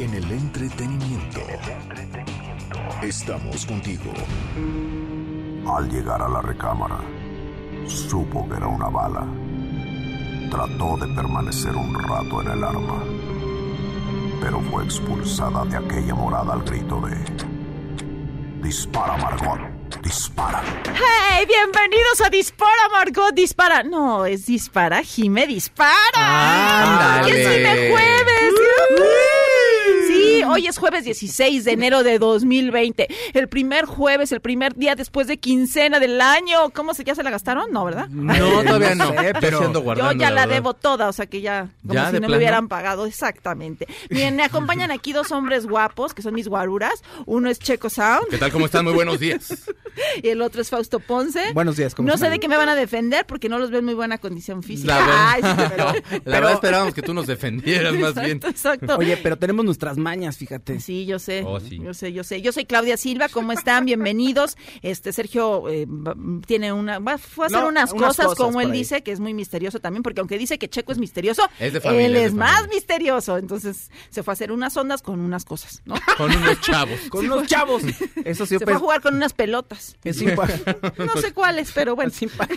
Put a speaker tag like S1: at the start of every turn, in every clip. S1: En el entretenimiento. Estamos contigo.
S2: Al llegar a la recámara, supo que era una bala. Trató de permanecer un rato en el arma, pero fue expulsada de aquella morada al grito de... Dispara, Margot, dispara.
S3: ¡Hey! Bienvenidos a Dispara, Margot, dispara. No, es dispara, Jime, dispara.
S4: Ándale.
S3: ¡Y es Jime Jueves! Sí, hoy es jueves 16 de enero de 2020. El primer jueves, el primer día después de quincena del año. ¿Cómo se ya se la gastaron? No, ¿verdad?
S4: No,
S5: Eh,
S4: todavía no. pero
S3: Yo ya la debo toda, o sea que ya, como
S4: ¿Ya,
S3: si
S4: de
S3: no me
S4: plano?
S3: hubieran pagado, exactamente. Miren, me acompañan aquí dos hombres guapos, que son mis guaruras. Uno es Checo Sound
S5: ¿Qué tal? ¿Cómo están? Muy buenos días.
S3: y el otro es Fausto Ponce.
S4: Buenos días, ¿cómo
S3: No
S4: están?
S3: sé de qué me van a defender porque no los veo en muy buena condición física.
S5: La
S3: Ay, sí,
S5: verdad,
S3: pero-
S5: la
S3: pero-
S5: verdad esperábamos que tú nos defendieras más bien.
S3: Exacto, exacto.
S4: Oye, pero tenemos nuestras mañas, fíjate.
S3: Sí, yo sé,
S5: Oh, sí.
S3: yo sé, yo sé. Yo soy Claudia Silva, ¿cómo están? Bienvenidos. Este Sergio eh, va- tiene una, va, fue a hacer
S4: No,
S3: unas,
S4: unas
S3: cosas,
S4: cosas
S3: como
S4: por
S3: él
S4: ahí.
S3: dice, que es muy misterioso también, porque aunque dice que Checo es misterioso,
S5: Es de familia,
S3: él
S5: es de
S3: es, más
S5: familia.
S3: misterioso. Entonces se fue a hacer unas ondas con unas cosas, ¿no?
S5: Con unos chavos.
S4: Con unos chavos. Eso sí,
S3: Se fue a jugar con unas pelotas.
S4: es impa-
S3: No sé cuáles, pero bueno.
S4: es impa-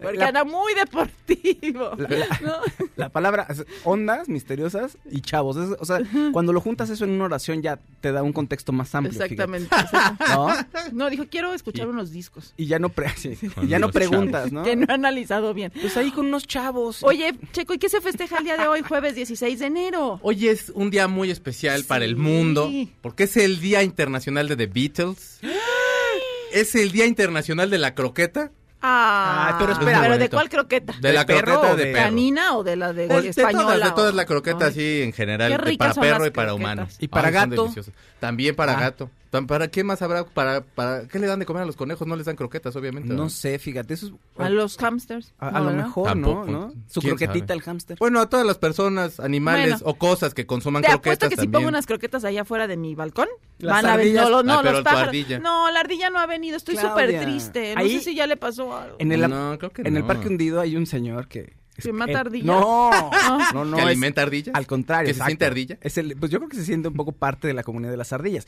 S3: Porque
S4: La-
S3: anda muy deportivo. ¿no?
S4: La palabra es ondas misteriosas y chavos. Es- o sea, cuando lo juntas eso en una oración ya te da un contexto más amplio. fíjate.
S3: Exactamente. exacto.
S4: ¿No?
S3: No, dijo, quiero escuchar unos discos.
S4: Y ya no, pre- sí, y
S5: Con
S4: ya no
S5: los
S4: preguntas, ¿no?
S3: Que no he analizado bien.
S4: Pues ahí con unos chavos.
S3: Oye, Checo, ¿y qué se festeja el día de hoy, jueves 16 de enero?
S5: Hoy es un día muy especial para el mundo porque es el Día Internacional de The Beatles. Es el Día Internacional de la Croqueta.
S3: Ah,
S4: Ah, pero espera.
S3: ¿Pero de
S5: Bonito.
S3: cuál croqueta?
S5: De la
S4: ¿De perro
S5: croqueta
S4: o
S5: de
S4: de
S5: perro. Pues
S3: ¿Canina o de la de,
S5: De, de
S3: española?
S5: todas, de
S3: o-
S5: todas la croqueta
S3: Ay.
S5: así en
S3: Qué
S5: general, de-
S3: ricas
S5: para
S3: son
S5: perro
S3: las
S5: y para
S3: croquetas.
S5: humano.
S4: ¿Y para
S5: son
S4: gato?
S5: deliciosas. También para
S4: Ah.
S5: gato. Tan- ¿Para qué más habrá? Para, para ¿Qué le dan de comer a los conejos? No les dan croquetas, obviamente.
S4: No
S5: ¿verdad?
S4: sé, fíjate, eso es...
S3: A los hamsters.
S4: a- a
S3: ¿no,
S4: lo
S3: verdad?
S4: mejor,
S5: Tampoco.
S4: ¿no? ¿no? Su
S5: ¿Quién
S4: croquetita
S5: sabe?
S4: el hámster.
S5: Bueno, a todas las personas, animales
S3: Bueno.
S5: o cosas que consuman
S3: Te
S5: croquetas
S3: apuesto que si
S5: también.
S3: pongo unas croquetas allá afuera de mi balcón,
S4: Las
S3: van a ver.
S4: ardillas-
S3: No, lo- no,
S5: Ah, pero
S3: los
S5: tu
S3: pájaros.
S5: ardilla.
S3: No, la ardilla no ha venido. Estoy
S4: Claudia,
S3: súper triste. No
S4: ahí-
S3: sé si ya le pasó algo.
S4: En el,
S5: No, creo que
S4: en el
S5: no.
S4: parque hundido hay un señor que...
S3: Que mata
S4: eh,
S3: ardillas. Ah.
S4: No, no, no.
S5: ¿Que
S4: es-
S5: alimenta ardillas?
S4: Al contrario.
S5: ¿Que se siente ardilla?
S4: Es el, pues yo creo que se siente un poco parte de la comunidad de las ardillas.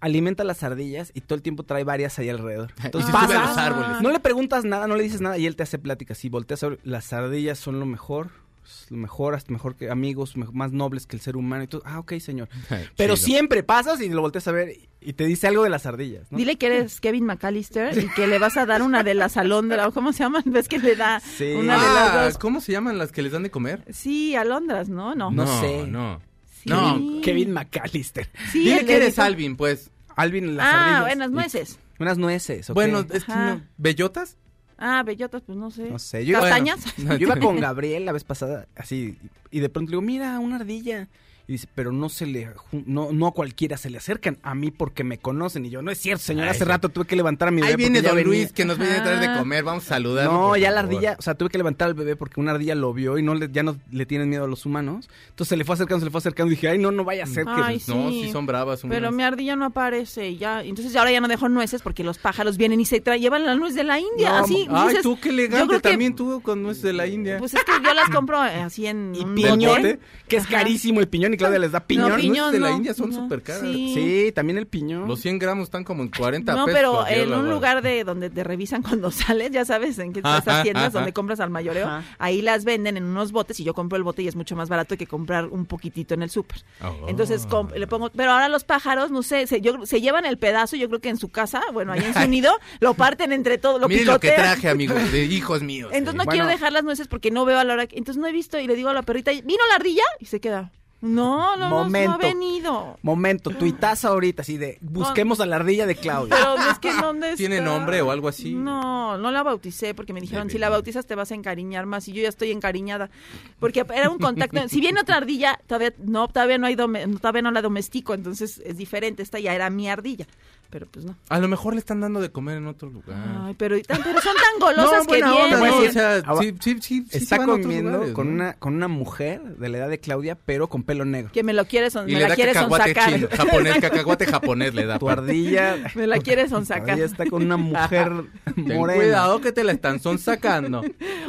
S4: Alimenta las ardillas y todo el tiempo trae varias ahí alrededor. Entonces
S5: se sube
S4: pasa,
S5: a los árboles.
S4: No le preguntas nada, no le dices nada y él te hace pláticas y volteas a ver, Las ardillas son lo mejor, es lo mejor, hasta mejor que amigos, me- más nobles que el ser humano. Y tú, ah, ok, señor.
S5: Ay,
S4: Pero
S5: chido.
S4: siempre pasas y lo volteas a ver y te dice algo de las ardillas. ¿no?
S3: Dile que eres Kevin McAllister y que le vas a dar una de las alondras. ¿o ¿Cómo se llaman? ¿Ves que le da
S4: Sí.
S3: una de
S5: Ah,
S3: las dos?
S5: ¿Cómo se llaman las que les dan de comer?
S3: Sí, alondras, ¿no? No.
S4: No sé.
S5: No.
S3: Sí.
S5: no.
S4: Kevin McAllister.
S3: Sí,
S5: Dile
S3: el
S5: que eres
S3: dedito.
S5: Alvin, pues.
S4: Alvin, las
S3: Ah,
S4: ardillas.
S3: buenas
S4: Y-
S3: nueces.
S4: Unas nueces, ok.
S5: Bueno, es que
S3: Ajá.
S5: no- ¿Bellotas?
S3: Ah, bellotas, pues no sé.
S4: No sé, yo-
S3: ¿Castañas?
S4: Yo iba con Gabriel la vez pasada, así, y de pronto le digo, mira, una ardilla. Y dice, pero no se le, ju- no, no a cualquiera se le acercan, a mí porque me conocen. Y yo, no es cierto, señor,
S5: Ay,
S4: hace
S5: sí.
S4: rato tuve que levantar a mi bebé.
S5: Ahí
S4: porque
S5: viene
S4: ya
S5: Don
S4: venía".
S5: Luis que nos viene a traer de comer. Vamos a saludarlo.
S4: No,
S5: por
S4: ya la
S5: favor.
S4: ardilla, o sea, tuve que levantar al bebé porque una ardilla lo vio y no le, ya no le tienen miedo a los humanos. Entonces se le fue acercando, se le fue acercando y dije, ay, no, no vaya a ser que...
S3: Ay,
S5: No,
S3: sí.
S5: sí son bravas. unas.
S3: Pero mi ardilla no aparece y ya. Entonces ahora ya no dejo nueces porque los pájaros vienen y se traen, llevan la nuez de la India.
S4: No,
S3: así,
S5: Ay,
S3: dices,
S5: tú qué
S3: yo
S5: elegante
S3: creo que-
S5: también tú con nueces de la India.
S3: Pues es que yo las compro eh, así en
S4: Y
S3: un
S4: piñón,
S3: bote.
S4: que es
S3: Ajá.
S4: carísimo el piñón y Claudia les da piñón.
S3: No,
S5: Las nueces
S3: piñón
S5: de la
S3: no.
S5: India son
S3: No.
S5: súper caras.
S3: Sí.
S4: Sí, también el piñón.
S5: Los 100 gramos están como en 40
S3: No,
S5: pesos.
S3: pero
S5: yo
S3: en
S5: la
S3: un
S5: guardo.
S3: lugar de donde te revisan cuando sales, ya sabes, en que
S5: Ajá,
S3: estas tiendas
S5: ajá.
S3: donde compras al mayoreo,
S4: Ajá.
S3: ahí las venden en unos botes y yo compro el bote y es mucho más barato que comprar un poquitito en el súper.
S5: Oh.
S3: Entonces comp- le pongo, pero ahora los pájaros, no sé, se, yo- se llevan el pedazo, yo creo que en su casa, bueno, ahí en su nido, lo parten entre todos, lo
S5: Miren lo que
S3: picotean.
S5: traje, amigos, de hijos míos.
S3: Entonces no
S4: Bueno.
S3: quiero dejar las nueces porque no veo a la hora. que- Entonces no he visto y le digo a la perrita, ¿vino la ardilla? Y se queda. No, no, no, no ha
S4: Momento.
S3: venido.
S4: Momento, tuitaza ahorita, así de busquemos a la ardilla de Claudia.
S5: Ah,
S3: Pero es que ¿dónde
S5: ¿Tiene
S3: está?
S5: nombre o algo así?
S3: No, no la bauticé porque me dijeron, si la bautizas te vas a encariñar más y yo ya estoy encariñada. Porque era un contacto, si viene otra ardilla, todavía no, todavía no hay dome- todavía no la domestico, entonces es diferente, esta ya era mi ardilla, pero pues no.
S5: A lo mejor le están dando de comer en otro lugar.
S3: Ay, pero, y tan- pero son tan golosas que
S5: buena onda,
S3: vienen.
S5: Ah. ¿no? O sea,
S4: Ahora,
S5: sí, sí, sí, sí se
S4: Está
S5: van a otros
S4: comiendo
S5: lugares,
S4: con,
S5: ¿no?
S4: una, con una mujer de la edad de Claudia, pero con pelo negro.
S3: que me lo quieres,
S5: Y
S3: me
S5: le
S3: la
S5: da
S3: quieres
S5: cacahuate
S3: sonsacar.
S5: chino, japonés, cacahuate japonés le da.
S4: Tu ardilla.
S3: Me la quieres
S4: tu
S3: sonsacar.
S4: ardilla está con una mujer
S5: Ten
S4: morena.
S5: cuidado que te la están sacando.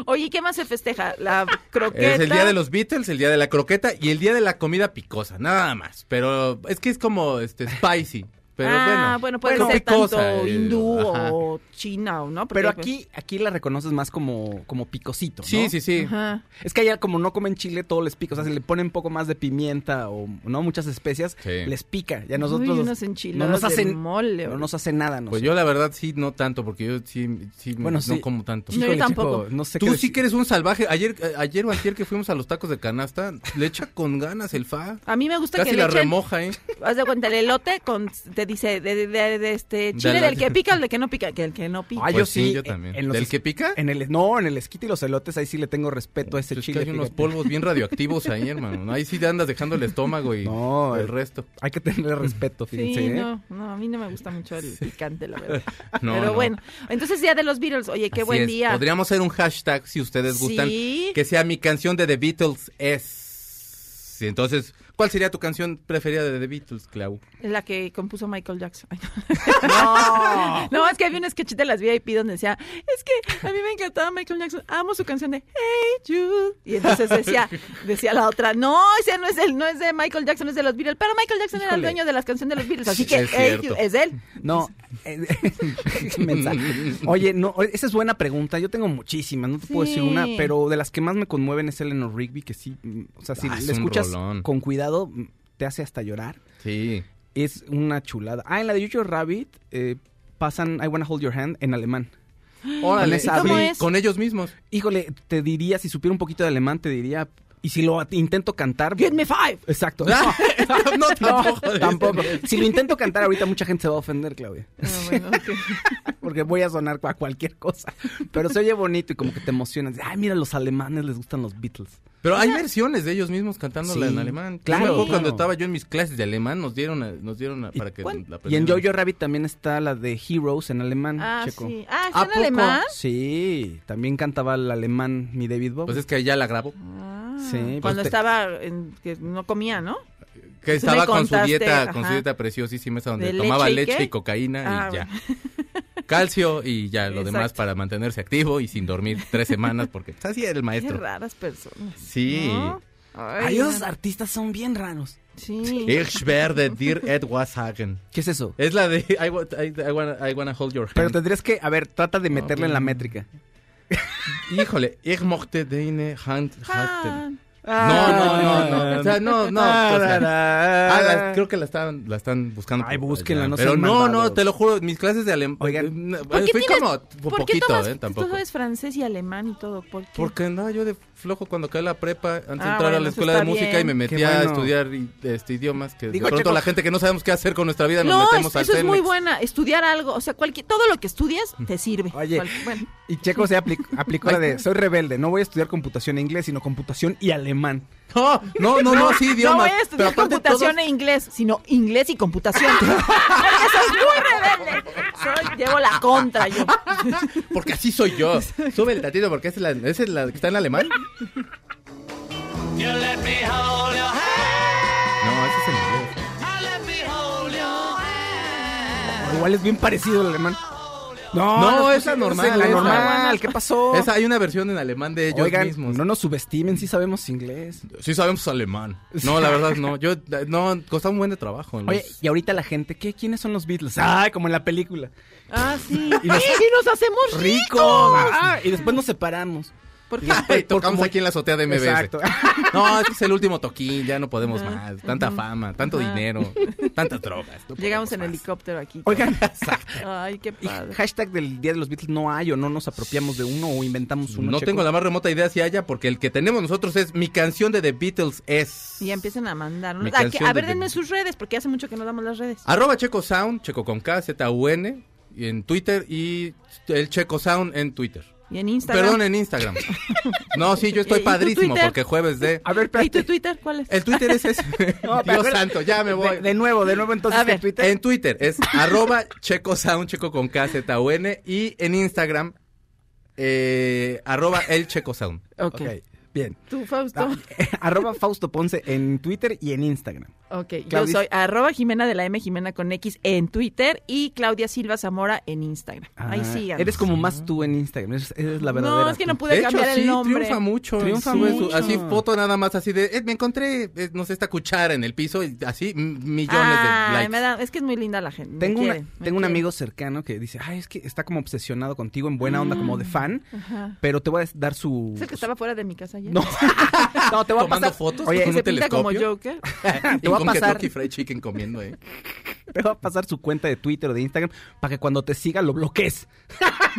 S3: Oye, ¿y ¿qué más se festeja? La croqueta.
S5: Es el día de los Beatles, el día de la croqueta y el día de la comida picosa, nada más. Pero es que es como este spicy. Pero
S3: ah,
S5: bueno,
S3: bueno, puede
S5: no
S3: ser
S5: picosa,
S3: tanto
S5: eh,
S3: hindú
S5: ajá.
S3: o china o no. Porque, pues,
S4: Pero aquí, aquí la reconoces más como, como picosito, ¿no?
S5: pues Sí, sí, sí.
S3: Ajá.
S4: Es que allá como no comen chile, todo les pica. O sea, se le ponen un poco más de pimienta o no muchas especias,
S5: Sí.
S4: les pica. Ya nosotros
S3: Uy, unas enchiladas de mole,
S4: no
S3: oye.
S4: nos hace nada.
S5: Pues
S4: nosotros.
S5: yo la verdad sí, no tanto, porque yo sí, sí
S4: Bueno,
S5: no
S4: sí.
S5: como tanto.
S3: No, yo
S4: Híjole,
S3: tampoco.
S4: chico, no sé
S5: Tú
S4: qué
S5: sí
S4: decir.
S5: que eres un salvaje. Ayer, a- ayer o antier que fuimos a los tacos de canasta, le echa con ganas el fa.
S3: A mí me gusta
S5: Casi
S3: que le
S5: la
S3: echen-
S5: remoja, ¿eh?
S3: Haz de cuenta, el elote con, te dice de, de- de- de este chile
S5: Del-
S3: del que pica o del que no pica, que el que no pica.
S4: Ah, yo
S5: Pues sí,
S4: sí.
S5: yo
S4: en-
S5: también.
S4: en los
S5: ¿Del
S4: es-
S5: que pica?
S4: En el, no, en el esquite y los elotes, ahí sí le tengo respeto a ese
S5: Es que
S4: chile.
S5: hay Pues unos
S4: fíjate.
S5: polvos bien radioactivos ahí, hermano. Ahí sí te andas dejando el estómago y
S4: No,
S5: el
S4: el-
S5: resto.
S4: Hay que tenerle respeto,
S3: sí,
S4: fíjense. ¿eh?
S3: no, no, a mí no me gusta mucho el picante, la verdad.
S5: No,
S3: Pero
S5: no.
S3: bueno, entonces día de los Beatles, oye, qué
S5: Así
S3: buen
S5: es.
S3: día.
S5: Podríamos hacer un hashtag si ustedes gustan.
S3: Sí.
S5: Que sea mi canción de The Beatles es. Sí, Entonces, ¿cuál sería tu canción preferida de The Beatles, Clau?
S3: La que compuso Michael Jackson. Ay, no. no, es que había un sketch de las VIP donde decía, es que a mí me encantaba Michael Jackson, amo su canción de Hey Jude. Y entonces decía, decía la otra, no, ese no es él, no es de Michael Jackson, es de los Beatles. Pero Michael Jackson era el
S4: Híjole.
S3: dueño de las canciones de los Beatles, así que
S5: Es
S3: "Hey
S5: cierto.
S3: Jude", es de él.
S4: No, eh,
S5: Pues-
S4: qué mensaje. Oye, no, oye, esa es buena pregunta. Yo tengo muchísimas, no te puedo decir
S3: Sí.
S4: una, pero de las que más me conmueven es Eleanor Rigby, que sí, mm, o sea, si
S5: Ah, es
S4: la
S5: un
S4: escuchas
S5: rolón.
S4: con cuidado, mm, te hace hasta llorar.
S5: Sí.
S4: Es una chulada. Ah, en la de Jojo Rabbit eh, pasan I Wanna Hold Your Hand en alemán.
S5: Órale,
S4: ¿Y cómo
S5: sí,
S3: es?
S5: con ellos mismos.
S4: Híjole, te diría, si supiera un poquito de alemán, te diría, y si lo at- intento cantar...
S3: Give me five.
S4: Exacto.
S5: no, tampoco.
S4: No, tampoco. Si lo intento cantar ahorita, mucha gente se va a ofender, Claudia.
S3: Ah, bueno, ok.
S4: Porque voy a sonar a cualquier cosa. Pero se oye bonito y como que te emocionas. Ay, mira, los alemanes les gustan los Beatles.
S5: Pero hay versiones de ellos mismos cantándola
S4: Sí,
S5: en alemán.
S4: claro,
S5: Claro.
S4: claro.
S5: Cuando estaba yo en mis clases de alemán, nos dieron, a- nos dieron a- para que
S4: Y
S5: la
S4: en
S5: aprendieran.
S4: Jojo Rabbit también está la de Heroes en alemán,
S3: Ah,
S4: Checo.
S3: sí. Ah,
S5: ¿A
S3: ¿está en
S5: poco?
S3: alemán?
S4: Sí, también cantaba el alemán mi David Bowie.
S5: Pues es que ya la grabó.
S3: Ah,
S4: Sí, pues
S3: Cuando
S4: te-
S3: estaba, en, que no comía, ¿no?
S5: Que
S3: me
S5: estaba con su
S3: contaste,
S5: dieta,
S3: ajá.
S5: con su dieta preciosísima esa donde
S3: ¿De
S5: tomaba
S3: leche y
S5: leche y,
S3: qué?
S5: cocaína
S3: Ah,
S5: y ya. Calcio y ya lo demás
S3: Exacto.
S5: para mantenerse activo y sin dormir tres semanas porque pues, así era el
S3: Qué
S5: maestro.
S3: raras personas.
S5: Sí.
S3: ¿no? Ay,
S4: Ay, esos
S3: ya.
S4: artistas son bien raros.
S3: Sí.
S5: Ich werde dir etwas sagen.
S4: ¿Qué es eso?
S5: Es la de I, wa- I, I wanna, I wanna hold your
S4: Pero
S5: hand.
S4: tendrías que, a ver, trata de meterle en la métrica.
S5: Híjole, ich mochte deine Hand halten.
S3: Ah,
S5: No, no, no, no. O sea, no, no. o sea, Ah, la-
S4: creo
S5: creo que la están, la están buscando.
S4: Ay,
S5: por-
S4: búsquenla, no
S5: Pero
S4: sean
S5: no, no,
S4: malvados.
S5: te lo juro, mis clases de alemán.
S4: Oigan,
S3: ¿Por qué
S5: fui
S3: tienes-
S5: como un
S3: ¿Por qué
S5: poquito,
S3: tomas, este
S5: ¿eh? Tampoco.
S3: tú sabes francés y alemán y todo? ¿Por qué?
S5: Porque andaba yo de flojo cuando caí a la prepa, antes de
S3: Ah,
S5: entrar a
S3: bueno,
S5: la
S3: eso
S5: escuela de
S3: está
S5: música y
S3: bien.
S5: me metí
S4: Qué
S5: a
S4: bueno.
S5: estudiar y- este, idiomas que
S4: Digo,
S5: de pronto
S4: Checo-
S5: la gente que no sabemos qué hacer con nuestra vida nos
S3: no,
S5: metemos
S3: es-
S5: al
S3: eso es muy
S5: Telmex.
S3: buena, estudiar algo, o sea, cualquier, todo lo que estudias te sirve.
S4: Oye.
S3: Cual- bueno,
S4: Y Checo se apli- aplicó la de soy rebelde, no voy a estudiar computación e inglés, sino computación y alemán.
S5: No, no, no, no, sí,
S3: no
S5: idiomas.
S3: voy a estudiar
S5: aparte
S3: computación
S5: todos-
S3: e inglés, sino inglés y computación. Porque soy muy rebelde. Soy, llevo la contra yo.
S5: Porque así soy yo. Sube el tatito porque esa es la, esa es la que está en alemán. No, ese es el inglés.
S4: O igual es bien parecido al alemán. No,
S5: No,
S4: nos
S5: esa
S4: pusimos
S5: normal,
S4: en La
S5: esa.
S4: normal, ¿qué pasó?
S5: Esa, hay una versión en alemán de ellos
S4: Oh. Oigan,
S5: mismos.
S4: no nos subestimen, sí sabemos inglés.
S5: Sí sabemos alemán. No, la verdad no. Yo no costaba un buen de trabajo. ¿no?
S4: Oye, y ahorita la gente, ¿qué? ¿Quiénes son los Beatles? Ah, como en la película.
S3: Ah, sí.
S4: Y nos-
S3: sí, nos hacemos ricos.
S4: ¡Ricos! Ah, y después nos separamos.
S3: ¿Por qué?
S5: Ay, tocamos aquí en la azotea de MBS.
S4: Exacto.
S5: No, este es el último toquín, ya no podemos
S3: Ah,
S5: más. Tanta fama, tanto dinero, tantas drogas. no
S3: Llegamos
S5: podemos
S3: en
S5: más.
S3: helicóptero aquí.
S4: Oigan,
S3: Ay, qué
S4: y
S3: padre.
S4: hashtag del Día de los Beatles no hay o no nos apropiamos de uno o inventamos uno.
S5: No
S4: Checo.
S5: tengo la más remota idea si haya, porque el que tenemos nosotros es mi canción de The Beatles es.
S3: Y ya empiezan a mandar.
S5: Mi
S3: ¿A, qué-
S5: canción
S3: a
S5: de
S3: ver,
S5: The-
S3: denme sus redes, porque hace mucho que no damos las redes.
S4: Ah,
S5: Arroba Checo Sound, Checo con K, Z U N, y en Twitter y el Checo Sound en Twitter.
S3: Y en Instagram.
S5: Perdón, en Instagram. No, sí, yo estoy
S3: ¿Y- y tu
S5: padrísimo
S3: Twitter?
S5: porque jueves de.
S4: A ver,
S3: ¿Y tu
S4: espérate. Eh,
S3: Twitter cuál es?
S5: El Twitter es ese.
S4: No, pero
S5: Dios
S4: acuérdate-
S5: santo, ya me voy.
S4: De, de nuevo, de nuevo entonces
S3: A
S4: que
S3: ver.
S4: Twitter.
S5: En Twitter es arroba Checo Sound, Checo con K, Z U N, y en Instagram eh, arroba el Checo Sound.
S3: Ok.
S4: Ok, bien.
S3: Tú, Fausto.
S4: Ah, arroba Fausto Ponce en Twitter y en Instagram.
S3: ok. Yo
S4: ah, Claudia-
S3: soy arroba Jimena de la M, Jimena con X en Twitter y Claudia Silva Zamora en Instagram. Ahí
S4: Ah,
S3: síganos.
S4: Eres como más tú en Instagram. Eres, eres la verdadera.
S3: No, es que
S4: tú.
S3: no pude cambiar el nombre.
S5: triunfa mucho. ¿eh?
S4: Triunfa
S5: Sube su-
S4: mucho.
S5: así foto nada más así de, "Eh, me encontré, eh, no sé, esta cuchara en el piso, y así m- millones
S3: Ay,
S5: de likes.
S3: me da- es que es muy linda la gente. me
S4: Tengo, una-
S3: quieren, me
S4: tengo un
S3: quieren.
S4: amigo cercano que dice, ay, es que está como obsesionado contigo en buena onda, como de fan,
S3: Mm. Ajá.
S4: pero te voy a dar su...
S3: ¿Es el que estaba fuera de mi casa
S4: pues
S3: ayer?
S4: No, No, te voy a
S5: Tomando
S4: pasar...
S5: fotos
S4: Oye,
S5: con
S3: Se
S5: un
S3: pinta como
S5: telescopio.
S3: Joker.
S5: y
S4: Te voy a
S5: con
S4: pasar-
S5: Kentucky Fried Chicken comiendo, eh.
S4: Te voy a pasar su cuenta de Twitter o de Instagram para que cuando te siga lo bloquees.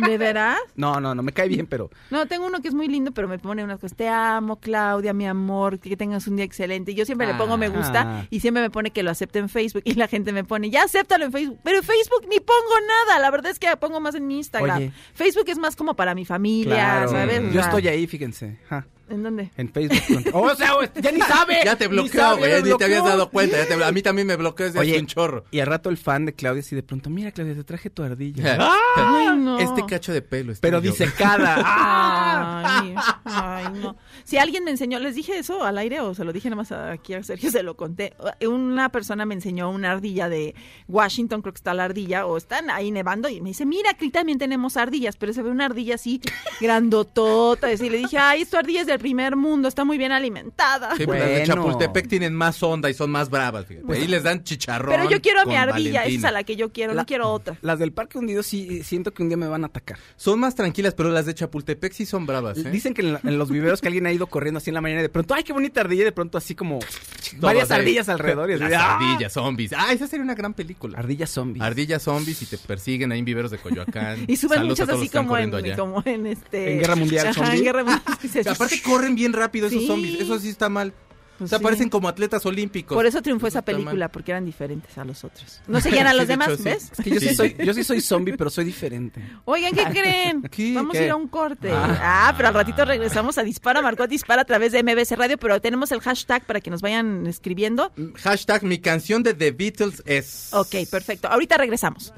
S3: ¿De veras?
S4: No, no, no, me cae bien, pero...
S3: No, tengo uno que es muy lindo, pero me pone unas cosas. Te amo, Claudia, mi amor, que tengas un día excelente. Y Yo siempre le pongo me gusta
S4: Ah.
S3: y siempre me pone que lo acepte en Facebook. Y la gente me pone, ya acéptalo en Facebook. Pero en Facebook ni pongo nada. La verdad es que pongo más en mi Instagram.
S4: Oye.
S3: Facebook es más como para mi familia, ¿sabes? O
S4: Yo
S3: sea,
S4: estoy ahí, fíjense. ajá,
S3: ¿En dónde?
S4: En Facebook. o sea, ya ni sabe.
S5: Ya te
S4: Ni
S5: bloqueó,
S4: sabe,
S5: güey,
S4: ya
S5: eh,
S4: me
S5: ni te habías
S4: bloqueó.
S5: dado cuenta. ya te- a mí también me bloqueó desde hace
S4: Oye,
S5: un chorro.
S4: Y al rato el fan de Claudia así de pronto, mira Claudia, te traje tu ardilla.
S3: Ay, no.
S5: Este cacho de pelo. está
S4: pero
S5: yo.
S4: disecada. ¡Ah!
S3: Ay, ay, no. Si alguien me enseñó, les dije eso al aire o se lo dije nada más aquí a Sergio, se lo conté. Una persona me enseñó una ardilla de Washington, creo que está la ardilla, o están ahí nevando, y me dice, mira, aquí también tenemos ardillas, pero se ve una ardilla así grandotota. Y le dije, ay, esta ardilla es del primer mundo, está muy bien alimentada.
S5: Sí, pero las de
S4: Bueno.
S5: Chapultepec tienen más onda y son más bravas, fíjate. ahí les dan chicharrón.
S3: Pues, Pero yo quiero a mi
S5: con
S3: ardilla, esa es
S5: Valentina.
S3: a la que yo quiero,
S4: La-
S3: no quiero otra.
S4: Las del parque hundido sí eh, siento que un día me van a atacar.
S5: Son más tranquilas, pero las de Chapultepec sí son bravas, ¿eh?
S4: Dicen que en, la- en los viveros que alguien ha ido corriendo así en la mañana y de pronto, ay, qué bonita ardilla, y de pronto así como varias
S5: Todas, eh.
S4: ardillas alrededor. Y así
S5: Las
S4: de, ¡ah!
S5: ardillas, zombies. Ah, esa sería una gran película.
S4: Ardillas zombies.
S5: Ardillas zombies y te persiguen ahí en viveros de Coyoacán.
S3: Y suben
S5: Saludos a
S3: muchas
S5: todos
S3: así
S5: los que están
S3: como en,
S5: corriendo allá.
S3: como en este...
S4: En Guerra Mundial
S3: Ajá, en
S4: Zombie.
S3: Guerra Mundial.
S5: Y Aparte corren bien rápido esos
S3: Sí.
S5: zombies. Eso sí está mal. o
S3: Pues
S5: sea,
S3: sí.
S5: parecen como atletas olímpicos.
S3: Por eso triunfó esa
S5: está mal.
S3: película, porque eran diferentes a los otros. No seguían a
S5: Sí,
S3: los
S5: de
S3: demás,
S5: hecho, sí.
S3: ¿ves?
S4: Es que yo sí,
S5: Sí.
S4: soy, yo sí soy zombie, pero soy diferente.
S3: Oigan, ¿qué creen?
S5: ¿Qué?
S3: Vamos a
S4: ¿Qué?
S3: ir a un corte. Ah,
S5: Ah.
S3: pero al ratito regresamos a Dispara, Marcó Dispara a través de MBC Radio, pero tenemos el hashtag para que nos vayan escribiendo.
S5: Hashtag mi canción de The Beatles es.
S3: Ok, perfecto. Ahorita regresamos.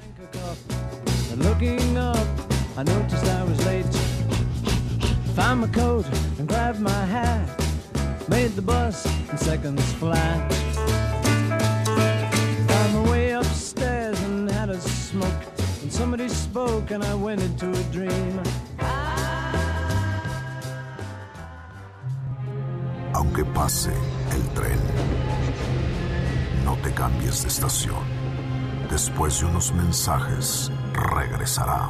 S6: And looking up, I noticed I was late. Found my coat and grabbed my hat. Made the bus in seconds flat. Found my way upstairs and had a smoke. And somebody spoke and I went into a dream.
S2: Aunque pase el tren, no te cambies de estación. Después de unos mensajes, regresará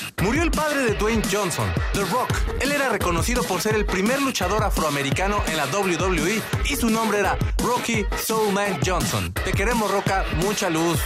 S7: Murió el padre de Dwayne Johnson, The Rock. Él era reconocido por ser el primer luchador afroamericano en la WWE y su nombre era Rocky Soulman Johnson. Te queremos, Roca, mucha luz.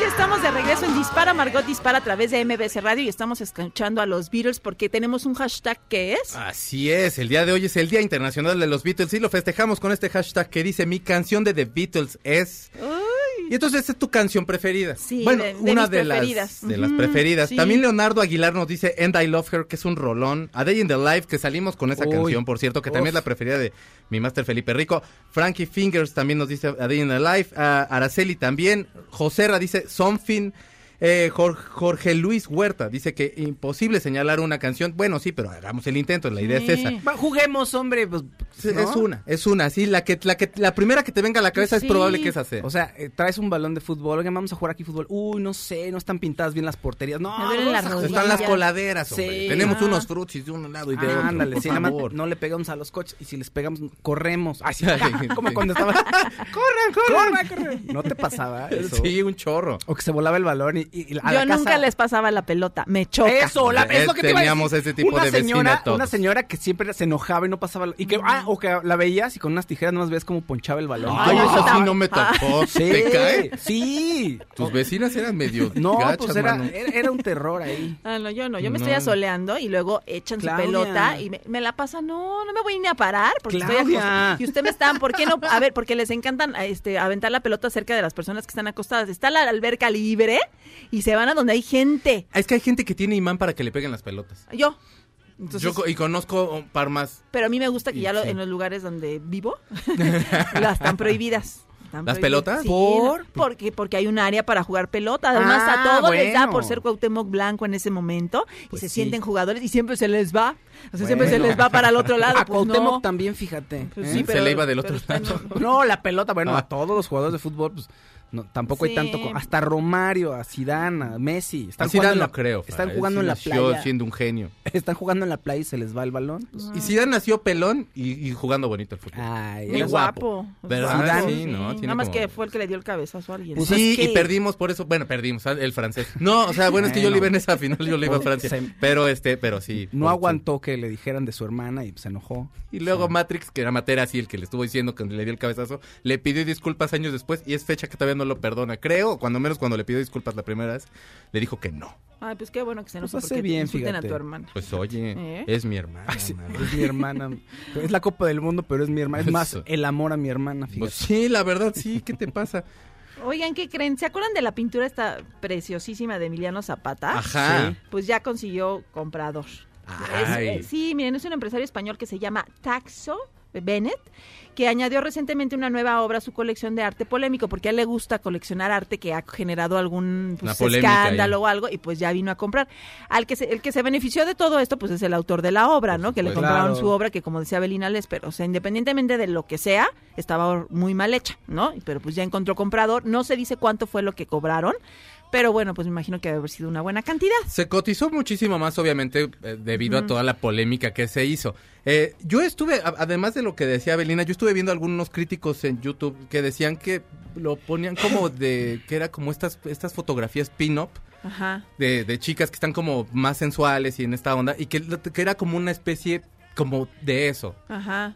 S3: Ya estamos de regreso en Dispara, Margot Dispara a través de MBC Radio y estamos escuchando a los Beatles porque tenemos un hashtag que es...
S5: Así es, el día de hoy es el Día Internacional de los Beatles y lo festejamos con este hashtag que dice mi canción de The Beatles es... Y entonces esa es tu canción preferida.
S3: Sí,
S5: bueno,
S3: de- de
S5: una
S3: mis
S5: de, las,
S3: preferidas.
S5: de las
S3: Ujú,
S5: preferidas.
S3: sí.
S5: También Leonardo Aguilar nos dice And I Love Her, que es un rolón. A Day in the Life, que salimos con esa
S4: Uy.
S5: canción, por cierto, que
S4: Uf.
S5: también es la preferida de mi máster Felipe Rico. Frankie Fingers también nos dice A Day in the Life. Ah, Araceli también. Joserra dice Something. Eh, Jor- Jorge Luis Huerta dice que imposible señalar una canción. Bueno, sí, pero hagamos el intento, la idea es esa.
S4: Va, juguemos, hombre. pues,
S5: Sí,
S4: ¿no?
S5: Es una, es una, sí, la que, la que, la primera que te venga a la cabeza es
S3: Sí.
S5: probable que esa sea.
S4: O sea, eh, traes un balón de fútbol. Oigan, vamos a jugar aquí fútbol. Uy, no sé, no están pintadas bien las porterías. No,
S3: Me duelen
S4: vamos a
S3: las rodillas.
S4: jugar.
S5: Están las
S3: ya.
S5: coladeras, hombre.
S4: Sí.
S5: Tenemos
S4: Ah.
S5: unos frutis de un lado y de otro.
S4: Ándale,
S5: por
S4: sí, nada más
S5: favor.
S4: no le pegamos a los coches y si les pegamos, corremos. Ay, sí,
S5: Sí.
S4: como cuando estaba. ¡Corran, corran, corran! ¿No te pasaba eso?
S5: Sí, un chorro.
S4: O que se volaba el balón y, y a la
S3: Yo
S4: casa-
S3: nunca les pasaba la pelota, me choca.
S4: Eso, la, es lo que te iba a
S5: Teníamos
S4: decir.
S5: ese tipo
S4: una
S5: de vecina
S4: señora,
S5: todos.
S4: Una señora que siempre se enojaba y no pasaba. la- Y que, ah, o que la veías y con unas tijeras nomás ves como ponchaba el balón.
S5: Ay,
S3: no,
S5: eso sí
S3: no.
S5: no me
S4: Ah,
S5: tocó. ¿Te cae?
S4: Sí.
S5: Tus vecinas eran medio
S4: Oh. No,
S5: gachas,
S4: pues era,
S5: mano.
S4: era, era un terror ahí.
S3: Ah, no, yo no, yo me
S5: No.
S3: estoy asoleando y luego echan
S4: Claudia.
S3: su pelota y me, me la pasan, no, no me voy ni a parar porque estoy
S4: Claudia.
S3: acostada. Y ustedes me están, ¿por qué no? A ver, porque les encantan a, este, aventar la pelota cerca de las personas que están acostadas. Está la alberca libre y se van a donde hay gente.
S5: Ah, Es que hay gente que tiene imán para que le peguen las pelotas.
S3: Yo. Entonces,
S5: Yo co- y conozco un par más.
S3: pero a mí me gusta que ya lo-
S5: Sí.
S3: en los lugares donde vivo las están prohibidas. Están
S5: ¿Las
S3: prohibidas.
S5: pelotas?
S3: Sí,
S4: ¿Por?
S3: Porque, porque hay un área para jugar pelota. Además,
S4: Ah,
S3: a todos les da
S4: bueno.
S3: por ser Cuauhtémoc Blanco en ese momento.
S4: Pues
S3: y se
S4: sí.
S3: sienten jugadores y siempre se les va. O sea, siempre se
S4: Bueno.
S3: les va para el otro lado.
S4: A
S3: Pues
S4: Cuauhtémoc
S3: no.
S4: también, fíjate.
S3: Pues
S4: ¿eh?
S3: sí,
S5: Se
S3: pero-
S5: le iba del otro
S3: pero está-
S5: lado.
S4: No, la pelota, bueno,
S5: Ah.
S4: a todos los jugadores de fútbol, pues no, tampoco hay
S3: Sí.
S4: tanto. co- Hasta Romario, a Zidane, a Messi. Están
S5: Están jugando
S4: jugando en la-
S5: no creo.
S4: Están
S5: Farah.
S4: jugando
S5: Él
S4: en la
S5: sí nació
S4: playa.
S5: siendo un genio.
S4: Están jugando en la playa y se les va el balón. pues,
S5: Y Zidane nació pelón y, y jugando bonito el fútbol.
S4: Ay,
S3: Muy
S4: eras-
S3: guapo.
S5: ¿Verdad?
S3: Guapo,
S5: Sí, no, tiene
S3: Nada más
S5: como-
S3: que fue el que le dio el cabezazo a alguien.
S4: Pues
S5: sí,
S4: es que-
S5: y perdimos por eso. Bueno, perdimos ah, el francés. No, o sea, bueno, es que yo
S4: Bueno.
S5: le iba en esa final, yo le iba a
S4: Pues,
S5: Francia.
S4: se-
S5: Pero este, pero sí.
S4: No
S5: por-
S4: aguantó que le dijeran de su hermana y pues, se enojó.
S5: Y luego Matrix, que era Matera, así el que le estuvo diciendo que le dio el cabezazo, le pidió disculpas años después y es fecha que todavía no lo perdona. Creo, cuando menos cuando le pidió disculpas la primera vez, le dijo que no.
S3: Ay, pues qué bueno que se nos
S4: Pues hace
S3: porque
S4: bien,
S3: insulten
S4: fíjate.
S3: a tu hermana.
S5: Pues oye,
S3: ¿Eh?
S5: es mi hermana.
S4: Sí,
S5: mano.
S4: es mi hermana. Es la Copa del Mundo, pero es mi hermana. Es más,
S5: Eso.
S4: el amor a mi hermana, fíjate.
S5: Pues sí, la verdad, sí, ¿qué te pasa?
S3: Oigan, ¿qué creen? ¿Se acuerdan de la pintura esta preciosísima de Emiliano Zapata?
S5: Ajá.
S3: Sí. Pues ya consiguió comprador. Es-
S5: Ay.
S3: eh, sí, miren, es un empresario español que se llama Taxo Bennett, que añadió recientemente una nueva obra a su colección de arte polémico, porque a él le gusta coleccionar arte que ha generado algún pues,
S5: Una polémica
S3: escándalo
S5: ahí.
S3: o algo, y pues ya vino a comprar. Al que se- el que se benefició de todo esto, pues es el autor de la obra,
S5: Por
S3: ¿no? Que le
S5: supuesto.
S3: compraron
S4: Claro.
S3: su obra, que como decía Belina Lesper, o sea, independientemente de lo que sea, estaba muy mal hecha, ¿no? Pero pues ya encontró comprador, no se dice cuánto fue lo que cobraron, pero bueno, pues me imagino que debe haber sido una buena cantidad.
S5: Se cotizó muchísimo más, obviamente, eh, debido a toda la polémica que se hizo. Eh, yo estuve, a- además de lo que decía Belina, yo estuve viendo algunos críticos en YouTube que decían que lo ponían como de, que era como estas, estas fotografías pin-up
S3: Ajá.
S5: de, de chicas que están como más sensuales y en esta onda, y que, lo- que era como una especie como de eso.
S3: Ajá.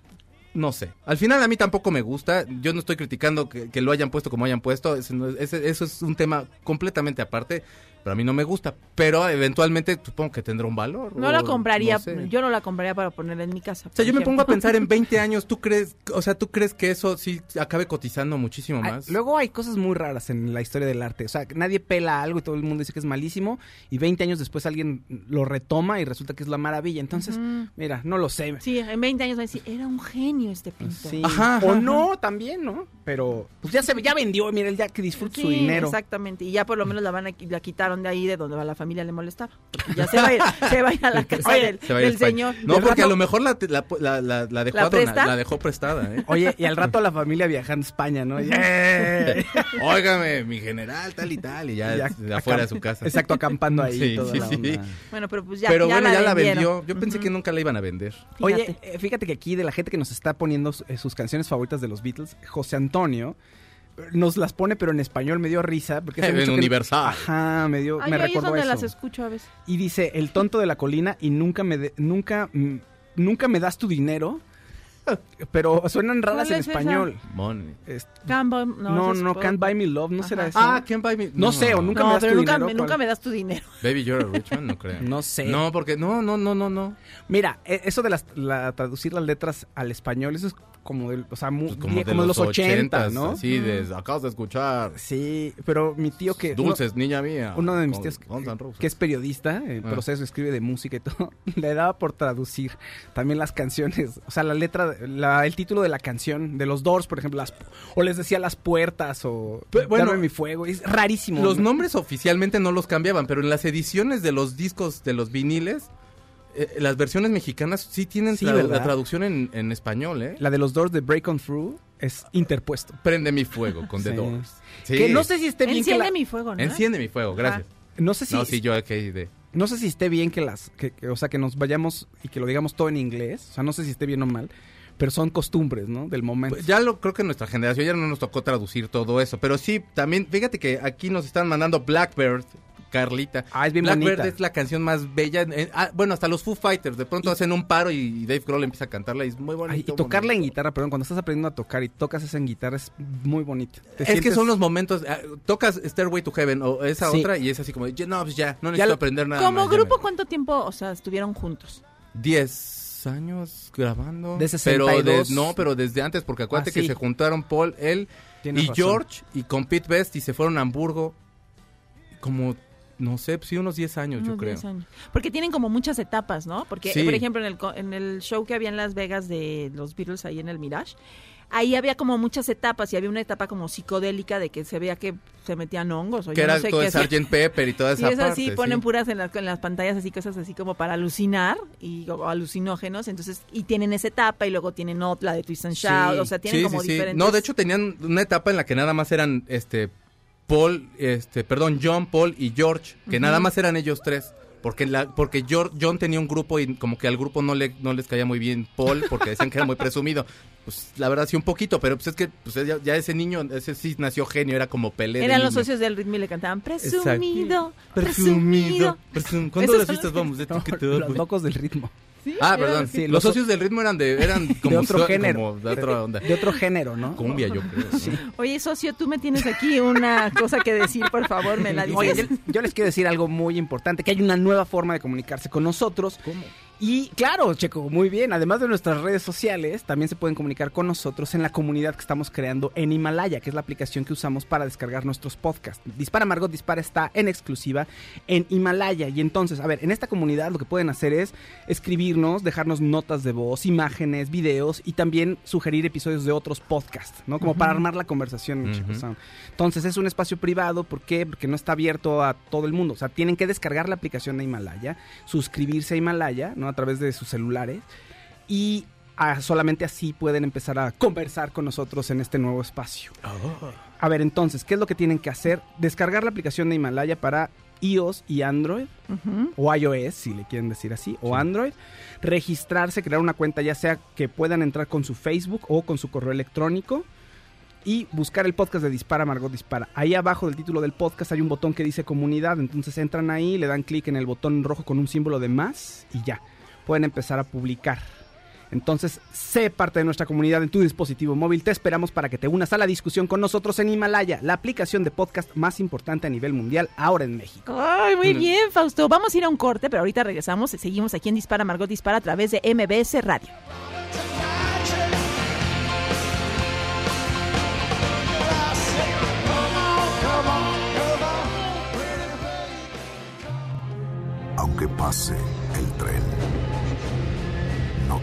S5: No sé. Al final a mí tampoco me gusta. Yo no estoy criticando que, que lo hayan puesto como hayan puesto. Ese no es- ese- eso es un tema completamente aparte. Pero a mí no me gusta. Pero eventualmente supongo que tendrá un valor.
S3: No
S5: o
S3: la compraría,
S5: sé.
S3: yo no la compraría para ponerla en mi casa.
S5: O sea,
S3: por
S5: yo me
S3: ejemplo.
S5: pongo a pensar en 20 años, ¿tú crees, o sea, tú crees que eso sí acabe cotizando muchísimo
S4: Ay,
S5: más?
S4: Luego hay cosas muy raras en la historia del arte. O sea, que nadie pela algo y todo el mundo dice que es malísimo. Y 20 años después alguien lo retoma y resulta que es la maravilla. Entonces,
S3: Ujú.
S4: mira, no lo sé.
S3: Sí, en 20 años van a decir, era un genio este
S5: Pues
S3: pintor.
S4: Sí.
S5: Ajá,
S4: o
S5: ajá,
S4: no, también, ¿no? Pero pues ya se ya vendió. Mira, él ya que disfruta su
S3: Sí,
S4: dinero.
S3: exactamente. Y ya por lo menos la van a, qui- la quitaron de ahí de donde a la familia le molestaba. Porque Ya se va a ir, se va a, ir a la casa
S5: Oye,
S3: del,
S5: se va a ir a
S3: del
S5: España.
S3: señor.
S5: No,
S3: Del
S5: porque a
S3: rato-
S5: lo mejor la, la, la- la- la dejó
S3: ¿La
S5: adona-
S3: presta?
S5: la dejó prestada, ¿eh?
S4: Oye, y al rato la familia viajando a España, ¿no? Ya-
S5: Óigame, mi general, tal y tal, y ya,
S4: ya
S5: de afuera de
S4: acamp-
S5: su casa.
S4: Exacto, acampando ahí.
S5: Sí,
S4: toda
S5: sí,
S4: la
S5: sí.
S4: onda.
S3: Bueno, pero pues ya,
S5: Pero bueno, ya la
S3: vendieron.
S5: vendió. Yo pensé que nunca la iban a vender.
S4: Oye,
S3: Fíjate.
S4: eh, fíjate que aquí de la gente que nos está poniendo su- eh, sus canciones favoritas de los Beatles, José Antonio eh, nos las pone pero en español me dio risa porque hace
S5: En
S4: mucho que-
S5: Universal.
S4: Ajá, me dio
S3: Ay,
S4: me
S3: ahí es
S4: recordó
S3: donde
S4: eso.
S3: las escucho a veces.
S4: Y dice, "El tonto de la colina y nunca me de- nunca mm, nunca me das tu dinero." Pero suenan raras
S3: ¿Cuál
S4: en
S3: es esa?
S4: español.
S5: Money.
S4: Es-
S3: Can't buy- no,
S4: no, no,
S3: esa es por-
S4: Can't Buy Me Love, no será
S3: Ajá.
S4: eso.
S5: Ah, ¿quién buy me?
S4: No sé, o nunca
S3: No,
S4: me das
S3: pero
S4: tu
S3: nunca,
S4: dinero,
S3: me,
S4: ¿cuál?
S3: nunca me das tu dinero.
S5: Baby, you're a rich man, no Pues creo.
S4: No sé.
S5: No, porque no, no, no, no, no.
S4: Mira, e- eso de las, la- traducir las letras al español, eso es como del, o sea, muy,
S5: Pues
S4: como, de, los 80,
S5: ochentas,
S4: ¿no?
S5: Así, de, acabas de escuchar.
S4: Sí, pero mi tío que...
S5: Dulces, niña mía.
S4: uno- uno de mis
S5: Con-
S4: tíos que,
S5: Guns N' Roses.
S4: que es periodista, en
S5: Ah.
S4: proceso, escribe de música y todo, le daba por traducir también las canciones, o sea, la letra, la- el título de la canción, de los Doors, por ejemplo, las- o les decía las puertas o...
S5: Pe- bueno,
S4: Dame mi fuego, es rarísimo.
S5: Los
S4: Me-
S5: nombres oficialmente no los cambiaban, pero en las ediciones de los discos de los viniles, eh, las versiones mexicanas sí tienen
S4: Sí,
S5: tra-
S4: ¿verdad?
S5: la traducción en, en español, ¿eh?
S4: La de los Doors de Break On Through es interpuesto.
S5: Prende mi fuego con The
S4: Sí.
S5: Doors. Sí.
S4: Que no ¿eh? sé si esté bien que
S3: Enciende
S4: la-
S3: mi fuego, ¿no?
S5: Enciende mi fuego, gracias.
S4: No sé si...
S5: no, sí, yo aquí de.
S4: No sé si esté bien que las, que, que- o sea, que nos vayamos y que lo digamos todo en inglés. O sea, no sé si esté bien o mal, pero son costumbres, ¿no? Del momento.
S5: Pues Ya lo creo que en nuestra generación ya no nos tocó traducir todo eso, pero sí, también, fíjate que aquí nos están mandando Blackbird, Carlita.
S4: Ah, es bien
S5: Blackbird
S4: bonita.
S5: es la canción más bella. eh, ah, bueno, hasta los Foo Fighters, de pronto hacen un paro y Dave Grohl empieza a cantarla y es muy bonito.
S4: Ay, y tocarla en
S5: bonito.
S4: guitarra, perdón, cuando estás aprendiendo a tocar y tocas esa en guitarra es muy bonita. Te
S5: Es que
S4: sientes-
S5: son los momentos. ah, tocas Stairway to Heaven o esa
S4: Sí.
S5: otra y es así como, "Ya, no, pues ya, no necesito
S4: lo-
S5: aprender nada.
S3: Como
S5: más, ya
S3: grupo,
S5: me-
S3: ¿cuánto tiempo, o sea, estuvieron juntos?
S5: 10 años grabando.
S4: De
S5: Pero
S4: 62.
S5: de- no, pero desde antes, porque acuérdate
S4: Ah, sí.
S5: que se juntaron Paul, él
S4: Tienes
S5: y
S4: razón.
S5: George y con Pete Best y se fueron a Hamburgo como, no sé, sí, unos 10 años, yo
S3: Unos
S5: creo.
S3: 10 años. Porque tienen como muchas etapas, ¿no? Porque,
S5: Sí.
S3: por ejemplo, en el, co- en el show que había en Las Vegas de los Beatles ahí en el Mirage, ahí había como muchas etapas y había una etapa como psicodélica de que se veía que se metían hongos o
S5: Que
S3: yo
S5: era
S3: no sé
S5: todo
S3: qué
S5: el
S3: hacían.
S5: Sgt. Pepper y toda
S3: Y
S5: esa
S3: es así,
S5: parte,
S3: ponen
S5: sí.
S3: puras en las, en las pantallas así, cosas así como para alucinar y o alucinógenos, entonces, y tienen esa etapa y luego tienen otra de Twist and Shout,
S5: Sí,
S3: o sea, tienen
S5: sí,
S3: como
S5: sí, sí.
S3: diferentes...
S5: No, de hecho tenían una etapa en la que nada más eran este Paul, este, perdón, John, Paul y George, que nada más eran ellos tres. Porque, la, porque Geor- John tenía un grupo y como que al grupo no, le, no les caía muy bien Paul porque decían que era muy presumido. Pues la verdad sí un poquito, pero pues es que pues, ya, ya ese niño, ese sí nació genio, era como Pelé. de
S3: Eran los
S5: niño.
S3: socios del ritmo y le cantaban
S5: Exacto.
S3: presumido,
S5: Presumido.
S3: presumido.
S5: presum- ¿Cuándo
S3: Esos
S5: las
S3: son
S5: fiestas vamos? De
S4: No,
S5: tiquito,
S4: los
S5: güey?
S4: locos del ritmo.
S5: ah, perdón.
S4: sí,
S5: los,
S4: los so-
S5: socios del ritmo eran de, eran como,
S4: otro
S5: so-
S4: género.
S5: como de otra onda.
S4: De otro género, ¿no?
S5: Cumbia, yo creo. ¿no?
S3: Oye, socio, tú me tienes aquí una cosa que decir, por favor, me la dices.
S4: Oye, yo, yo les quiero decir algo muy importante, que hay una nueva forma de comunicarse con nosotros. Y claro, Checo, muy bien. Además de nuestras redes sociales, también se pueden comunicar con nosotros en la comunidad que estamos creando en Himalaya, que es la aplicación que usamos para descargar nuestros podcasts. Dispara Margot Dispara está en exclusiva en Himalaya. Y entonces, a ver, en esta comunidad lo que pueden hacer es escribirnos, dejarnos notas de voz, imágenes, videos y también sugerir episodios de otros podcasts, ¿no? Como para armar la conversación,
S5: Ujú.
S4: Checo Sound. Entonces es un espacio privado, ¿por qué? Porque no está abierto a todo el mundo. O sea, tienen que descargar la aplicación de Himalaya, suscribirse a Himalaya, ¿no? A través de sus celulares y ah, solamente así pueden empezar a conversar con nosotros en este nuevo espacio. A ver, entonces, ¿qué es lo que tienen que hacer? Descargar la aplicación de Himalaya para iOS y Android,
S3: Ujú.
S4: o iOS, si le quieren decir así, o Android. Registrarse, crear una cuenta, ya sea que puedan entrar con su Facebook o con su correo electrónico. Y buscar el podcast de Dispara Margot Dispara. Ahí abajo del título del podcast hay un botón que dice comunidad. Entonces entran ahí, le dan clic en el botón rojo con un símbolo de más y ya. Pueden empezar a publicar. Entonces, sé parte de nuestra comunidad en tu dispositivo móvil. Te esperamos para que te unas a la discusión con nosotros en Himalaya, la aplicación de podcast más importante a nivel mundial ahora en México.
S3: Ay, muy bien, Fausto. Vamos a ir a un corte, pero ahorita regresamos y seguimos aquí en Dispara Margot Dispara a través de MBS Radio.
S2: Aunque pase el tren, no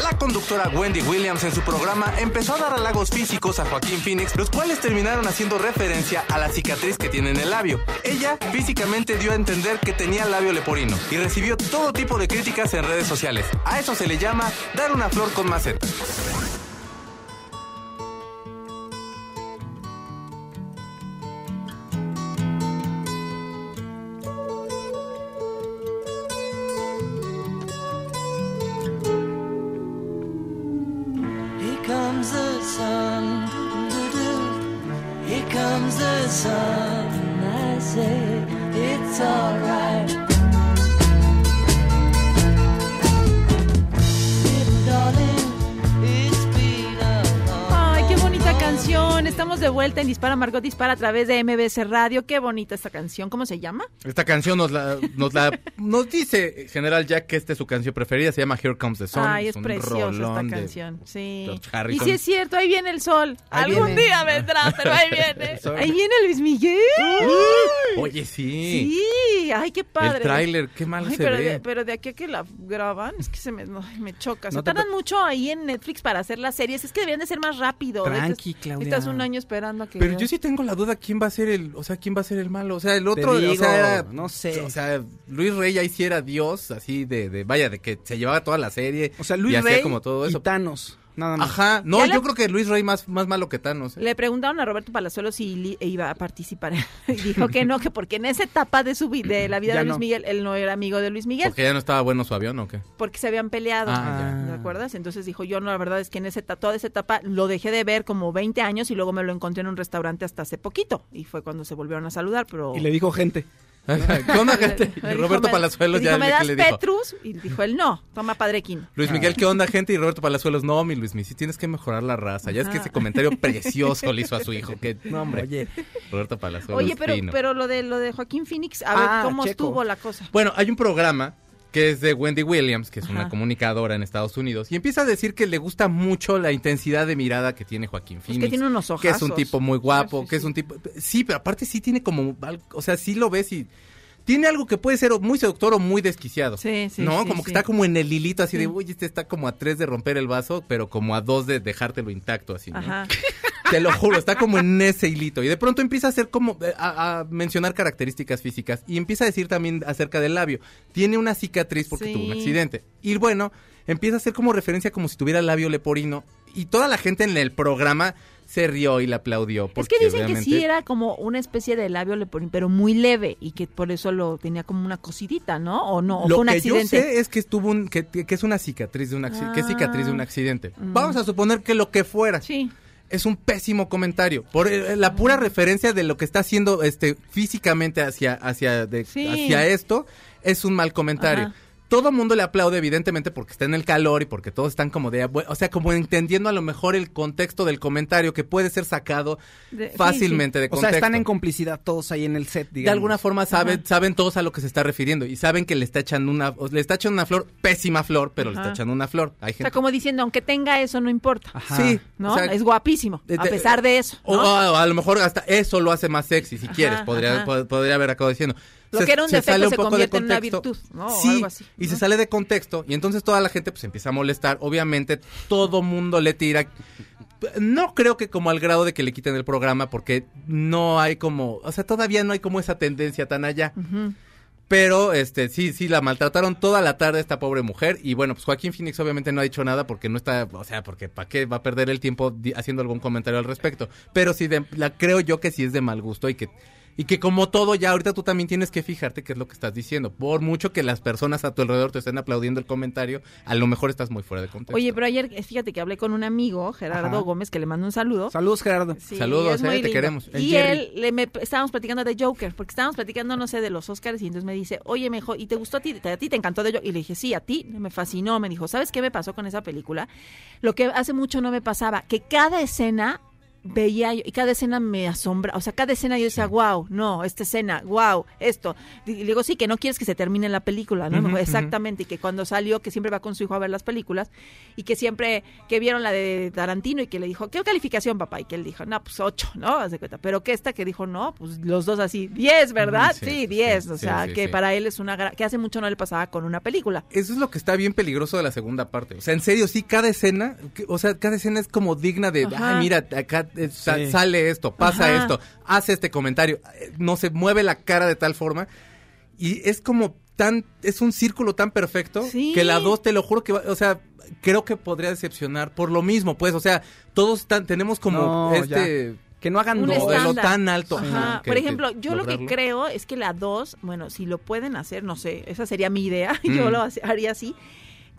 S7: La conductora Wendy Williams en su programa empezó a dar halagos físicos a Joaquín Phoenix, los cuales terminaron haciendo referencia a la cicatriz que tiene en el labio. Ella físicamente dio a entender que tenía labio leporino y recibió todo tipo de críticas en redes sociales. A eso se le llama dar una flor con maceta.
S8: comes the sun. Doo-doo. Here comes the sun. And I say, it's alright. Darling, it's been a long
S3: Ay, qué bonita canción. Estamos de vuelta en Dispara Margot Dispara a través de MBS Radio. Qué bonita esta canción. ¿Cómo se llama?
S5: Esta canción nos la, nos la- nos dice General Jack que esta es su canción preferida, se llama Here Comes the Sun.
S3: Ay, es
S5: un
S3: preciosa
S5: rolón
S3: esta
S5: de
S3: canción. Sí.
S5: George
S3: Y
S5: Harrison.
S3: sí es cierto, ahí viene el sol.
S5: Ahí
S3: Algún
S5: viene.
S3: día vendrá, pero ahí viene.
S5: El sol.
S3: Ahí viene Luis Miguel.
S5: Oye, sí.
S3: Sí, ay, qué padre.
S5: El tráiler, qué mal
S3: Ay,
S5: se
S3: pero
S5: ve.
S3: de, pero de aquí a que la graban, es que se me, ay, me choca. Se
S4: No te
S3: tardan
S4: pre-
S3: mucho ahí en Netflix para hacer las series. Es que deberían de ser más rápido.
S4: Tranqui,
S3: Estás-
S4: Claudia.
S3: Estás un año esperando a que...
S5: Pero yo sí tengo la duda quién va a ser el, o sea, quién va a ser el malo, o sea, el otro,
S4: digo,
S5: o sea, era-
S4: no sé.
S5: o sea, Luis Rey ya hiciera Dios, así de, de- vaya, de que se llevaba toda la serie,
S4: O sea,
S5: y
S4: Luis
S5: hacía
S4: Rey
S5: como todo eso.
S4: y Thanos. Nada más.
S5: Ajá, no,
S3: Ya la-
S5: yo creo que Luis Rey más, más malo que Thanos. ¿eh?
S3: Le preguntaron a Roberto Palazuelos si li- e iba a participar y dijo que no, que porque en esa etapa de su vi- de la vida
S4: Ya
S3: de Luis
S4: no.
S3: Miguel él no era amigo de Luis Miguel
S5: Porque ya no estaba bueno su avión o qué.
S3: porque se habían peleado,
S5: Ah,
S4: ya.
S3: ¿te acuerdas? Entonces dijo, yo no, la verdad es que en esa etapa, toda esa etapa lo dejé de ver como 20 años y luego me lo encontré en un restaurante hasta hace poquito y fue cuando se volvieron a saludar, pero...
S4: Y le dijo gente.
S5: ¿Cómo gente? Y
S3: Le dijo,
S5: Roberto
S3: "Me-
S5: Palazuelos
S3: le
S5: ya
S3: dijo,
S5: le,
S3: ¿me das Ah.
S5: que le dijo.
S3: Petrus? Y dijo él, no, toma Padrequín.
S5: Luis Miguel, ¿qué onda, gente? Y Roberto Palazuelos, no, mi Luis Miguel, sí tienes que mejorar la raza. Ya es que
S3: Ajá.
S5: ese comentario precioso le hizo a su hijo. Que, no, hombre.
S4: Oye,
S5: Roberto Palazuelos.
S3: Oye, pero,
S5: fino.
S3: pero lo de lo de Joaquín Phoenix, a ver
S4: Ah,
S3: cómo
S4: Checo.
S3: estuvo la cosa.
S5: Bueno, hay un programa que es de Wendy Williams, que es una
S3: Ajá.
S5: comunicadora en Estados Unidos, y empieza a decir que le gusta mucho la intensidad de mirada que tiene Joaquín
S3: Pues
S5: Phoenix.
S3: que tiene unos ojos.
S5: que es un tipo muy guapo,
S3: Sí, sí,
S5: que es
S3: sí.
S5: un tipo... Sí, pero aparte sí tiene como... al- O sea, sí lo ves y... Tiene algo que puede ser o muy seductor o muy desquiciado.
S3: Sí, sí,
S5: No,
S3: sí,
S5: como que
S3: sí.
S5: está como en el hilito así de, uy, este está como a tres de romper el vaso, pero como a dos de dejártelo intacto así. ¿no?
S3: Ajá.
S5: Te lo juro, está como en ese hilito. Y de pronto empieza a hacer como eh, a, a mencionar características físicas y empieza a decir también acerca del labio. Tiene una cicatriz porque
S3: Sí.
S5: tuvo un accidente. Y bueno, empieza a hacer como referencia como si tuviera labio leporino. Y toda la gente en el programa se rió y le aplaudió.
S3: Es
S5: Porque
S3: que dicen que
S5: obviamente-
S3: sí era como una especie de labio leporino, pero muy leve y que por eso lo tenía como una cosidita, ¿no? O no, o
S5: Lo
S3: fue un
S5: que
S3: accidente.
S5: yo sé es que estuvo un, que, que es una cicatriz de un accidente, que es cicatriz de un
S3: Ah.
S5: accidente.
S3: Mm.
S5: Vamos a suponer que lo que fuera.
S3: Sí.
S5: es un pésimo comentario. Por eh, la pura referencia de lo que está haciendo este, físicamente hacia, hacia, de-
S3: Sí.
S5: hacia esto, es un mal comentario.
S3: Ajá.
S5: Todo mundo le aplaude, evidentemente, porque está en el calor y porque todos están como de. "Ah, O sea, como entendiendo a lo mejor el contexto del comentario que puede ser sacado
S3: De- sí,
S5: fácilmente de
S4: o
S5: contexto.
S4: sea, están en complicidad todos ahí en el set, digamos.
S5: De alguna forma saben, saben todos a lo que se está refiriendo y saben que le está echando una, o le está echando una flor, pésima flor, pero le
S3: Ajá.
S5: está echando una flor. Hay
S3: O sea,
S5: gente.
S3: como diciendo, aunque tenga eso, no importa.
S4: Ajá.
S5: Sí,
S3: ¿No?
S5: o sea,
S3: es guapísimo,
S5: de- Oh,
S3: a
S5: de-
S3: pesar de eso.
S5: O,
S3: ¿no?
S5: o a lo mejor hasta eso lo hace más sexy, si
S3: Ajá,
S5: quieres, podría,
S3: ajá.
S5: po- podría haber acabado diciendo.
S3: Lo que era un defecto
S5: sale
S3: se
S5: poco
S3: convierte
S5: de
S3: en una
S5: contexto.
S3: virtud, ¿no? O
S5: Sí,
S3: algo así,
S5: y se
S3: ¿no?
S5: sale de contexto, y entonces toda la gente pues empieza a molestar, obviamente todo mundo le tira. No creo que como al grado de que le quiten el programa, porque no hay como, o sea, todavía no hay como esa tendencia tan allá.
S3: Ujú.
S5: Pero, este, sí, sí, la maltrataron toda la tarde esta pobre mujer. Y bueno, pues Joaquín Phoenix obviamente no ha dicho nada porque no está, o sea, porque ¿para qué va a perder el tiempo di- haciendo algún comentario al respecto? Pero sí, de- la creo yo que sí es de mal gusto y que, y que como todo ya ahorita tú también tienes que fijarte qué es lo que estás diciendo. Por mucho que las personas a tu alrededor te estén aplaudiendo el comentario, a lo mejor estás muy fuera de contexto.
S3: Oye, pero ayer, eh, fíjate que hablé con un amigo, Gerardo
S4: Ajá.
S3: Gómez, que le mando un saludo.
S4: Saludos, Gerardo.
S3: Sí,
S5: Saludos,
S3: es
S5: eh,
S3: muy
S5: te
S3: lindo.
S5: queremos. El
S3: Y
S5: Jerry.
S3: él, le, me, estábamos platicando de Joker, porque estábamos platicando, no sé, de los Oscars, y entonces me dice, oye, me dijo, ¿y te gustó a ti? ¿Te- ¿A ti te encantó de Joker? Y le dije, sí, a ti, me fascinó. Me dijo, ¿sabes qué me pasó con esa película? Lo que hace mucho no me pasaba, que cada escena veía yo, y cada escena me asombra, o sea, cada escena yo decía, wow, no, esta escena, wow, esto. Y le digo, sí, que no quieres que se termine la película, ¿no? Me dijo,
S5: Ujú, ujú.
S3: Exactamente, y que cuando salió, que siempre va con su hijo a ver las películas, y que siempre, que vieron la de Tarantino y que le dijo, ¿qué calificación, papá? Y que él dijo, no, pues ocho, ¿no? Haz de cuenta. Pero que esta que dijo, no, pues los dos así, diez, ¿verdad?
S5: Mm, sí,
S3: sí,
S5: sí,
S3: diez,
S5: sí,
S3: o
S5: sí,
S3: sea,
S5: sí,
S3: que
S5: sí.
S3: para él es una, gra- que hace mucho no le pasaba con una película.
S5: Eso es lo que está bien peligroso de la segunda parte. O sea, en serio, sí, cada escena, que- o sea, cada escena es como digna de,
S3: Ajá.
S5: ay, mira, acá eh, sa-
S4: Sí.
S5: sale esto, pasa
S3: Ajá.
S5: esto, hace este comentario, eh, no se mueve la cara de tal forma. Y es como tan, es un círculo tan perfecto
S3: Sí.
S5: que la dos, te lo juro que, va- o sea, creo que podría decepcionar por lo mismo, pues, o sea, todos tan- tenemos como
S4: No,
S5: este...
S4: Que no hagan
S3: Un
S5: modelo
S4: dos.
S3: estándar.
S5: tan alto.
S3: Ajá.
S5: Ajá, que-
S3: Por ejemplo,
S5: que
S3: yo lo
S5: lograrlo.
S3: que creo es que la 2, bueno, si lo pueden hacer, no sé, esa sería mi idea,
S5: Mm.
S3: yo lo hace- haría así,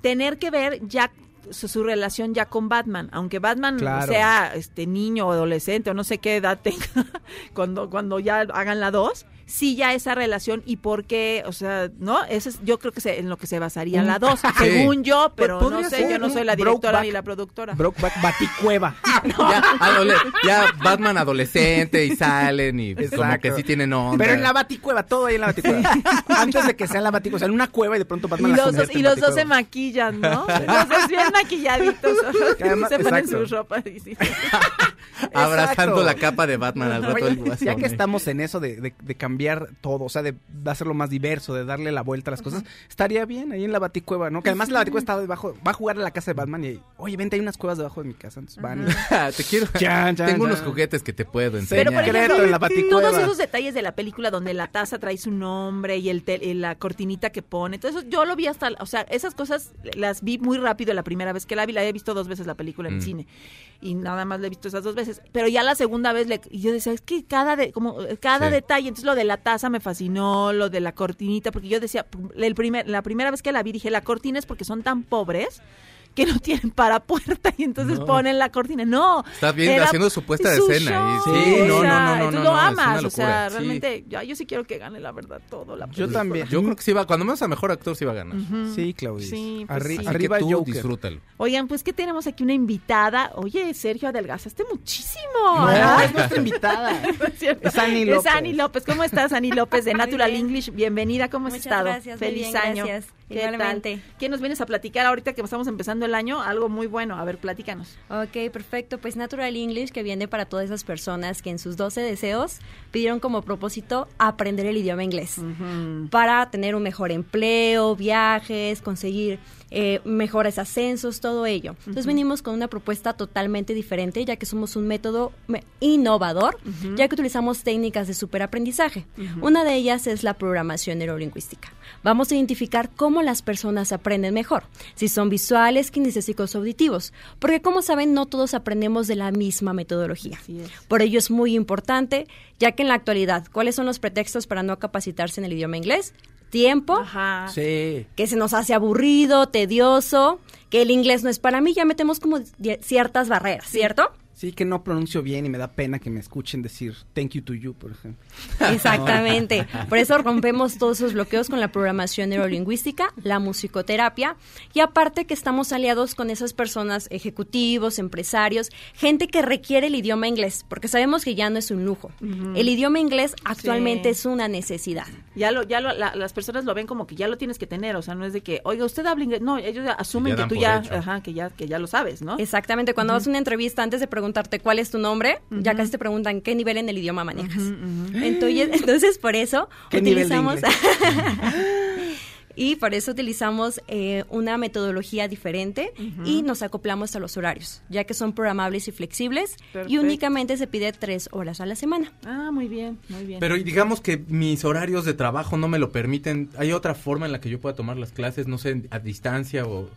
S3: tener que ver ya su, su relación ya con Batman, aunque Batman
S4: Claro.
S3: sea este niño o adolescente o no sé qué edad tenga, cuando, cuando ya hagan la dos, sí ya esa relación y por qué, o sea, ¿no? Eso es, yo creo que se- en lo que se basaría la dos, según yo, pero no
S4: Pues podría
S3: sé,
S4: ser
S3: yo no
S4: un
S3: soy la directora
S4: Brokeback-
S3: ni la productora.
S4: Brokeback Baticueva.
S5: Ya, adole- ya Batman adolescente y salen y como
S4: Exacto.
S5: que sí tienen onda.
S4: Pero en la Baticueva, todo ahí en la Baticueva. Antes de que sea en la Baticueva, o sea, en una cueva y de pronto Batman
S3: y
S4: la
S3: los, dos,
S4: convierte
S3: y
S4: en
S3: los dos se
S4: Baticueva.
S3: maquillan, ¿no? Los dos bien maquilladitos.
S4: Que además-
S3: se ponen
S4: exacto.
S3: su ropa. y sí.
S5: Abrazando
S4: Exacto.
S5: la capa de Batman al rato
S4: Oye,
S5: del guasón.
S4: ya que
S5: ¿eh?
S4: estamos en eso de, de- de cambiar todo, o sea, de, de hacerlo más diverso, de darle la vuelta a las cosas, estaría bien ahí en la baticueva, ¿no? Que además la baticueva está debajo, va a jugar a la casa de Batman y, oye, vente, hay unas cuevas debajo de mi casa, entonces van y...
S5: Ah, Te quiero.
S4: Chan, chan,
S5: Tengo unos
S4: chan.
S5: juguetes que te puedo
S3: Pero
S5: enseñar.
S3: por
S4: Secreto
S3: ejemplo,
S4: en la baticueva.
S3: todos esos detalles de la película donde la taza trae su nombre y el tel- y la cortinita que pone, todo eso yo lo vi hasta, o sea, esas cosas las vi muy rápido la primera vez que la vi, la he visto dos veces la película en
S5: Mm.
S3: el cine y nada más la he visto esas dos veces, pero ya la segunda vez le, y yo decía, es que cada de, como eh, cada
S5: Sí.
S3: detalle, entonces lo de la taza me fascinó, lo de la cortinita, porque yo decía, pum, el primer, la primera vez que la vi dije, la cortina es porque son tan pobres que no tienen para puerta y entonces ponen la cortina. No,
S5: Está bien,
S3: era
S5: haciendo su puesta de
S3: su
S5: escena.
S3: show,
S5: y- sí,
S3: o
S5: no, no,
S3: sea,
S5: no, no, no,
S3: tú lo
S5: no, es una
S3: amas, o sea,
S5: locura, sí.
S3: realmente, ya, yo sí quiero que gane la verdad todo. La
S4: Yo
S3: película.
S4: también.
S5: Yo creo que sí va, cuando menos a mejor actor sí va a ganar.
S4: Sí, Claudia.
S3: Sí, pues
S4: Arri-
S3: sí.
S5: Así que
S4: Arriba
S5: tú
S4: Joker.
S5: disfrútalo.
S3: Oigan, pues que tenemos aquí una invitada. Oye, Sergio, adelgazaste muchísimo.
S4: No,
S3: ¿verdad?
S4: es nuestra invitada.
S3: No es cierto.
S4: Es Ani López.
S3: Es Ani López. ¿Cómo estás, Ani López de
S9: Muy
S3: Natural
S9: bien.
S3: English? Bienvenida, ¿cómo has
S9: Muchas
S3: estado?
S9: gracias, muy
S3: Feliz
S9: bien,
S3: año.
S9: gracias.
S3: ¿Qué tal?
S9: Igualmente.
S3: ¿Qué nos vienes a platicar ahorita que estamos empezando el año? Algo muy bueno. A ver, platícanos.
S9: Ok, perfecto. Pues Natural English, que viene para todas esas personas que en sus 12 deseos pidieron como propósito aprender el idioma inglés
S3: Mm.
S9: para tener un mejor empleo, viajes, conseguir eh, mejores ascensos, todo ello. Entonces venimos con una propuesta totalmente diferente, ya que somos un método me- innovador, ya que utilizamos técnicas de superaprendizaje. Una de ellas es la programación neurolingüística. Vamos a identificar cómo las personas aprenden mejor, si son visuales, kinestésicos, auditivos, porque como saben, no todos aprendemos de la misma metodología.
S3: Así es.
S9: Por ello es muy importante, ya que en la actualidad, ¿cuáles son los pretextos para no capacitarse en el idioma inglés? Tiempo,
S3: Ajá.
S4: Sí.
S9: que se nos hace aburrido, tedioso, que el inglés no es para mí, ya metemos como di- ciertas barreras, ¿cierto?
S4: Sí, que no pronuncio bien y me da pena que me escuchen decir thank you to you, por ejemplo.
S9: Exactamente. Por eso rompemos todos esos bloqueos con la programación neurolingüística, la musicoterapia y aparte que estamos aliados con esas personas, ejecutivos, empresarios, gente que requiere el idioma inglés, porque sabemos que ya no es un lujo. El idioma inglés actualmente
S3: Sí.
S9: es una necesidad.
S3: Ya lo, ya lo- la- las personas lo ven como que ya lo tienes que tener, o sea, no es de que, oiga, usted habla inglés, no, ellos asumen
S5: Ya
S3: que
S5: dan
S3: tú
S5: por
S3: ya,
S5: hecho.
S3: ajá, que ya, que ya lo sabes, ¿no?
S9: Exactamente, cuando vas a una entrevista, antes de preguntarte cuál es tu nombre, ya casi te preguntan qué nivel en el idioma manejas. entonces, entonces, por eso
S4: ¿Qué nivel de
S9: utilizamos... y por eso utilizamos eh, una metodología diferente y nos acoplamos a los horarios, ya que son programables y flexibles y
S3: Perfecto.
S9: únicamente se pide tres horas a la semana.
S3: Ah, muy bien, muy bien.
S5: Pero y digamos que mis horarios de trabajo no me lo permiten. ¿Hay otra forma en la que yo pueda tomar las clases, no sé, a distancia o...?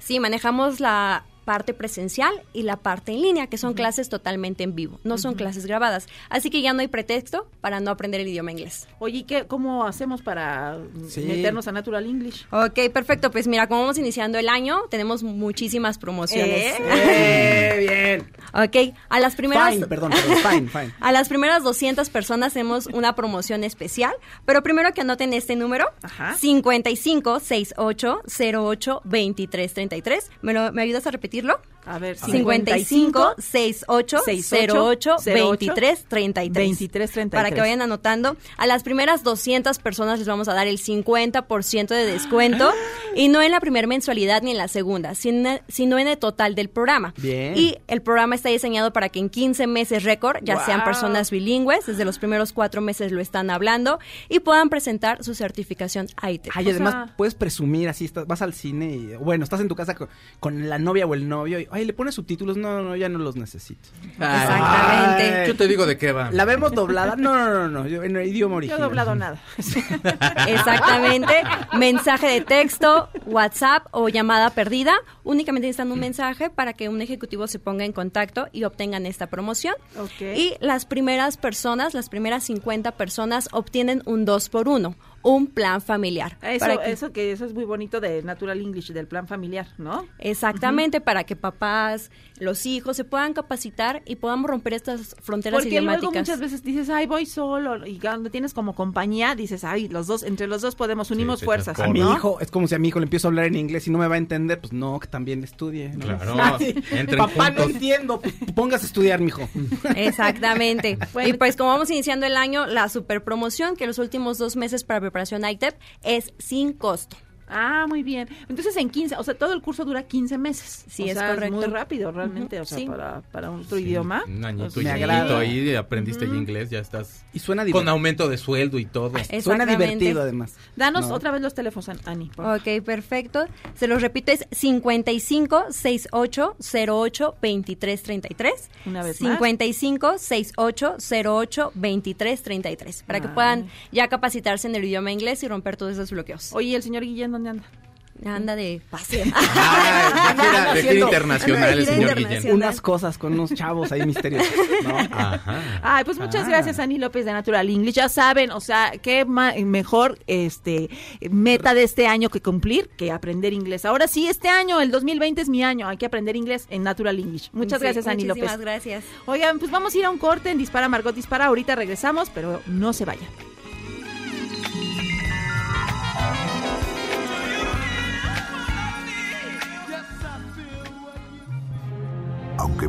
S9: Sí, manejamos la parte presencial y la parte en línea, que son clases totalmente en vivo, no son clases grabadas. Así que ya no hay pretexto para no aprender el idioma inglés.
S3: Oye, ¿y ¿qué, ¿cómo hacemos para mm,
S4: Sí.
S3: meternos a Natural English?
S9: Ok, perfecto. Pues mira, como vamos iniciando el año, tenemos muchísimas promociones.
S4: ¡Eh, bien!
S9: Ok, a las primeras...
S4: Fine, perdón, perdón, fine, fine.
S9: A las primeras 200 personas hacemos una promoción especial, pero primero que anoten este número,
S3: Ajá.
S9: 55 68 08 23 33. ¿Me, lo- ¿Me ayudas a repetirlo?
S3: A ver,
S9: 55 68 08 23 33.
S3: 23 33.
S9: Para que vayan anotando. A las primeras 200 personas les vamos a dar el 50% de descuento. y no en la primera mensualidad ni en la segunda, sino, sino en el total del programa.
S4: Bien.
S9: Y el programa está diseñado para que en 15 meses récord ya sean
S3: Wow.
S9: personas bilingües, desde los primeros cuatro meses lo están hablando y puedan presentar su certificación ITEL.
S4: Ay,
S3: O
S4: además
S3: sea-
S4: puedes presumir así, estás- vas al cine y, bueno, estás en tu casa con, con la novia o el novio y, ay, le pones subtítulos, no, no, ya no los necesito.
S9: Exactamente.
S5: Ay, Yo te digo de qué va.
S4: ¿La vemos doblada? No, no, no, no, yo- en el idioma
S3: Yo
S4: original.
S3: no he doblado nada.
S9: Exactamente. mensaje de texto, WhatsApp o llamada perdida. Únicamente necesitan un mensaje para que un ejecutivo se ponga en contacto y obtengan esta promoción.
S3: Ok.
S9: Y las primeras personas, las primeras 50 personas obtienen un 2 por 1 un plan familiar.
S3: Eso,
S9: para que-
S3: eso que eso es muy bonito de Natural English, del plan familiar, ¿no?
S9: Exactamente, para que papás, los hijos se puedan capacitar y podamos romper estas fronteras
S3: Porque luego
S9: idiomáticas.
S3: muchas veces dices, ay, voy solo, y cuando tienes como compañía, dices, ay, los dos, entre los dos podemos, unimos
S5: te echas
S3: fuerzas,
S4: A mi
S3: ¿no?
S4: hijo, es como si a mi hijo le empiezo a hablar en inglés y no me va a entender, pues no, que también le estudie. ¿no?
S5: Claro,
S4: Ay,
S5: entren
S4: Papá,
S5: juntos.
S4: no entiendo, pues, póngase a estudiar, mijo.
S9: Exactamente. y pues como vamos iniciando el año, la super promoción que los últimos dos meses para preparación ITEP es sin costo.
S3: Ah, muy bien. Entonces en 15, o sea, todo el curso dura 15 meses.
S9: Sí,
S3: O
S9: es
S3: sea,
S9: correcto.
S3: muy rápido realmente, o sea,
S9: sí.
S3: para, para otro idioma. pues,
S5: Un añito
S4: Me
S5: y
S4: agrada.
S5: chiquito ahí aprendiste ya inglés, ya estás
S4: Y suena
S5: con
S4: divertido.
S5: aumento de sueldo y todo.
S4: Suena
S9: Exactamente.
S4: divertido, además.
S3: Danos
S4: No.
S3: otra vez los teléfonos, An- Ani. por favor.
S9: Ok, perfecto. Se los repito, es 55 68 08 23 33.
S3: Una vez más.
S9: 55 68 08 23 33. Para que
S3: Ah.
S9: puedan ya capacitarse en el idioma inglés y romper todos esos bloqueos.
S3: Oye, ¿el señor Guillén dónde anda?
S9: Anda de paseo.
S5: Ah, de gira- de gira
S4: Haciendo-
S5: internacional el
S9: gira
S5: señor
S9: internacional.
S5: Guillén.
S4: Unas cosas con unos chavos ahí misteriosos. ¿no?
S5: Ah. Ajá.
S3: Ay, pues
S9: Ah.
S3: muchas gracias, Ani López de Natural English. Ya saben, o sea, qué ma- mejor este meta de este año que cumplir que aprender inglés. Ahora sí, este año, el 2020 es mi año, hay que aprender inglés en Natural English. Muchas
S9: Sí,
S3: gracias, Ani López.
S9: Muchísimas gracias.
S3: Oigan, pues vamos a ir a un corte en Dispara Margot Dispara. Ahorita regresamos, pero no se vayan.
S2: Aunque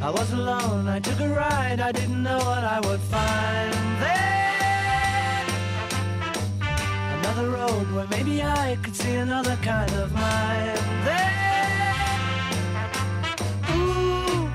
S6: I was alone, I took a ride, I didn't know what I would find there. Another road where maybe I could see another kind of mind there. Ooh,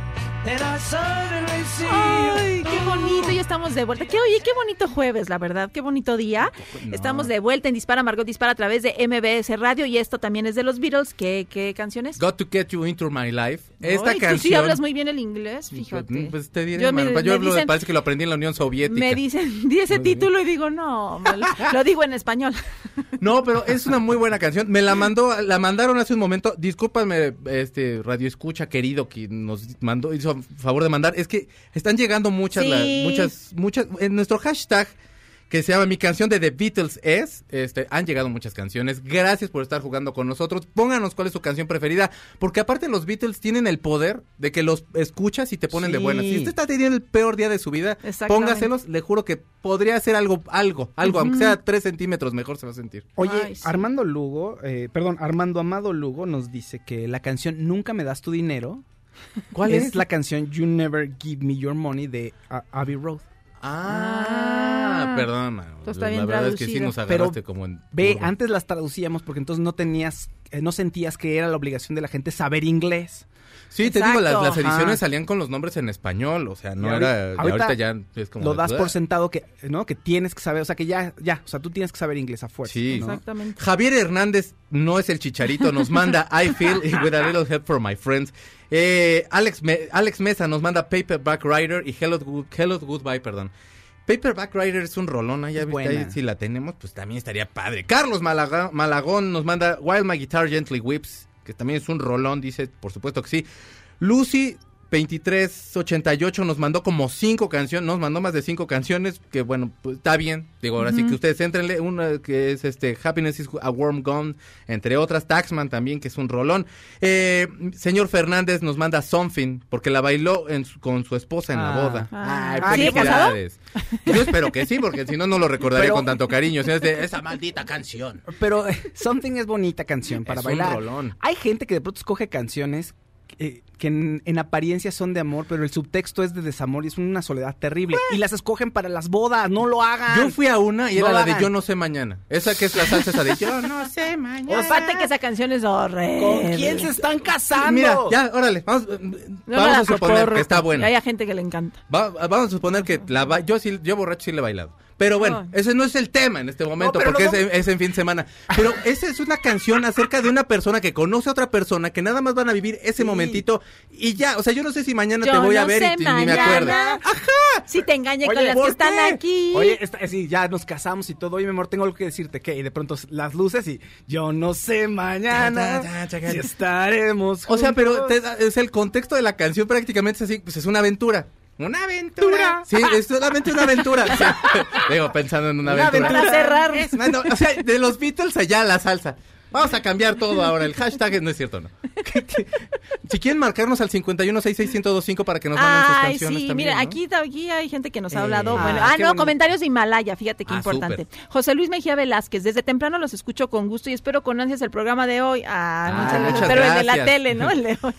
S6: then I suddenly see.
S3: Ay, qué bonito, ya estamos de vuelta. Qué, oye, qué bonito jueves, la verdad, qué bonito día. Estamos de vuelta en Dispara Margot Dispara a través de MBS Radio y esto también es de los Beatles. ¿Qué, qué canciones?
S5: Got to get you into my life. Esta
S3: Ay, tú
S5: canción.
S3: sí hablas muy bien el inglés, fíjate.
S5: Pues te diré,
S3: Yo
S5: hermano,
S3: me-
S5: yo
S3: me
S5: hablo de-
S3: dicen-
S5: parece que lo aprendí en la Unión Soviética.
S3: Me dicen, di ese título y digo, no, me lo, lo digo en español.
S5: No, pero es una muy buena canción. Me la mandó, la mandaron hace un momento. Discúlpame, este Radio Escucha querido que nos mandó, hizo favor de mandar. Es que están llegando muchas,
S3: Sí.
S5: la- muchas, muchas. En nuestro hashtag que se llama Mi canción de The Beatles es, este, han llegado muchas canciones. Gracias por estar jugando con nosotros. Pónganos cuál es su canción preferida, porque aparte los Beatles tienen el poder de que los escuchas y te ponen de
S4: Sí.
S5: buenas. Si usted está teniendo el peor día de su vida,
S3: Exactamente.
S5: póngaselos. Le juro que podría ser algo, algo, algo, aunque sea tres centímetros mejor se va a sentir.
S4: Oye,
S3: Ay, sí.
S4: Armando Lugo, eh, perdón, Armando Amado Lugo nos dice que la canción Nunca me das tu dinero. ¿Cuál es? la canción You Never Give Me Your Money de A- Abbey Road.
S5: Ah,
S3: Ah.
S5: perdón, mano.
S3: Entonces está
S5: La
S3: bien
S5: verdad es que sí
S3: traducida.
S5: nos
S4: Pero
S5: agarraste como en.
S4: Ve,
S5: curva.
S4: antes las traducíamos porque entonces no tenías, eh, no sentías que era la obligación de la gente saber inglés.
S5: Sí, te digo, las,
S3: Exacto,
S5: las ediciones
S4: ajá.
S5: salían con los nombres en español, o sea, no
S4: Y ahorita-
S5: era.
S4: ahorita
S5: Ahorita, ya es como.
S4: Lo
S5: de- "Ah,
S4: das por sentado que, ¿no? Que tienes que saber, o sea, que ya, ya, o sea, tú tienes que saber inglés a fuerza.
S5: Sí.
S4: ¿no?
S3: Exactamente.
S5: Javier Hernández no es el chicharito, nos manda I Feel With a Little Help From My Friends. Eh, Alex, Me- Alex Mesa nos manda Paperback Rider y Hello, Good- Hello Goodbye, perdón. Paperback Rider es un rolón, ahí ya
S4: Es
S5: viste, ahí
S4: buena.
S5: si la tenemos, pues también estaría padre. Carlos Malaga- Malagón nos manda While My Guitar Gently Whips, que también es un rolón, dice, por supuesto que sí. Lucy 2388 nos mandó como cinco canciones, nos mandó más de cinco canciones, que bueno, pues está bien. Digo, ahora sí que ustedes entrenle, una que es este Happiness is a Warm Gun, entre otras, Taxman también, que es un rolón. Eh, señor Fernández nos manda Something, porque la bailó en su- con su esposa en la
S4: Ah.
S5: boda.
S3: Ah.
S5: Ay,
S3: Ah, ¿sigue
S5: felicidades. Yo espero que sí, porque si no, no lo recordaría
S4: Pero-
S5: con tanto cariño. Si no es de, esa maldita canción.
S4: Pero eh, Something es bonita canción para
S5: es
S4: bailar.
S5: un rolón.
S4: Hay gente que de pronto escoge canciones que, que en, en apariencia son de amor, pero el subtexto es de desamor y es una soledad terrible. Y las escogen para las bodas, no lo hagan.
S5: Yo fui a una y
S4: No
S5: era
S4: lo
S5: la de
S4: hagan.
S5: Yo no sé mañana. Esa que es la salsa esa de Yo no sé mañana.
S3: Aparte que esa canción es horrible.
S4: ¿Con quién se están casando?
S5: Mira, ya, órale, vamos,
S3: No
S5: vamos
S3: la
S5: a suponer
S3: soporto.
S5: que está buena.
S3: Hay a gente que le encanta.
S5: Va- vamos a suponer que la ba- yo sí, yo borracho sí le he bailado. Pero bueno, ese Ah. no es el tema en este momento,
S4: pero
S5: porque
S4: lo
S5: es, en- es en fin de semana. Pero esa es una canción acerca de una persona que conoce a otra persona, que nada más van a vivir ese momentito y ya. O sea, yo no sé si mañana te voy a ver y, ni me acuerdo.
S3: Ajá. Si te engañé con las que
S4: ¿por
S3: están
S4: qué?
S3: aquí.
S4: Oye, está- sí, ya nos casamos y todo. Oye, mi amor, tengo algo que decirte. ¿Qué? Y de pronto las luces y yo no sé mañana si estaremos
S5: O sea, pero
S4: juntos.
S5: te da- es el contexto de la canción prácticamente es así, pues es una aventura. Una aventura. Sí, es solamente una aventura. O sea, digo, pensando en una
S3: Una
S5: aventura.
S3: aventura. Para cerrar.
S5: Es- no, no, Pues, o sea, de los Beatles allá a la salsa. Vamos a cambiar todo ahora. El hashtag no es cierto, no. si quieren marcarnos al 5166125 para que nos manden sus
S3: Ay, sí,
S5: canciones también.
S3: mira,
S5: ¿no?
S3: aquí, aquí hay gente que nos ha
S5: Eh,
S3: hablado. bueno,
S5: ah,
S3: ah,
S5: qué
S3: no,
S5: bonito.
S3: comentarios de Himalaya, fíjate qué
S5: Ah,
S3: importante. José Luis Mejía Velázquez, desde temprano los escucho con gusto y espero con ansias el programa de hoy. Ah,
S5: Ah,
S3: muchas gracias.
S5: muchas
S3: Pero el de la
S5: gracias.
S3: tele, ¿no? El de hoy.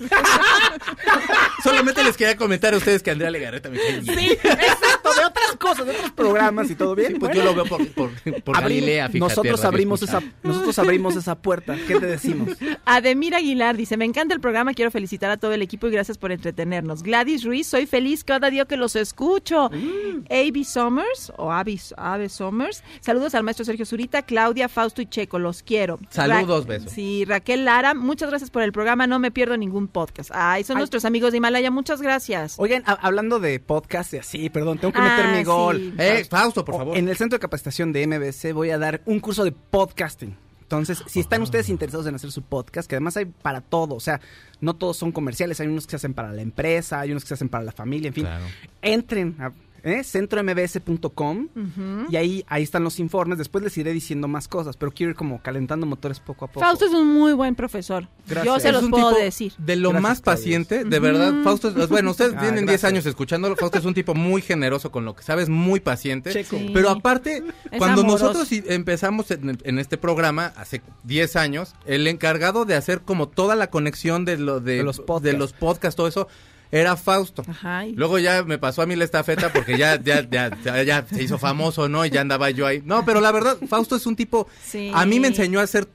S5: Solamente les quería comentar a ustedes que Andrea Legarreta me cae bien.
S3: Sí, exacto,
S4: de otras cosas, de otros programas y todo bien.
S5: Pues yo lo veo por, por, por
S4: Abrimos-
S5: Galilea, fíjate.
S4: nosotros
S5: Radio
S4: abrimos
S5: Escucha.
S4: esa nosotros abrimos esa puerta. ¿Qué te decimos?
S3: Ademir Aguilar dice, me encanta el programa, quiero felicitar a todo el equipo y gracias por entretenernos. Gladys Ruiz, soy feliz cada día que los escucho. Avi Summers, o Abby, Ave Summers, saludos al maestro Sergio Zurita, Claudia, Fausto y Checo, los quiero.
S5: Saludos, besos.
S3: Sí, Raquel Lara, muchas gracias por el programa, no me pierdo ningún podcast. Ay, son
S4: Ay.
S3: nuestros amigos de Himalaya, muchas gracias.
S4: Oigan, ha- hablando de podcast y así, perdón, tengo que
S3: Ah,
S4: meter mi
S3: sí.
S4: gol.
S5: Eh, Fausto, por favor.
S4: En el centro de capacitación de MBC voy a dar un curso de podcasting. Entonces, si están ustedes interesados en hacer su podcast, que además hay para todo, o sea, no todos son comerciales, hay unos que se hacen para la empresa, hay unos que se hacen para la familia, en fin.
S5: Claro.
S4: Entren a eh, centrombs.com
S3: Ujú.
S4: y ahí, ahí están los informes. Después les iré diciendo más cosas, pero quiero ir como calentando motores poco a poco.
S3: Fausto es un muy buen profesor,
S4: Gracias.
S3: yo se
S4: Es
S3: los
S5: un
S3: puedo
S5: tipo
S3: decir. Mm.
S5: De lo
S4: Gracias,
S5: más
S4: Claudia.
S5: paciente, de verdad. Fausto, es- bueno, ustedes
S4: Ah,
S5: tienen 10
S4: gracias.
S5: años escuchándolo. Fausto es un tipo muy generoso con lo que sabes, muy paciente.
S4: Checo.
S3: Sí.
S5: Pero aparte,
S3: Es
S5: cuando
S3: amoroso.
S5: nosotros i- empezamos en, en este programa, hace 10 años, el encargado de hacer como toda la conexión de, lo, de,
S4: De los podcasts.
S5: de los podcasts, todo eso, era Fausto.
S3: Ajá, y-
S5: Luego ya me pasó a mí la estafeta porque ya, ya, ya, ya, ya se hizo famoso, ¿no? Y ya andaba yo ahí. No, pero la verdad, Fausto es un tipo.
S3: Sí.
S5: A mí me enseñó a hacer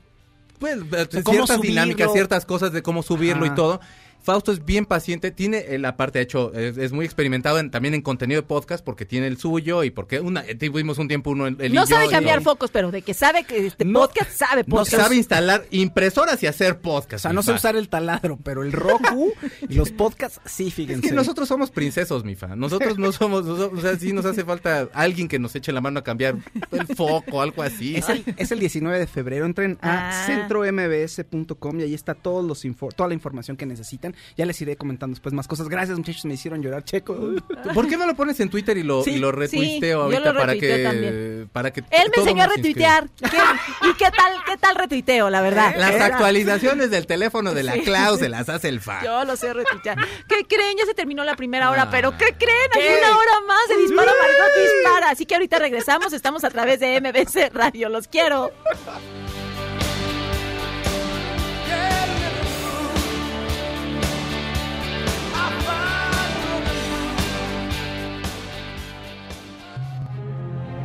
S5: pues, ciertas
S4: subirlo.
S5: dinámicas, ciertas cosas de cómo subirlo
S4: Ajá.
S5: y todo. Fausto es bien paciente, tiene eh, la parte de hecho, es, es muy experimentado en- también en contenido de podcast porque tiene el suyo y porque una, eh, tuvimos un tiempo uno el, el
S3: no
S5: y yo,
S3: sabe
S5: y-
S3: cambiar focos, pero de que sabe que este
S4: No-
S3: podcast sabe
S5: No
S3: podcast.
S5: sabe instalar impresoras y hacer podcast.
S4: O sea, no sé usar el taladro, pero el Roku y los podcasts, sí,
S5: Es
S4: fíjense.
S5: que nosotros somos princesos, mi fan. Nosotros no somos, no somos- o sea, sí nos hace falta alguien que nos eche la mano a cambiar el foco, algo así.
S4: Es el, es el 19 de febrero. Entren a
S3: Ah.
S4: centrombs.com y ahí está todos los info- toda la información que necesitan. Ya les iré comentando después más cosas. Gracias, muchachos. Me hicieron llorar, checo.
S5: ¿Por qué no lo pones en Twitter y lo,
S4: Sí,
S5: y lo
S4: sí,
S5: retuiteo
S3: yo
S5: ahorita
S3: lo
S5: para,
S3: retuiteo
S5: que,
S3: también.
S5: para que
S3: Él me
S5: todo
S3: enseñó a
S5: nos
S3: retuitear. ¿Qué- ¿Y qué tal, qué tal retuiteo, la verdad?
S5: inscriba? Las
S3: Era-
S5: actualizaciones del teléfono de la Klaus se las hace el fan.
S3: Yo lo sé retuitear. ¿Qué creen? Ya se terminó la primera hora,
S5: Ah.
S3: pero ¿qué creen? Hay una hora más de Dispara Margot Dispara. Así que ahorita regresamos. Estamos a través de MBC Radio. Los quiero.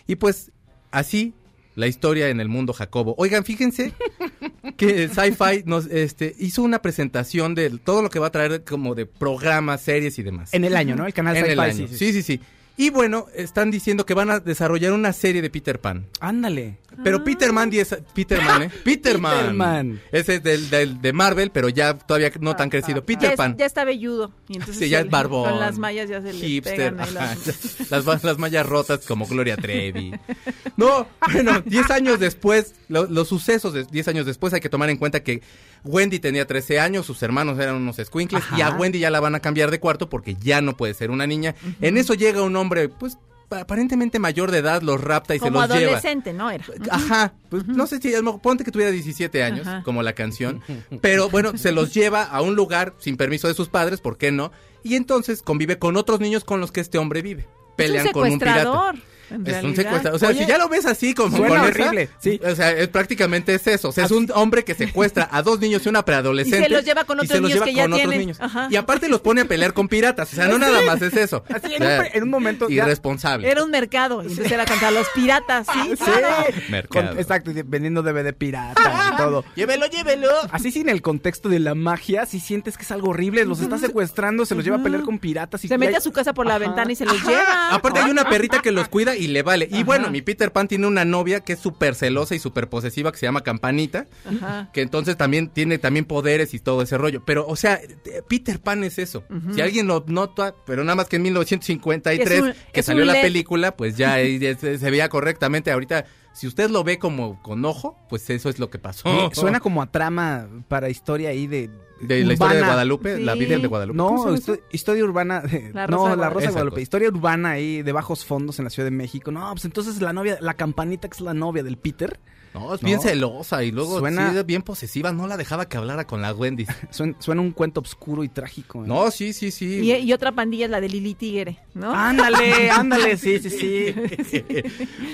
S5: Y pues así la historia en el mundo Jacobo. Oigan, fíjense que Sci-Fi nos este, hizo una presentación de todo lo que va a traer como de programas, series y demás
S4: En el año, ¿no? El canal
S5: en el
S4: Sci-Fi,
S5: año. Ah, Sí sí. sí, Y bueno, están diciendo que van a desarrollar una serie de Peter Pan.
S4: Ándale.
S3: Ah.
S5: Pero Peter Man 10, Peter Man, ¿eh? Peter Man.
S4: Peter Man.
S5: Ese es del, del- de Marvel, pero ya todavía no tan crecido.
S3: Ya,
S5: Peter
S3: es-
S5: Pan.
S3: ya está velludo. Y entonces
S5: Sí, ya
S3: él-
S5: es barbón.
S3: Con las mallas ya se le
S5: hipster,
S3: pegan ahí
S5: ajá,
S3: las-
S5: las, las, mallas rotas como Gloria Trevi. No, bueno, 10 años después, lo- los sucesos de 10 años después, hay que tomar en cuenta que Wendy tenía 13 años, sus hermanos eran unos squinkles, y a
S4: Ajá.
S5: Wendy ya la van a cambiar de cuarto porque ya no puede ser una niña. En eso llega un hombre, pues aparentemente mayor de edad, los rapta y
S3: Como
S5: se los lleva.
S3: adolescente, ¿no era?
S5: Ajá, pues no sé si a lo mejor- ponte que tuviera 17 años,
S3: Ajá.
S5: como la canción, pero bueno, se los lleva a un lugar sin permiso de sus padres, ¿por qué no? Y entonces convive con otros niños con los que este hombre vive. Pelean
S3: es un
S5: con un pirata.
S3: secuestrador. en
S5: Es un
S3: realidad.
S5: secuestrador. O sea,
S4: Oye,
S5: si ya lo ves así como
S4: suena
S5: con esa,
S4: horrible, sí.
S5: O sea, es- prácticamente es eso. O sea, es un hombre que secuestra a dos niños y una preadolescente.
S3: Y se los lleva con
S5: y
S3: otros
S5: se los
S3: niños
S5: lleva
S3: que ya
S5: con otros
S3: tienen.
S5: niños.
S3: Ajá.
S5: Y aparte los pone a pelear con piratas. O sea, no nada más es eso.
S4: Así, en
S5: O sea,
S4: un pre- en un momento ya-
S5: Irresponsable.
S3: Era un mercado. y Entonces era contra los piratas, sí. claro.
S5: Mercado.
S4: Con- exacto, y vendiendo DVD pirata y todo.
S5: Llévelo, llévelo.
S4: Así sin el contexto de la magia, si sientes que es algo horrible, los está secuestrando, se los lleva a pelear con piratas y
S3: Se mete a su casa por la ventana y se los lleva.
S5: Aparte hay una perrita que los cuida y le vale. Y bueno, mi Peter Pan tiene una novia que es súper celosa y súper posesiva que se llama Campanita,
S3: Ajá.
S5: que entonces también tiene también poderes y todo ese rollo. Pero, o sea, eh, Peter Pan es eso. Si alguien lo nota, pero nada más que en 1953,
S3: Es un-
S5: que
S3: es
S5: salió
S3: un
S5: la
S3: led.
S5: película, pues ya ahí ya se, se veía correctamente. Ahorita, si usted lo ve como con ojo, pues eso es lo que pasó.
S4: Eh, Suena como a trama para historia ahí de.
S5: de la historia de
S4: urbana.
S5: Guadalupe, la
S3: Sí.
S5: vida de Guadalupe.
S4: No, histo- historia urbana. de- no, la
S3: La Rosa de
S4: Rosa
S3: Guadalupe.
S4: de
S5: Exacto.
S4: Guadalupe. Historia urbana ahí de bajos fondos en la Ciudad de México. No, pues entonces la novia, la campanita que es la novia del Peter,
S5: No, es bien
S4: No.
S5: celosa y luego
S4: Suena-
S5: sí, bien posesiva, no la dejaba que hablara con la Wendy.
S4: suena, suena un cuento oscuro y trágico. ¿eh?
S5: No, sí, sí, sí.
S3: Y, y otra pandilla es la de Lili Tigre, ¿no?
S4: Ah. Ándale, ándale, sí, sí, sí.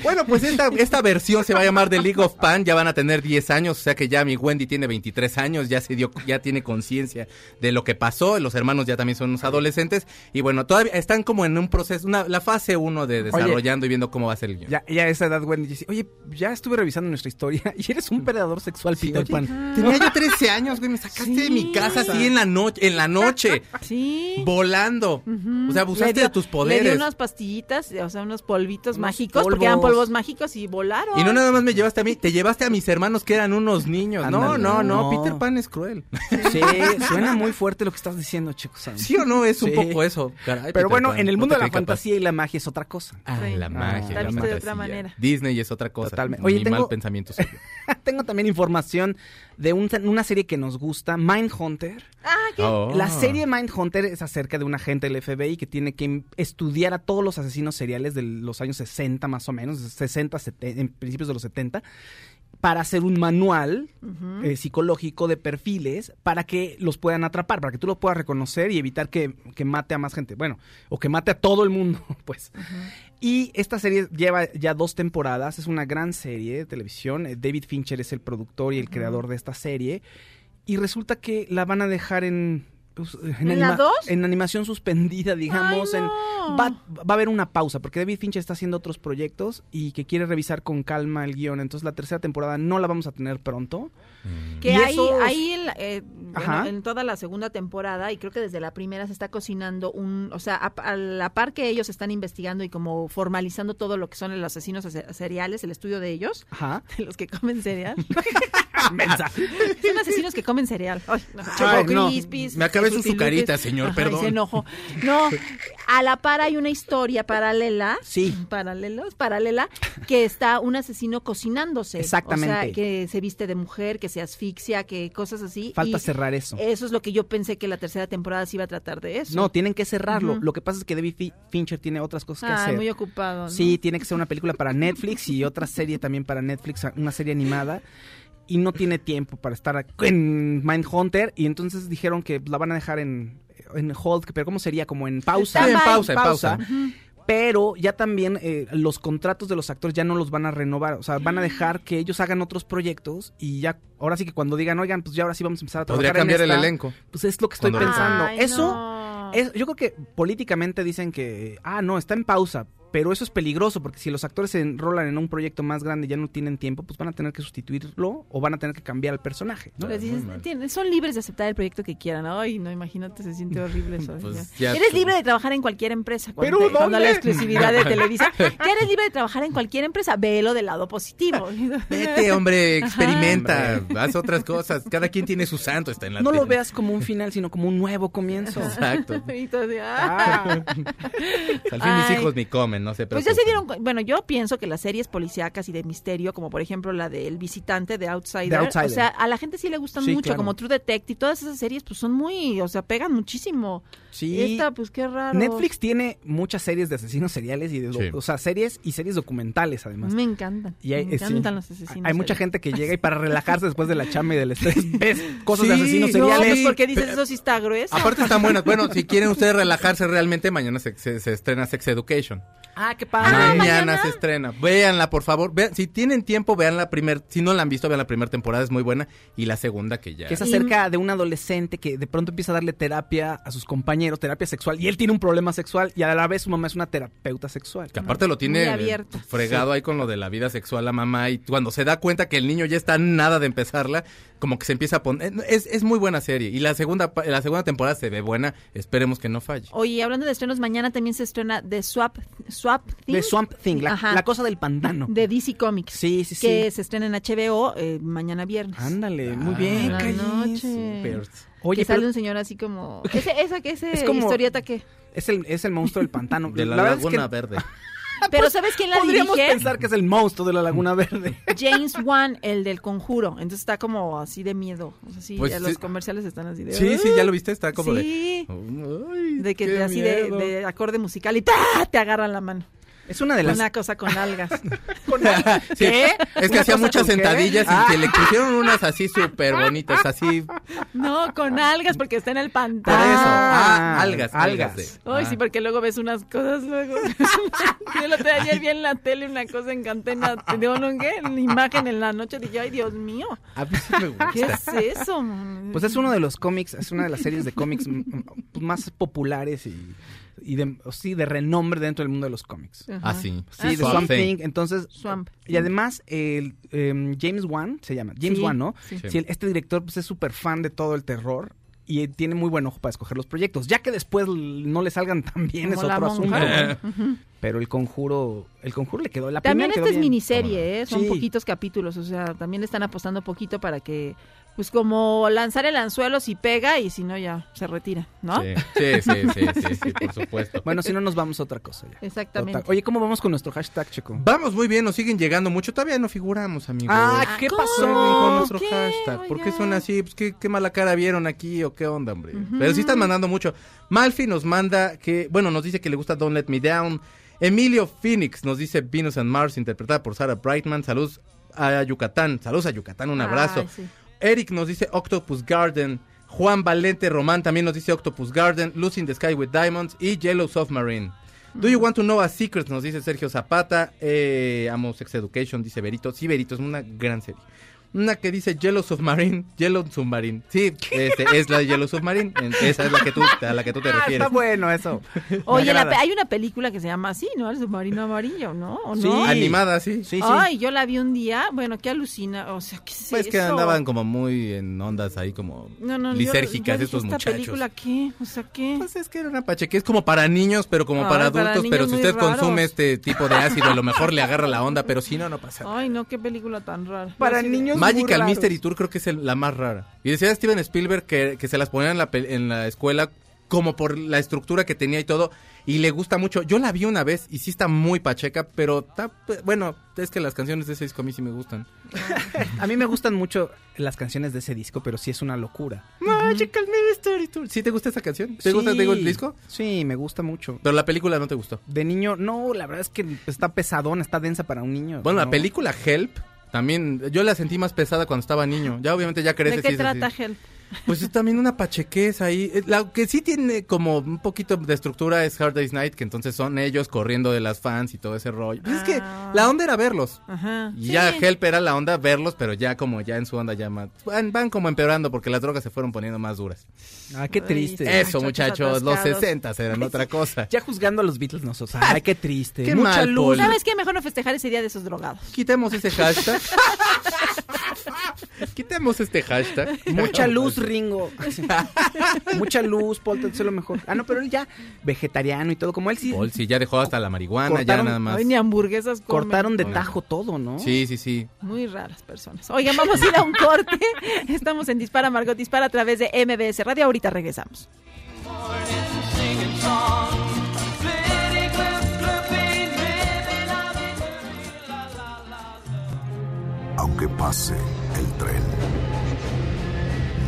S5: bueno, pues esta, esta versión se va a llamar The League of Pan, ya van a tener 10 años, o sea que ya mi Wendy tiene 23 años, ya se dio, ya tiene conciencia de lo que pasó, los hermanos ya también son unos adolescentes, y bueno, todavía están como en un proceso, una, la fase 1 de desarrollando y viendo cómo va a ser el guión.
S4: Ya, ya a esa edad, Wendy dice, oye, ya estuve revisando nuestra historia y eres un predador sexual, Peter Pan.
S5: Tenía yo 13 años, güey, me sacaste de mi casa así en la noche, en la noche,
S3: Sí.
S5: volando, o sea, abusaste
S3: Le dio-
S5: de tus
S3: Le
S5: poderes.
S3: dio unas pastillitas, o sea, unos polvitos
S4: Unos
S3: mágicos, porque eran
S4: polvos.
S3: polvos mágicos y volaron.
S5: Y no nada más me llevaste a mí, te llevaste a mis hermanos que eran unos niños. No,
S4: Ándale.
S5: no,
S4: No.
S5: no, Peter Pan es cruel.
S4: Sí, suena muy fuerte lo que estás diciendo, chicos.
S5: ¿Sí o no? Es un
S4: Sí.
S5: poco eso. caray, Peter
S4: Pero bueno,
S5: Pan,
S4: en el
S5: no
S4: mundo
S5: te
S4: de la
S5: creí capaz.
S4: fantasía y la magia es otra cosa.
S5: Ah, la
S3: Sí.
S5: magia.
S3: Está
S5: la
S3: visto de
S5: fantasía.
S3: otra manera.
S5: Disney es otra cosa.
S4: Totalmente. Oye,
S5: Mi
S4: tengo,
S5: mal conocimiento suyo.
S4: Tengo también información de un- una serie que nos gusta, Mindhunter.
S3: Ah,
S5: Oh.
S4: La serie Mindhunter es acerca de un agente del FBI que tiene que im- estudiar a todos los asesinos seriales de los años 60 más o menos, 60, 70, en principios de los 70, para hacer un manual eh, psicológico de perfiles para que los puedan atrapar, para que tú los puedas reconocer y evitar que, que mate a más gente, bueno, o que mate a todo el mundo, pues. Y esta serie lleva ya dos temporadas, es una gran serie de televisión, eh, David Fincher es el productor y el creador de esta serie, y resulta que la van a dejar en... pues,
S3: ¿En la dos?
S4: en animación suspendida, digamos,
S3: Ay,
S4: en-
S3: no.
S4: va, va a haber una pausa, porque David Fincher está haciendo otros proyectos y que quiere revisar con calma el guión, entonces la tercera temporada no la vamos a tener pronto.
S3: Que
S4: Y
S3: ahí,
S4: esos-
S3: ahí en, la- eh, bueno,
S4: Ajá.
S3: en toda la segunda temporada, y creo que desde la primera se está cocinando un, o sea, a, a la par que ellos están investigando y como formalizando todo lo que son los asesinos se- seriales, el estudio de ellos,
S4: Ajá. Ah,
S3: de los que comen cereal.
S5: Ah,
S4: Mensa.
S3: son asesinos que comen cereal. Ay, no.
S5: Ay,
S3: Choco
S5: no.
S3: Crispies,
S5: Me acabé sus
S3: Fruity
S5: sucaritas,
S3: Loopies.
S5: señor,
S3: Ay,
S5: perdón.
S3: se enojó. No, a la par hay una historia paralela.
S4: Sí.
S3: Paralelos, paralela, que está un asesino cocinándose.
S4: Exactamente.
S3: O sea, que se viste de mujer, que se asfixia, que cosas así.
S4: Falta
S3: y
S4: cerrar eso.
S3: Eso es lo que yo pensé que la tercera temporada se iba a tratar de eso.
S4: No, tienen que cerrarlo.
S3: Ujú.
S4: Lo que pasa es que David Fi- Fincher tiene otras cosas que
S3: Ay,
S4: hacer.
S3: Ah, muy ocupado. ¿no?
S4: Sí, tiene que ser una película para Netflix y otra serie también para Netflix, una serie animada. Y no tiene tiempo para estar ac- en Mindhunter. Y entonces dijeron que la van a dejar en, en hold, pero ¿cómo sería? Como en pausa.
S3: Está Sí, en mal.
S5: pausa, en pausa.
S4: Pero ya también eh, los contratos de los actores ya no los van a renovar. O sea, van
S3: Mm.
S4: a dejar que ellos hagan otros proyectos. Y ya, ahora sí que cuando digan, oigan, pues ya ahora sí vamos a empezar a trabajar
S5: Podría
S4: en
S5: cambiar el
S4: esta",
S5: elenco.
S4: Pues es lo que estoy
S5: Cuando-
S4: pensando.
S3: Ay,
S4: Eso...
S3: no.
S4: Es- yo creo que políticamente dicen que, ah, no, está en pausa, pero eso es peligroso porque si los actores se enrolan en un proyecto más grande y ya no tienen tiempo, pues van a tener que sustituirlo o van a tener que cambiar el personaje. ¿no?
S3: Les dices, "Tien- son libres de aceptar el proyecto que quieran. Ay, no, imagínate, se siente horrible eso.
S5: Pues
S3: Ya.
S5: ya
S3: Eres
S5: tú-
S3: libre de trabajar en cualquier empresa. Cuando,
S4: ¿Pero
S3: te- cuando
S4: dónde?
S3: la exclusividad de Televisa. Ya eres libre de trabajar en cualquier empresa. Velo del lado positivo.
S5: Vete, hombre, experimenta, haz otras cosas. Cada quien tiene su santo, está en la
S4: No lo
S5: tele.
S4: veas como un final, sino como un nuevo comienzo.
S5: Exacto.
S3: Y tú así,
S4: Ah,
S5: Al
S3: ah.
S5: fin mis
S3: Ay.
S5: hijos ni comen, no se
S3: Pues ya se
S5: preocupen.
S3: dieron cu- Bueno, yo pienso que las series policíacas y de misterio, como por ejemplo la del visitante de Outsider,
S4: The Outsider.
S3: o sea, a la gente sí le gustan
S4: Sí,
S3: mucho,
S4: claro.
S3: como True Detective, todas esas series, pues son muy, o sea, pegan muchísimo.
S4: sí.
S3: Esta, pues qué raro.
S4: Netflix tiene muchas series de asesinos seriales y de,
S5: Sí.
S4: o sea, series y series documentales además.
S3: Me encantan.
S4: Y hay,
S3: me
S4: eh, sí.
S3: encantan los asesinos.
S4: Hay mucha
S3: seriales.
S4: gente que llega y para relajarse después de la chamba y del estrés ves cosas de
S5: Sí,
S4: asesinos
S5: no,
S3: No,
S4: seriales.
S3: pues porque dices eso sí está grueso.
S5: Aparte están buenas. Bueno, si quieren ustedes relajarse realmente, mañana se, se- se estrena Sex Education.
S4: Ah, qué
S5: mañana,
S3: Ah, mañana.
S5: se estrena. Véanla, por favor. Vean, si tienen tiempo, vean la primera. Si no la han visto, vean la primera temporada, es muy buena. Y la segunda que ya.
S4: Que es acerca de un adolescente que de pronto empieza a darle terapia a sus compañeros, terapia sexual, y él tiene un problema sexual y a la vez su mamá es una terapeuta sexual.
S5: Que aparte lo
S3: Muy
S5: tiene eh,
S3: abierto.
S5: fregado ahí con lo de la vida sexual la mamá y cuando se da cuenta que el niño ya está nada de empezarla, como que se empieza a poner... eh, Es, es muy buena serie y la segunda, pa- la segunda temporada se ve buena, esperemos que no falle.
S3: Oye, hablando de estrenos, mañana también se estrena The Swap, Swap Thing
S4: De Swamp Thing, la,
S3: Ajá.
S4: la cosa del pantano.
S3: de DC Comics.
S4: Sí, sí, sí.
S3: Que se estrena en HBO eh, mañana viernes.
S4: Ándale, muy
S5: Ah,
S4: bien.
S3: en la
S4: Callis.
S3: noche.
S5: Pero-
S3: Oye,
S4: Oye,
S3: que sale
S4: pero
S3: un señor así como... Ese, esa, que ese
S4: Es como-
S3: historieta que...
S4: es, el, es el monstruo del pantano.
S5: De la,
S4: verdad es que
S5: Laguna Verde.
S3: Pero ¿sabes quién la
S4: Ah, pues, Podríamos
S3: dirige?
S4: pensar que es el monstruo de la Laguna Verde.
S3: James Wan, el del Conjuro. Entonces está como así de miedo. O sea, sí,
S5: Pues
S3: ya
S5: sí.
S3: los comerciales están así de...
S5: Sí, sí, ya lo viste, está como
S3: Sí.
S5: de...
S3: De que te- así de, de acorde musical y ¡tá! te agarran la mano.
S4: Es una de las...
S3: Una cosa con algas.
S5: Sí, Es que
S4: ¿Una
S5: hacía
S4: cosa
S5: muchas
S4: con qué?
S5: sentadillas
S4: Ah.
S5: y que le pusieron unas así súper bonitas, así...
S3: No, con algas porque está en el
S5: Por
S3: pantano.
S5: eso.
S4: Ah,
S5: Ah, algas,
S4: algas.
S5: algas. de-
S3: Ay, sí,
S5: Ah.
S3: porque luego ves unas cosas luego. Yo lo traía ayer vi en la tele una cosa en cantena, digo, ¿no qué? En imagen en la noche dije, ay, Dios mío,
S5: A mí Ah, pues sí me gusta.
S3: ¿qué es eso? man?
S4: Pues es uno de los cómics, es una de las series de cómics m- m- pues más populares y, y de, o sí, de renombre dentro del mundo de los cómics.
S3: Ajá.
S5: Ah, sí.
S4: Sí, de
S5: Swamp
S4: Swamp
S5: Thing.
S4: Thing. Entonces,
S3: Swamp.
S4: y además, el, em, James Wan se llama. James
S3: Sí,
S4: Wan, ¿no?
S3: sí.
S5: Sí.
S4: Sí, el- este director pues, es súper fan de todo el terror y eh, tiene muy buen ojo para escoger los proyectos. Ya que después l- no le salgan tan bien
S3: Como
S4: es
S3: la
S4: otro asunto.
S3: monja.
S4: ¿no? Pero el conjuro, el conjuro le quedó la primera
S3: También esta
S4: quedó
S3: es
S4: bien.
S3: miniserie, ¿eh? son
S4: Sí.
S3: poquitos capítulos, o sea, también le están apostando poquito para que pues como lanzar el anzuelo si pega y si no ya se retira, ¿no?
S5: Sí, sí, sí, sí, sí, sí, por supuesto.
S4: Bueno, si no nos vamos a otra cosa ya.
S3: Exactamente.
S4: Oye, ¿cómo vamos con nuestro hashtag, Checo?
S5: Vamos muy bien, nos siguen llegando mucho. Todavía no figuramos, amigos.
S4: Ah, ¿qué
S3: ¿cómo?
S5: Siguen
S4: pasó?
S5: con nuestro
S3: ¿Qué?
S5: hashtag. ¿Por qué
S3: Oigan.
S5: son así? Pues, ¿qué, qué mala cara vieron aquí o qué onda, hombre. Pero sí están mandando mucho. Malfi nos manda que, bueno, nos dice que le gusta Don't Let Me Down. Emilio Phoenix nos dice Venus and Mars, interpretada por Sarah Brightman. Saludos a Yucatán. Saludos a Yucatán, un abrazo.
S3: Ay, sí.
S5: Eric nos dice Octopus Garden. Juan Valente Román también nos dice Octopus Garden, Lucy in the Sky with Diamonds y Yellow Submarine. Do you want to know a secret? Nos dice Sergio Zapata. Eh, amo Sex Education, dice Berito. Sí, Berito, es una gran serie. Una que dice Yellow Submarine, Yellow Submarine. Sí, este, es la de Yellow Submarine. en- Esa es la que tú, a la que tú te
S4: Ah,
S5: refieres.
S4: está bueno eso. Me
S3: Oye, la
S4: agrada.
S3: pe- hay una película que se llama así, ¿no? El submarino amarillo, ¿no? ¿O
S4: Sí.
S3: no?
S5: Animada, sí.
S4: Sí, sí.
S3: Ay, yo la vi un día, bueno, qué alucina, o sea, ¿qué es
S5: Pues
S3: eso?
S5: que andaban como muy en ondas ahí como
S3: no, no, yo-
S5: lisérgicas
S3: yo dije,
S5: estos
S3: ¿esta
S5: muchachos.
S3: película qué? O sea, ¿qué?
S5: Pues es que era una pacheque, es como para niños, pero como
S3: Ay,
S5: para
S3: Ah, para
S5: adultos,
S3: niños
S5: pero si
S3: muy
S5: usted
S3: raros.
S5: consume este tipo de ácido, a lo mejor le agarra la onda, pero si no, no pasa nada.
S3: Ay, no, qué película tan rara.
S4: Para
S3: Yo sí-
S4: niños muy
S5: Magical
S4: raros.
S5: Mystery Tour creo que es el- la más rara. Y decía Steven Spielberg que, que se las ponían en la, pel- en la escuela como por la estructura que tenía y todo, y le gusta mucho. Yo la vi una vez y sí está muy pacheca, pero está, bueno, es que las canciones de ese disco a mí sí me gustan.
S4: A mí me gustan mucho las canciones de ese disco, pero sí es una locura.
S5: Magical Mystery Tour. ¿Sí te gusta esa canción? ¿Te gusta
S4: Sí.
S5: te gusta el disco?
S4: Sí, me gusta mucho.
S5: Pero la película no te gustó.
S4: De niño, no, la verdad es que está pesadona, está densa para un niño.
S5: Bueno, la
S4: No.
S5: película Help también yo la sentí más pesada cuando estaba niño. Ya obviamente ya creces.
S3: ¿De
S5: y
S3: qué
S5: es así.
S3: trata, Help?
S5: Pues es también una pachequez ahí. Eh, La que sí tiene como un poquito de estructura es Hard Day's Night, que entonces son ellos corriendo de las fans y todo ese rollo. Pues Es que
S3: Ah.
S5: la onda era verlos.
S3: Ajá.
S5: Y Ya
S3: Sí.
S5: Help era la onda verlos, pero ya como ya en su onda ya más... Van, van como empeorando porque las drogas se fueron poniendo más duras.
S4: Ah, qué
S3: Ay,
S4: triste.
S3: sí.
S5: Eso muchachos,
S3: Muchachos
S5: los
S3: atascados.
S5: 60 eran otra cosa.
S4: Ya juzgando a los Beatles nosotros. Ay, qué triste.
S5: Qué
S4: Mucha
S5: mal,
S4: luz.
S5: Poli.
S3: ¿Sabes qué? Mejor no festejar ese día de esos drogados.
S5: Quitemos ese hashtag. Quitemos este hashtag.
S4: Mucha luz, Ringo. Mucha luz, Paul, te deseo lo mejor. Ah, no, pero él ya vegetariano y todo. Como él sí
S5: Paul, sí, ya dejó hasta la marihuana, ya
S4: Cortaron-
S5: nada más.
S3: Ay, ni hamburguesas comen.
S4: cortaron de
S5: Oye.
S4: tajo todo, ¿no?
S5: Sí, sí, sí.
S3: Muy raras personas. Oigan, vamos a ir a un corte. Estamos en Dispara Margot Dispara a través de MBS Radio. Ahorita regresamos.
S2: Aunque pase el tren,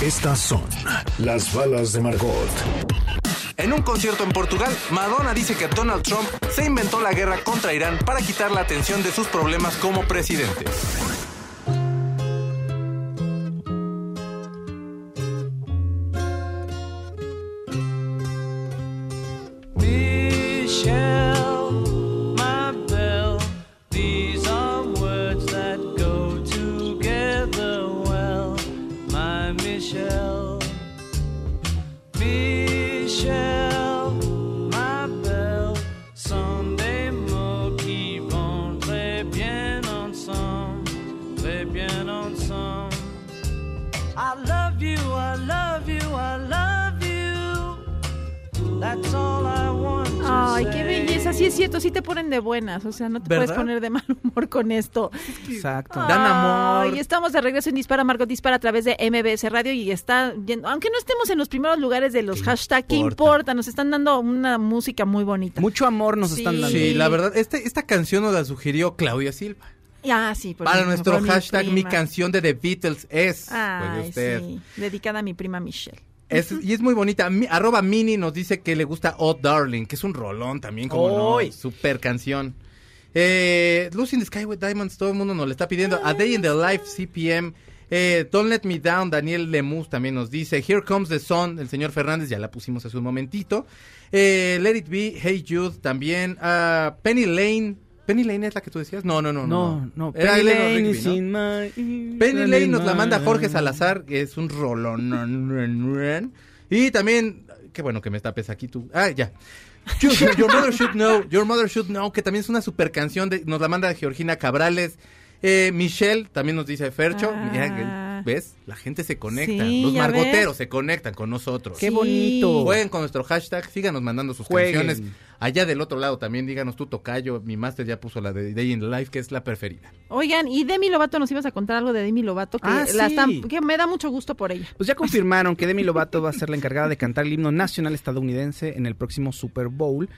S1: Estas son las balas de Margot.
S7: En un concierto en Portugal, Madonna dice que Donald Trump se inventó la guerra contra Irán para quitar la atención de sus problemas como presidente.
S6: Michelle, my belle, these are words that go together well, my Michelle. Michelle, my belle, Sunday mots qui vont très bien ensemble, très bien ensemble. I love you, I love you, I love you. That's all I want to
S3: Ay, qué
S6: say.
S3: belleza. Sí es cierto, sí te ponen de buenas. O sea, no te puedes
S5: ¿Verdad?
S3: poner de mal humor con esto.
S4: Exacto.
S5: Dan amor.
S3: Y estamos de regreso en Dispara Margot Dispara a través de MBS Radio y está yendo- aunque no estemos en los primeros lugares de los hashtags, ¿qué
S5: importa?
S3: importa? Nos están dando una música muy bonita.
S4: Mucho amor nos están dando.
S5: Sí, la verdad, este, esta canción nos la sugirió Claudia Silva.
S3: Ah, sí, por
S5: para
S3: mi-
S5: nuestro
S3: por mi
S5: hashtag mi,
S3: prima.
S5: canción de The Beatles es.
S3: Ay,
S5: Oye, usted.
S3: sí. Dedicada a mi prima Michelle.
S5: Es- y es muy bonita. Mi- arroba Mini nos dice que le gusta Oh Darling, que es un rolón también, como
S4: ¡Ay!
S5: no. Super canción. Eh, Lucy in the Sky with Diamonds, todo el mundo nos le está pidiendo. A Day in the Life, CPM. Eh, Don't Let Me Down, Daniel Lemus también nos dice. Here Comes the Sun, el señor Fernández, ya la pusimos hace un momentito. Eh, Let It Be, Hey Jude también. Ah, Penny Lane. ¿Penny Lane es la que tú decías? No, no, no. No,
S4: No, no.
S5: Era Eleanor Rigby,
S4: is
S5: ¿no?
S4: in my-
S5: Penny Lane nos la manda Jorge Salazar, que es un rolón. Y también, qué bueno que me tapes aquí tú. Ah, ya. Yo- yo- Your Mother Should Know, Your Mother Should Know, que también es una super canción, de, nos la manda Georgina Cabrales. Eh, Michelle, también nos dice Fercho.
S3: Ah.
S5: Mira, ¿Ves? La gente se conecta.
S3: Sí,
S5: Los
S3: ya ves.
S5: margoteros se conectan con nosotros.
S4: Qué bonito.
S5: Jueguen con nuestro hashtag, síganos mandando sus
S4: Jueguen.
S5: canciones. Allá del otro lado también, díganos tú, Tocayo. Mi máster ya puso la de Day in the Life, que es la preferida.
S3: Oigan, y Demi Lovato, nos ibas a contar algo de Demi Lovato, que,
S4: Ah,
S3: la
S4: sí.
S3: están- que me da mucho gusto por ella.
S4: Pues ya confirmaron que Demi Lovato va a ser la encargada de cantar el himno nacional estadounidense en el próximo Super Bowl,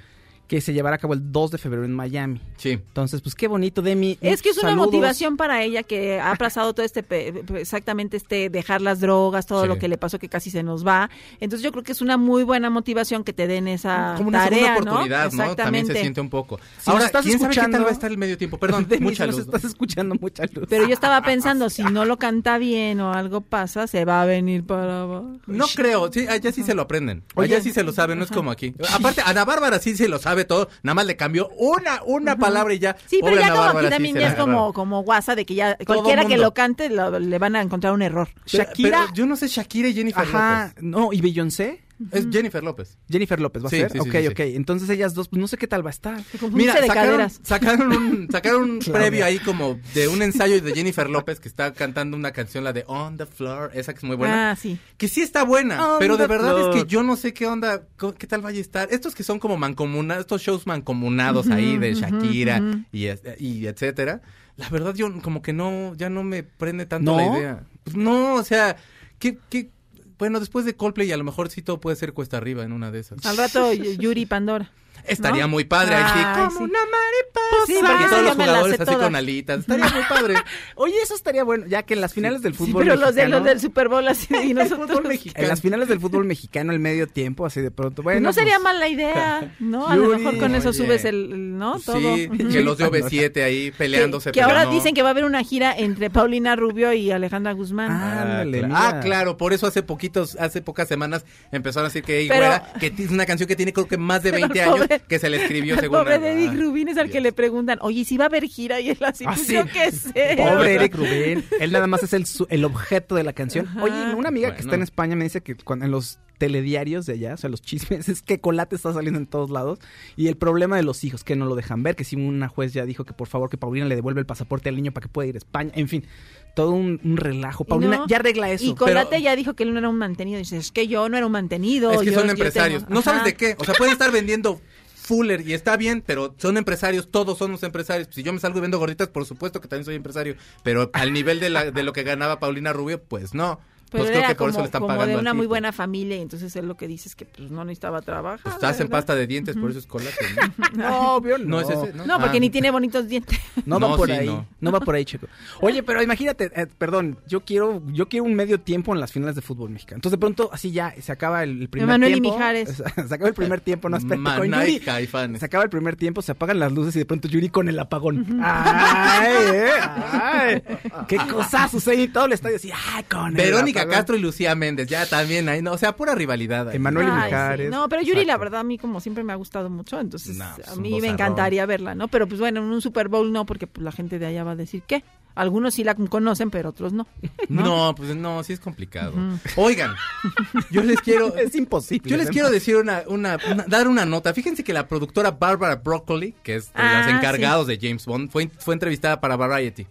S4: que se llevará a cabo el 2 de febrero en Miami.
S5: Sí.
S4: Entonces, pues qué bonito, Demi.
S3: Es que es una
S4: Saludos.
S3: motivación para ella que ha aplazado todo este, pe- pe- exactamente este, dejar las drogas, todo
S5: Sí.
S3: lo que le pasó que casi se nos va. Entonces yo creo que es una muy buena motivación que te den esa
S5: Ah, Como una
S3: tarea,
S5: segunda oportunidad, ¿no? También se
S3: Exactamente.
S5: siente un poco.
S4: Si
S5: Ahora,
S4: nos estás
S5: ¿quién sabe qué tal
S4: escuchando-
S5: va a estar el medio tiempo? Perdón,
S4: Demi,
S5: mucha
S4: si nos
S5: luz. ¿no?
S4: estás escuchando mucha luz.
S3: Pero yo estaba pensando, si no lo canta bien o algo pasa, se va a venir para abajo.
S5: No creo, sí, allá sí se lo aprenden.
S4: Oye.
S5: allá sí se lo saben, no es como aquí. Aparte, Ana Bárbara sí se lo sabe todo, nada más le cambió una, una palabra y ya.
S3: Sí, pero
S5: Pobre
S3: ya
S5: Ana
S3: como
S5: Bárbara,
S3: aquí
S5: sí
S3: también
S5: se
S3: ya
S5: la
S3: es como,
S5: agarraron.
S3: como guasa de que ya
S5: Todo
S3: cualquiera que
S5: mundo.
S3: lo cante lo- le van a encontrar un error.
S5: Pero-
S4: Shakira-
S5: pero yo no sé Shakira y Jennifer
S4: Ajá, no, y Beyoncé.
S5: López. Es Jennifer López.
S4: Jennifer López va a
S5: Sí,
S4: ser.
S5: sí, sí,
S4: ok,
S5: sí, sí.
S4: ok. Entonces ellas dos, pues no sé qué tal va a estar.
S3: Mira, de
S5: sacaron,
S3: caderas.
S5: sacaron un, sacaron un previo ahí como de un ensayo de Jennifer López que está cantando una canción, la de On the Floor, esa que es muy buena.
S3: Ah, sí.
S5: Que sí está buena,
S3: Oh,
S4: On
S5: pero de
S4: the
S5: verdad es
S4: floor.
S5: que yo no sé qué onda, co- qué tal vaya a estar. Estos que son como mancomunados, estos shows mancomunados ahí de Shakira y, es- y etcétera. La verdad yo como que no, ya no me prende tanto
S4: ¿No?
S5: la idea. Pues no, o sea, que, bueno, después de Coldplay a lo mejor sí todo puede ser cuesta arriba en una de esas.
S3: Al rato y- Yuri y Pandora.
S5: Estaría
S3: ¿no?
S5: muy padre ahí sí.
S3: Ay,
S5: Como
S3: sí.
S5: una mariposa.
S3: Pues sí, porque
S5: y
S3: esa
S5: todos los
S3: ya me la
S5: jugadores
S3: sé
S5: así con
S3: todas.
S5: alitas. Estaría muy padre.
S4: Oye, eso estaría bueno, ya que en las finales del
S3: Sí,
S4: fútbol
S3: pero los de
S4: mexicano-
S3: los del Super Bowl así y nosotros.
S4: En las finales del fútbol mexicano, el medio tiempo, así de pronto. Bueno,
S3: no sería
S4: pues,
S3: mala idea, ¿no? A lo
S4: Yuri,
S3: mejor con eso
S5: oye. Pues
S3: subes el, el- ¿no? Todo.
S5: Sí,
S3: Ujú.
S5: que los de OV7 ahí peleándose.
S3: que, que ahora
S5: pero no.
S3: dicen que va a haber una gira entre Paulina Rubio y Alejandra Guzmán.
S5: Ah,
S4: Ándale,
S5: cla-
S4: mira.
S5: ah, claro, por eso hace poquitos, hace pocas semanas empezaron a decir que "Ey,
S3: Pero-
S5: güera", que t- es una canción que tiene creo que más de
S3: Pero
S5: 20
S3: al pobre-
S5: años que se le escribió
S3: al
S5: según
S3: pobre
S5: él.
S3: de Eric
S5: Ay,
S3: Rubín es al que
S5: Dios.
S3: le preguntan, oye, ¿y si va a haber gira? Y él así,
S4: Ah,
S3: pues
S4: sí.
S3: yo qué sé.
S4: Pobre Eric Rubén. Él nada más es el, su- el objeto de la canción.
S3: Ajá.
S4: Oye, una amiga que
S5: Bueno.
S4: está en España me dice que cuando, en los telediarios de allá, o sea, los chismes, es que Colate está saliendo en todos lados. Y el problema de los hijos, que no lo dejan ver, que si una juez ya dijo que por favor que Paulina le devuelva el pasaporte al niño para que pueda ir a España. En fin, todo un, un relajo. Paulina,
S3: no.
S4: ya arregla eso.
S3: Y Colate
S5: pero-
S3: ya dijo que él no era un mantenido. Dice, es que yo no era un mantenido.
S5: Es que
S3: yo-
S5: son
S3: yo
S5: empresarios.
S3: tengo-
S5: No sabes
S3: Ajá.
S5: de qué. O sea, pueden estar vendiendo Fuller y está bien, pero son empresarios, todos somos empresarios. Si yo me salgo viendo gorditas, por supuesto que también soy empresario, pero al nivel de, la- de lo que ganaba Paulina Rubio, pues no.
S3: Pero
S5: pues
S3: era
S5: creo que
S3: como,
S5: por eso le están
S3: como
S5: pagando.
S3: de
S5: al
S3: una muy
S5: tipo.
S3: buena familia. Y entonces él lo que dice es que pues, no necesitaba trabajar.
S5: Pues te hacen
S3: ¿verdad?
S5: pasta de dientes, por eso es colate. ¿no?
S4: No, obvio,
S5: No, es ese, ¿no?
S3: No, porque
S5: Ah.
S3: ni tiene bonitos dientes.
S4: No, va
S5: No,
S4: por
S5: sí,
S4: ahí.
S5: no.
S4: No. va por ahí, chico. Oye, pero imagínate, eh, perdón, yo quiero, yo quiero un medio tiempo en las finales de fútbol mexicano. Entonces de pronto así ya se acaba el, el primer
S3: Emanuel y
S4: tiempo.
S3: Mijares.
S4: Se, acaba el primer tiempo, no espera. Con
S5: Manay
S4: Yuri.
S5: Caifanes.
S4: Se acaba el primer tiempo, se apagan las luces y de pronto Yuri con el apagón. ¡Ay, eh! ¡Ay! ¡Qué cosa sucede! Y todo el estadio así, ¡ay, con el
S5: Verónica
S4: apagón!
S5: Castro y Lucía Méndez, ya también ahí, no, o sea, pura rivalidad. ahí.
S4: Emanuel y
S3: Ay, sí.
S4: Mijares.
S3: No, pero Yuri, la
S4: Exacto.
S3: verdad, a mí como siempre me ha gustado mucho. Entonces,
S5: No, pues,
S3: a
S5: un
S3: mí me
S5: vozarrón.
S3: encantaría verla, ¿no? Pero pues bueno, en un Super Bowl no, porque pues, la gente de allá va a decir ¿qué? Algunos sí la conocen, pero otros no.
S5: ¿no? pues no, sí es complicado. Oigan, yo les quiero
S4: Es imposible. ¿eh?
S5: Yo les quiero decir una, una, una- dar una nota. Fíjense que la productora Barbara Broccoli, que es de las
S3: Ah,
S5: encargados de James Bond, fue, fue entrevistada para Variety.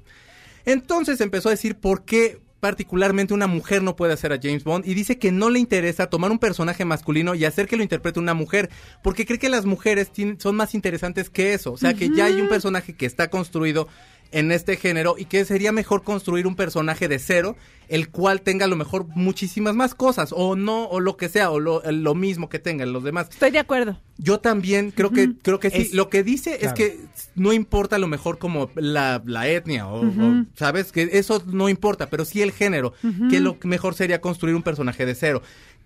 S5: Entonces empezó a decir por qué particularmente una mujer no puede hacer a James Bond y dice que no le interesa tomar un personaje masculino y hacer que lo interprete una mujer, porque cree que las mujeres tienen- son más interesantes que eso. O sea, que ya hay un personaje que está construido en este género y que sería mejor construir un personaje de cero, el cual tenga a lo mejor muchísimas más cosas, o no, o lo que sea, o lo, lo mismo que tengan los demás.
S3: Estoy de acuerdo.
S5: Yo también creo que creo que sí.
S4: Es-
S5: lo que dice es
S4: claro.
S5: que no importa a lo mejor como la, la etnia o, o, sabes que eso no importa, pero sí el género, que lo mejor sería construir un personaje de cero.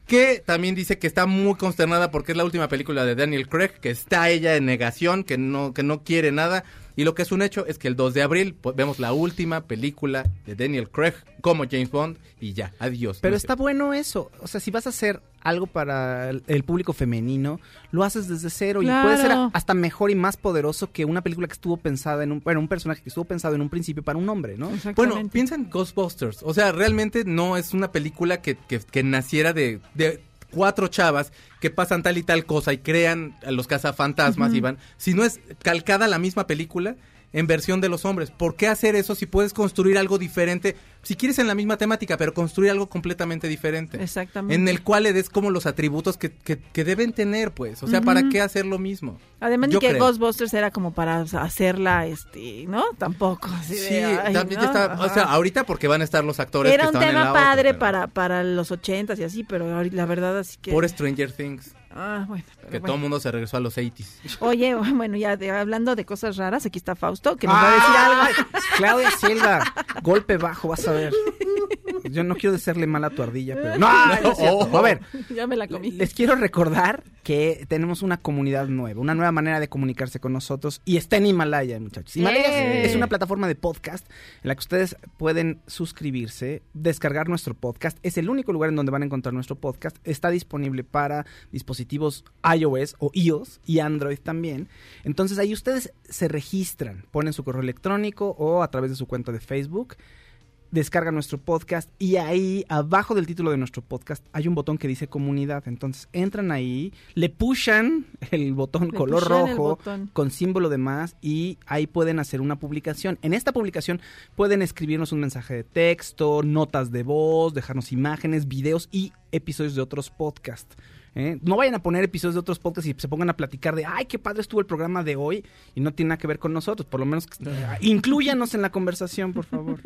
S5: Que también dice que está muy consternada porque es la última película de Daniel Craig, que está ella en negación, que no que no quiere nada. Y lo que es un hecho es que el 2 de abril pues, vemos la última película de Daniel Craig como James Bond y ya, adiós.
S4: Pero
S5: No
S4: está bueno eso. O sea, si vas a hacer algo para el- el público femenino, lo haces desde cero y puede ser
S3: Claro.
S4: a- hasta mejor y más poderoso que una película que estuvo pensada en un, bueno, un personaje que estuvo pensado en un principio para un hombre, ¿no?
S5: Bueno, piensa en Ghostbusters. O sea, realmente no es una película que, que- que naciera de, de cuatro chavas que pasan tal y tal cosa y crean a los cazafantasmas y van, si no es calcada la misma película en versión de los hombres, ¿por qué hacer eso si puedes construir algo diferente? Si quieres en la misma temática, pero construir algo completamente diferente.
S3: Exactamente.
S5: En el cual le des como los atributos que, que- que deben tener, pues. O sea, ¿para qué hacer lo mismo?
S3: Además de
S5: Yo
S3: que
S5: creo.
S3: Ghostbusters era como para hacerla, este, ¿no? Tampoco. así de,
S5: Sí,
S3: ay,
S5: también ya
S3: ¿no?
S5: está- o
S3: Ajá.
S5: sea, ahorita porque van a estar los actores que
S3: Era un
S5: estaban en
S3: tema
S5: la otra,
S3: padre
S5: pero-
S3: para, para los ochentas y así, pero ahorita la verdad así que...
S5: Por Stranger Things,
S3: Ah, bueno. pero
S5: que
S3: bueno.
S5: todo el mundo se regresó a los 80s.
S3: Oye, bueno, ya de- hablando de cosas raras, aquí está Fausto,
S5: Ah,
S3: que nos va a decir
S4: Ah.
S3: algo.
S4: Claudia Silva, golpe bajo, vas a ver. Yo no quiero decirle mal a tu ardilla, pero. No, no es cierto.
S5: Oh.
S4: A ver,
S3: Ya me la comí.
S4: les quiero recordar que tenemos una comunidad nueva, una nueva manera de comunicarse con nosotros y está en Himalaya, muchachos. Himalaya
S3: ¡Eh!
S4: es- es una plataforma de podcast en la que ustedes pueden suscribirse, descargar nuestro podcast. Es el único lugar en donde van a encontrar nuestro podcast. Está disponible para dispositivos iOS o iOS y Android también. Entonces ahí ustedes se registran, ponen su correo electrónico o a través de su cuenta de Facebook descarga nuestro podcast y ahí abajo del título de nuestro podcast hay un botón que dice comunidad. Entonces entran ahí, le pushan el botón
S3: Le
S4: color
S3: pushan el
S4: rojo
S3: botón.
S4: con símbolo de más y ahí pueden hacer una publicación. En esta publicación pueden escribirnos un mensaje de texto, notas de voz, dejarnos imágenes, videos y episodios de otros podcasts. ¿eh? No vayan a poner episodios de otros podcasts y se pongan a platicar de, ay, qué padre estuvo el programa de hoy y no tiene nada que ver con nosotros. Por lo menos eh, incluyanos en la conversación, por favor.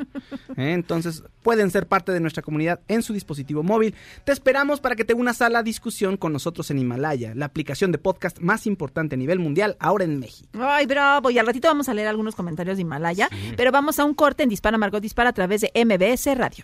S4: ¿Eh? Entonces, pueden ser parte de nuestra comunidad en su dispositivo móvil. Te esperamos para que te unas a la discusión con nosotros en Himalaya, la aplicación de podcast más importante a nivel mundial ahora en México.
S3: Ay, bravo. Y al ratito vamos a leer algunos comentarios de Himalaya, pero vamos a un corte en Dispara Margot Dispara a través de MBS Radio.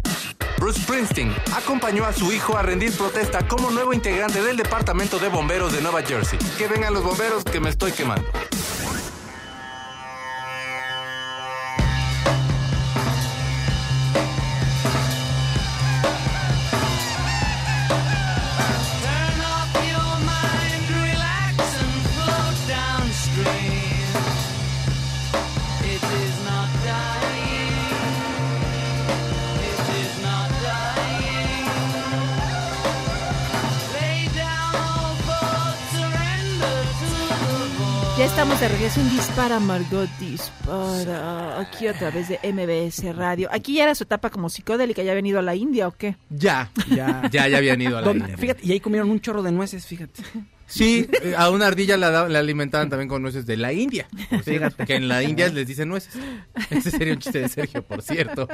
S7: Bruce Springsteen acompañó a su hijo a rendir protesta como nuevo integrante del Departamento de Bomberos de Nueva Jersey. Que vengan los bomberos que me estoy quemando.
S8: Turn off your mind, relax and float downstream. It is not dying. It is not dying. Lay down all thoughts, surrender to the void.
S3: Ya estamos de regreso en Dispara Margot Dispara, aquí a través de MBS Radio. Aquí ya era su etapa como psicodélica, ¿ya ha venido a la India o qué?
S5: Ya,
S4: Ya.
S5: ya, ya habían ido a la
S4: ¿Dónde?
S5: India.
S4: Fíjate, y ahí comieron un chorro de nueces, fíjate.
S5: Sí, eh, a una ardilla la, da- la alimentaban también con nueces de la India. por cierto,
S4: Fíjate.
S5: Que en la India les dicen nueces. Ese sería un chiste de Sergio, por cierto.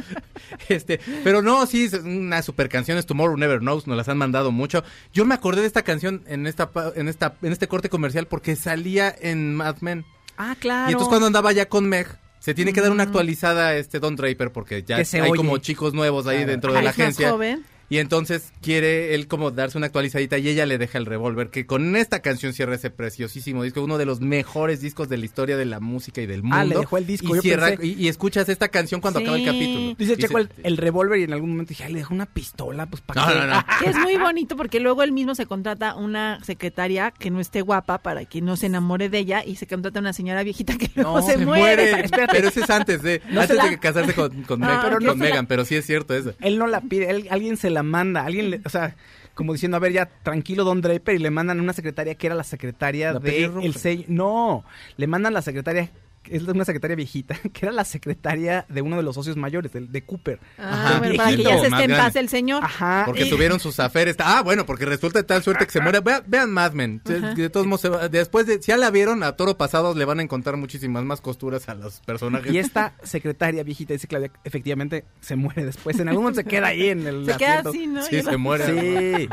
S5: Este, pero no, sí, es una super canción. Es Tomorrow Never Knows. Nos las han mandado mucho. Yo me acordé de esta canción en esta, pa- en esta, en este corte comercial porque salía en Mad Men.
S3: Ah, claro.
S5: Y entonces cuando andaba ya con Meg, se tiene que dar una actualizada este Don Draper porque ya
S4: Mm. Que se
S5: hay
S4: oye.
S5: como chicos nuevos ahí
S4: Claro.
S5: dentro de la
S3: es más
S5: agencia.
S3: joven.
S5: Y entonces quiere él como darse una actualizadita y ella le deja el revólver, que con esta canción cierra ese preciosísimo disco, uno de los mejores discos de la historia de la música y del mundo.
S4: Ah, le dejó el disco,
S5: Y,
S4: yo
S5: cierra-
S4: pensé.
S5: y, y escuchas esta canción cuando
S3: Sí.
S5: acaba el capítulo.
S4: Dice el
S5: Dice-
S4: Checo el, el revólver y en algún momento dije, ay, le dejó una pistola, pues para
S5: No,
S4: qué.
S5: no, no.
S3: Que Es muy bonito porque luego él mismo se contrata una secretaria que no esté guapa para que no se enamore de ella y se contrata una señora viejita que no, se, muere.
S4: Espérate.
S5: Pero ese es antes de,
S4: No
S5: antes
S4: se la-
S5: de casarse con, con,
S3: Ah,
S5: Meg-
S3: pero
S5: con
S3: no se la-
S5: Megan, pero sí es cierto eso.
S4: Él no la pide, él- alguien se la manda, alguien le- o sea, como diciendo, a ver, ya tranquilo Don Draper y le mandan una secretaria que era la secretaria
S5: La
S4: de
S5: pelirroja.
S4: el sello. No, le mandan la secretaria es una secretaria viejita, que era la secretaria de uno de los socios mayores, del- de Cooper.
S3: Ah,
S5: Ajá,
S3: bueno, para que
S4: viejito, Ah,
S3: ya se
S5: más
S3: esté en
S5: grande.
S3: paz el señor.
S4: Ajá.
S5: Porque
S4: y-
S5: tuvieron sus aferes. Ah, bueno, porque resulta de tal suerte que se muere. Vea- vean Mad Men. De- De todos modos, se va- después de, si ya la vieron, a toro pasados le van a encontrar muchísimas más costuras a los personajes.
S4: Y esta secretaria viejita, dice Claudia, efectivamente se muere después. En algún momento se queda ahí en el
S3: Se queda
S4: asiento.
S3: así, ¿no?
S5: Sí,
S3: Y-
S5: se muere.
S4: Sí.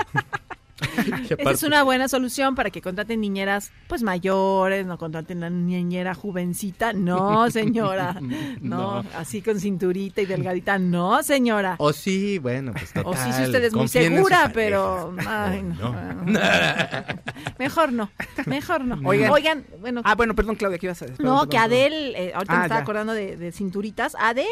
S3: Esa es una buena solución para que contraten niñeras pues mayores, no contraten la niñera jovencita. No, señora. No,
S5: No.
S3: así con cinturita y delgadita. No, señora.
S5: O sí, bueno, pues total.
S3: O sí, sí, usted es muy
S5: confíen en su
S3: segura,
S5: pareja.
S3: pero... ay, no. Mejor no, mejor no.
S4: Oigan.
S3: Oigan, bueno...
S4: Ah, bueno, perdón, Claudia, ¿qué ibas a decir? Perdón,
S3: No,
S4: perdón,
S3: que
S4: perdón.
S3: Adele, eh, ahorita
S4: Ah,
S3: me estaba
S4: ya.
S3: acordando de, de cinturitas, Adele,